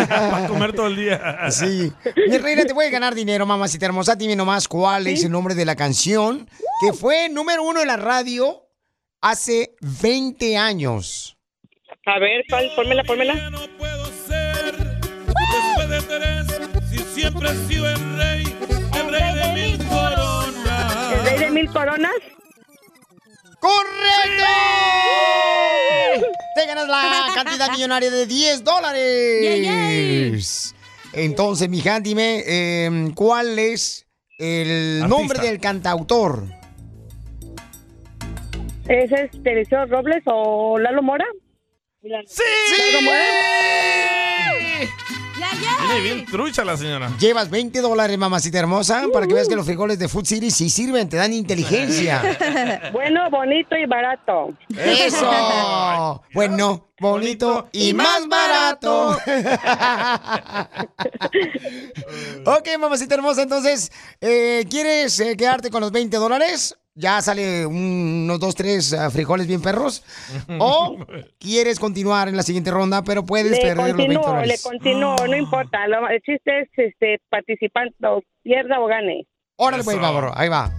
Speaker 2: Ah.
Speaker 3: Para comer todo el día.
Speaker 2: Sí. Mi reina, te voy a ganar dinero, mamacita hermosa. Dime nomás cuál es el nombre de la canción que fue número uno en la radio hace 20 años.
Speaker 21: A ver, pal, pónmela, pónmela.
Speaker 29: Después de tres, si siempre he sido el rey, el rey de mil coronas.
Speaker 21: ¿El rey de mil coronas?
Speaker 2: ¡Correcto! Te ganas la cantidad millonaria de 10 dólares.
Speaker 21: Yay, yay.
Speaker 2: Entonces, mija, dime, eh, ¿cuál es el
Speaker 21: Artista.
Speaker 2: nombre del cantautor?
Speaker 21: ¿Es este Teresio Robles o Lalo Mora? ¡Sí! ¿Lalo Mora?
Speaker 3: Viene bien trucha la señora.
Speaker 2: Llevas 20 dólares, mamacita hermosa, para que veas que los
Speaker 21: Uh.
Speaker 2: frijoles de Food City sí sirven, te dan inteligencia.
Speaker 21: bueno, bonito y barato.
Speaker 2: ¡Eso! Bueno, bonito y más barato. ok, mamacita hermosa, entonces, eh, ¿quieres eh, quedarte con los 20 dólares? Ya sale un- unos dos, tres ah, frijoles bien perros. ¿O quieres continuar en la siguiente ronda, pero puedes
Speaker 21: Le
Speaker 2: perder los 20
Speaker 21: continúo, le
Speaker 2: dólares?
Speaker 21: continúo,
Speaker 2: Ah.
Speaker 21: no importa. Lo- el chiste es este, participar, o pierda o gane.
Speaker 2: Órale, pues, bárbaro, ahí va.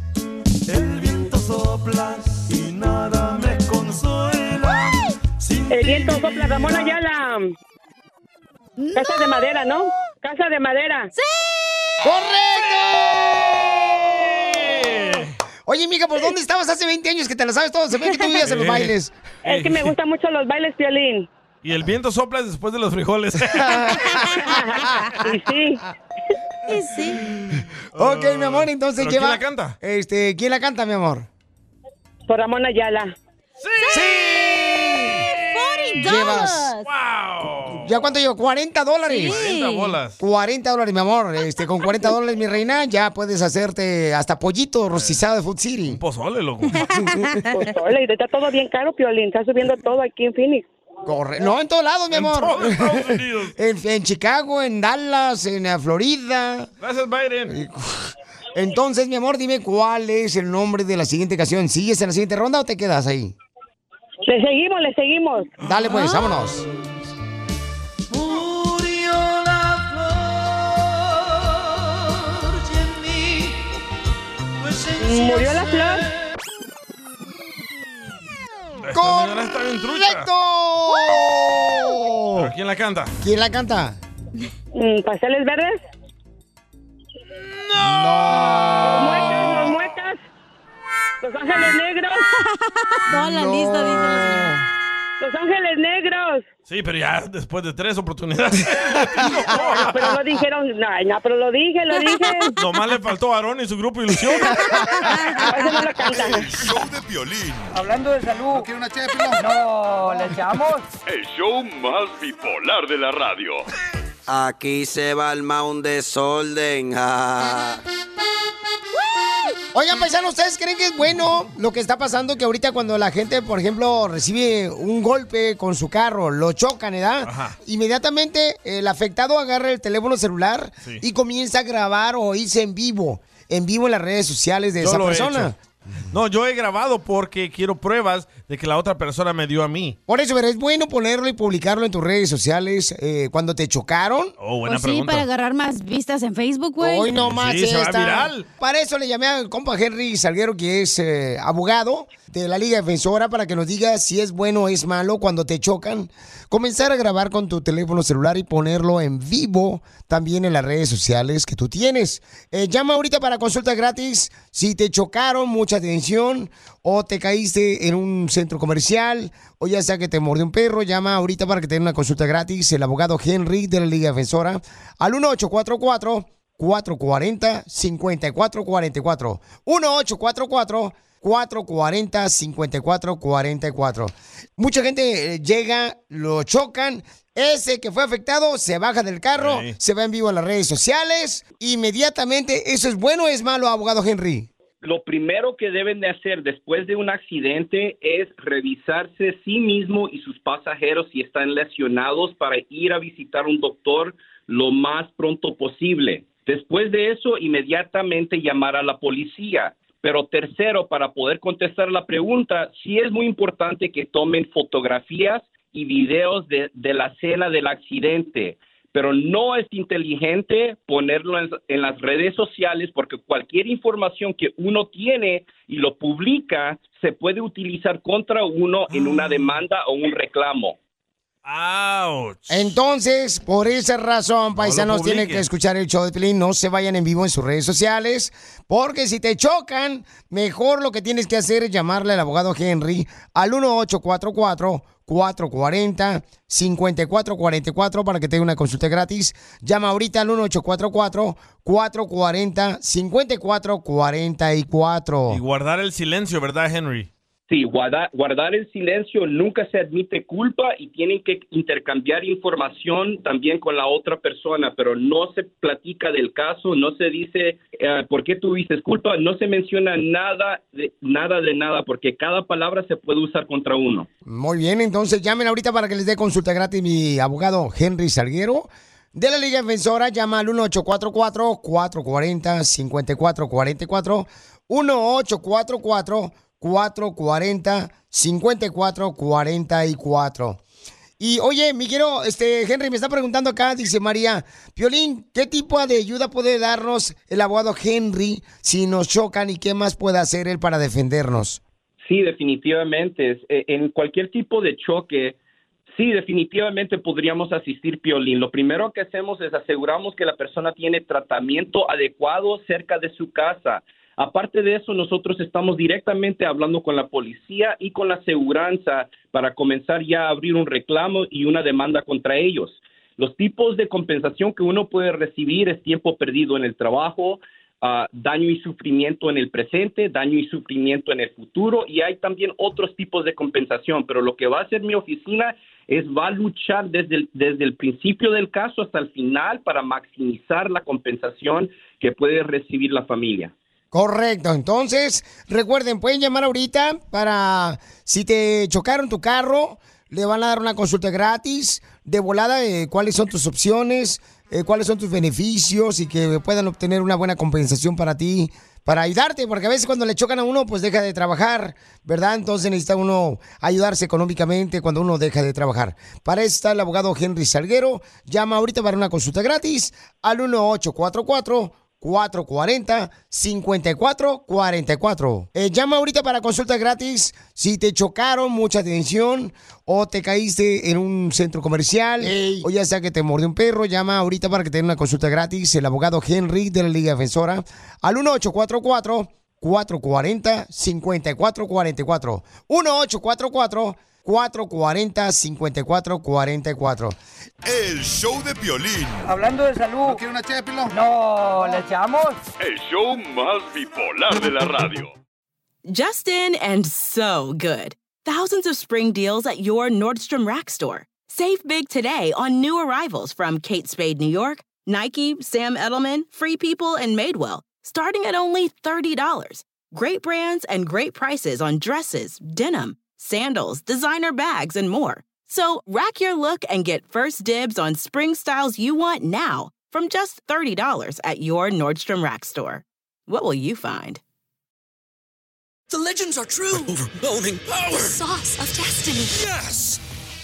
Speaker 21: El viento sopla, Ramón Ayala. Casa de madera, ¿no? Casa de madera. ¡Sí!
Speaker 2: ¡Correcto! Oye, mija, ¿por dónde estabas hace 20 años que te la sabes todo? Se ve que tú vivías en los
Speaker 3: Sí.
Speaker 2: bailes.
Speaker 3: Es que me gustan
Speaker 21: mucho los bailes, violín.
Speaker 3: Y el viento sopla después de los frijoles.
Speaker 21: Y sí.
Speaker 4: Y sí.
Speaker 2: Ok, mi amor, entonces
Speaker 3: ¿Pero
Speaker 2: lleva...
Speaker 3: quién la canta?
Speaker 2: Este, ¿quién la canta, mi amor?
Speaker 21: Por Ramón Ayala.
Speaker 4: ¡40
Speaker 2: Llevas. ¿Ya cuánto llevo? 40 dólares.
Speaker 3: Sí. 40 bolas.
Speaker 2: 40 dólares, mi amor. Este, con 40 dólares, mi reina, ya puedes hacerte hasta pollito rostizado de Food City.
Speaker 3: Pozole, loco.
Speaker 21: Pues, ole, está todo bien caro, Piolín. Está subiendo todo aquí en Phoenix.
Speaker 2: Corre. No, en todos lados, mi amor. En, en Chicago, en Dallas, en eh, Florida.
Speaker 3: Gracias, Biden.
Speaker 2: Entonces, mi amor, dime cuál es el nombre de la siguiente canción. ¿Sigues en la siguiente ronda o te quedas ahí?
Speaker 21: Le seguimos, le seguimos.
Speaker 2: Dale, pues, vámonos.
Speaker 29: Murió la flor y en mí tu esencia
Speaker 21: Murió la
Speaker 29: se-
Speaker 21: flor.
Speaker 3: Esta señora está bien trucha.
Speaker 2: ¡Correcto!
Speaker 3: ¿Pero quién la canta?
Speaker 2: ¿Quién la canta?
Speaker 21: Mm, ¿Pasteles verdes? No. Muecas, los muecas. Los ángeles negros.
Speaker 4: Toda la lista, dice la señora.
Speaker 21: Los ángeles negros.
Speaker 3: Sí, pero ya después de tres oportunidades.
Speaker 21: Ah, pero lo dijeron, no, no, pero lo dije, lo dije.
Speaker 3: Nomás le faltó a Aarón y su grupo Ilusión.
Speaker 11: El show de violín.
Speaker 12: Hablando de salud. ¿No quiere una ché de pilón? No, ¿le echamos?
Speaker 9: El show más bipolar de la radio.
Speaker 23: Aquí se va el un desorden.
Speaker 2: Oigan, paisanos, ¿ustedes creen que es bueno lo que está pasando? Que ahorita cuando la gente, por ejemplo, recibe un golpe con su carro, lo chocan, ¿verdad? Inmediatamente el afectado agarra el teléfono celular
Speaker 3: Sí.
Speaker 2: y comienza a grabar o irse en vivo, en vivo en las redes sociales de
Speaker 3: Yo
Speaker 2: esa
Speaker 3: lo he
Speaker 2: persona.
Speaker 3: hecho. No, yo he grabado porque quiero pruebas de que la otra persona me dio a mí.
Speaker 2: Por eso, pero es bueno ponerlo y publicarlo en tus redes sociales eh, cuando te chocaron.
Speaker 3: Oh, buena
Speaker 4: Pues sí,
Speaker 3: pregunta.
Speaker 4: para agarrar más vistas en Facebook, güey.
Speaker 2: Hoy no más eh, esta.
Speaker 3: viral.
Speaker 2: Para eso le llamé al compa Henry Salguero, que es eh, abogado de la Liga Defensora, para que nos diga si es bueno o es malo cuando te chocan. Comenzar a grabar con tu teléfono celular y ponerlo en vivo también en las redes sociales que tú tienes. Eh, llama ahorita para consulta gratis. Si te chocaron, mucha atención. O te caíste en un centro comercial, o ya sea que te mordió un perro, llama ahorita para que te den una consulta gratis el abogado Henry de la Liga Defensora al 1844 440-5444. 1-844-440-5444. Mucha gente eh, llega, lo chocan. Ese que fue afectado se baja del carro,
Speaker 3: Sí.
Speaker 2: se va en vivo a las redes sociales. Inmediatamente, ¿eso es bueno o es malo, abogado Henry?
Speaker 15: lo primero que deben de hacer después de un accidente es revisarse sí mismo y sus pasajeros si están lesionados para ir a visitar un doctor lo más pronto posible. Después de eso, inmediatamente llamar a la policía. Pero tercero, para poder contestar la pregunta, sí es muy importante que tomen fotografías y videos de, de la escena del accidente pero no es inteligente ponerlo en, en las redes sociales porque cualquier información que uno tiene y lo publica se puede utilizar contra uno en una demanda o un reclamo.
Speaker 2: Entonces, por esa razón, paisanos, tienen
Speaker 15: publiquen.
Speaker 2: que escuchar el show de Pelín. No se vayan en vivo en sus redes sociales, porque si te chocan, mejor lo que tienes que hacer es llamarle al abogado Henry al 1844 440 5444 para que tenga una consulta gratis. Llama ahorita al 1844 440 5444.
Speaker 3: Y guardar el silencio, ¿verdad, Henry?
Speaker 15: Sí, guarda- guardar el silencio nunca se admite culpa y tienen que intercambiar información también con la otra persona, pero no se platica del caso, no se dice eh, por qué tuviste culpa, no se menciona nada de nada de nada, porque cada palabra se puede usar contra uno.
Speaker 2: Muy bien, entonces llamen ahorita para que les dé consulta gratis mi abogado Henry Salguero. De la Liga Defensora, llama al 1844-440-5444. 1844-440-5444. Y oye, mi quiero, este, Henry, me está preguntando acá, dice María, Piolín, ¿qué tipo de ayuda puede darnos el abogado Henry si nos chocan y qué más puede hacer él para defendernos?
Speaker 15: Sí, definitivamente. Es- eh, En cualquier tipo de choque, sí, definitivamente podríamos asistir Piolín. Lo primero que hacemos es aseguramos que la persona tiene tratamiento adecuado cerca de su casa. Aparte de eso, nosotros estamos directamente hablando con la policía y con la aseguranza para comenzar ya a abrir un reclamo y una demanda contra ellos. Los tipos de compensación que uno puede recibir es tiempo perdido en el trabajo, ah, daño y sufrimiento en el presente, daño y sufrimiento en el futuro y hay también otros tipos de compensación, pero lo que va a hacer mi oficina es va a luchar desde el, desde el principio del caso hasta el final para maximizar la compensación que puede recibir la familia.
Speaker 2: Correcto, entonces recuerden, pueden llamar ahorita para si te chocaron tu carro, le van a dar una consulta gratis de volada eh, cuáles son tus opciones, eh, cuáles son tus beneficios y que puedan obtener una buena compensación para ti, para ayudarte, porque a veces cuando le chocan a uno pues deja de trabajar, ¿verdad? Entonces necesita uno ayudarse económicamente cuando uno deja de trabajar. Para eso está el abogado Henry Salguero, llama ahorita para una consulta gratis al 1844. 440-5444. Eh, llama ahorita para consulta gratis. Si te chocaron, mucha atención. O te caíste en un centro comercial. O ya sea que te mordió un perro. Llama ahorita para que te den una consulta gratis. El abogado Henry de la Liga Defensora. Al 1844 440 5444 1844 440 5444
Speaker 11: El show de Piolín.
Speaker 12: Hablando de salud. ¿No quiere una No, ¿le echamos?
Speaker 9: El show más bipolar de la radio.
Speaker 16: Justin and so good. Thousands of spring deals at your Nordstrom Rack store.
Speaker 23: Save big today on new arrivals from Kate Spade New York, Nike, Sam Edelman, Free People, and Madewell, starting at only $30. Great brands and great prices on dresses, denim, sandals, designer bags, and more. So rack your look and get first dibs on spring styles you want now from just $30 at your Nordstrom Rack store. What will you find?
Speaker 7: The legends are true.
Speaker 29: Overwhelming power!
Speaker 7: The sauce of destiny.
Speaker 29: Yes!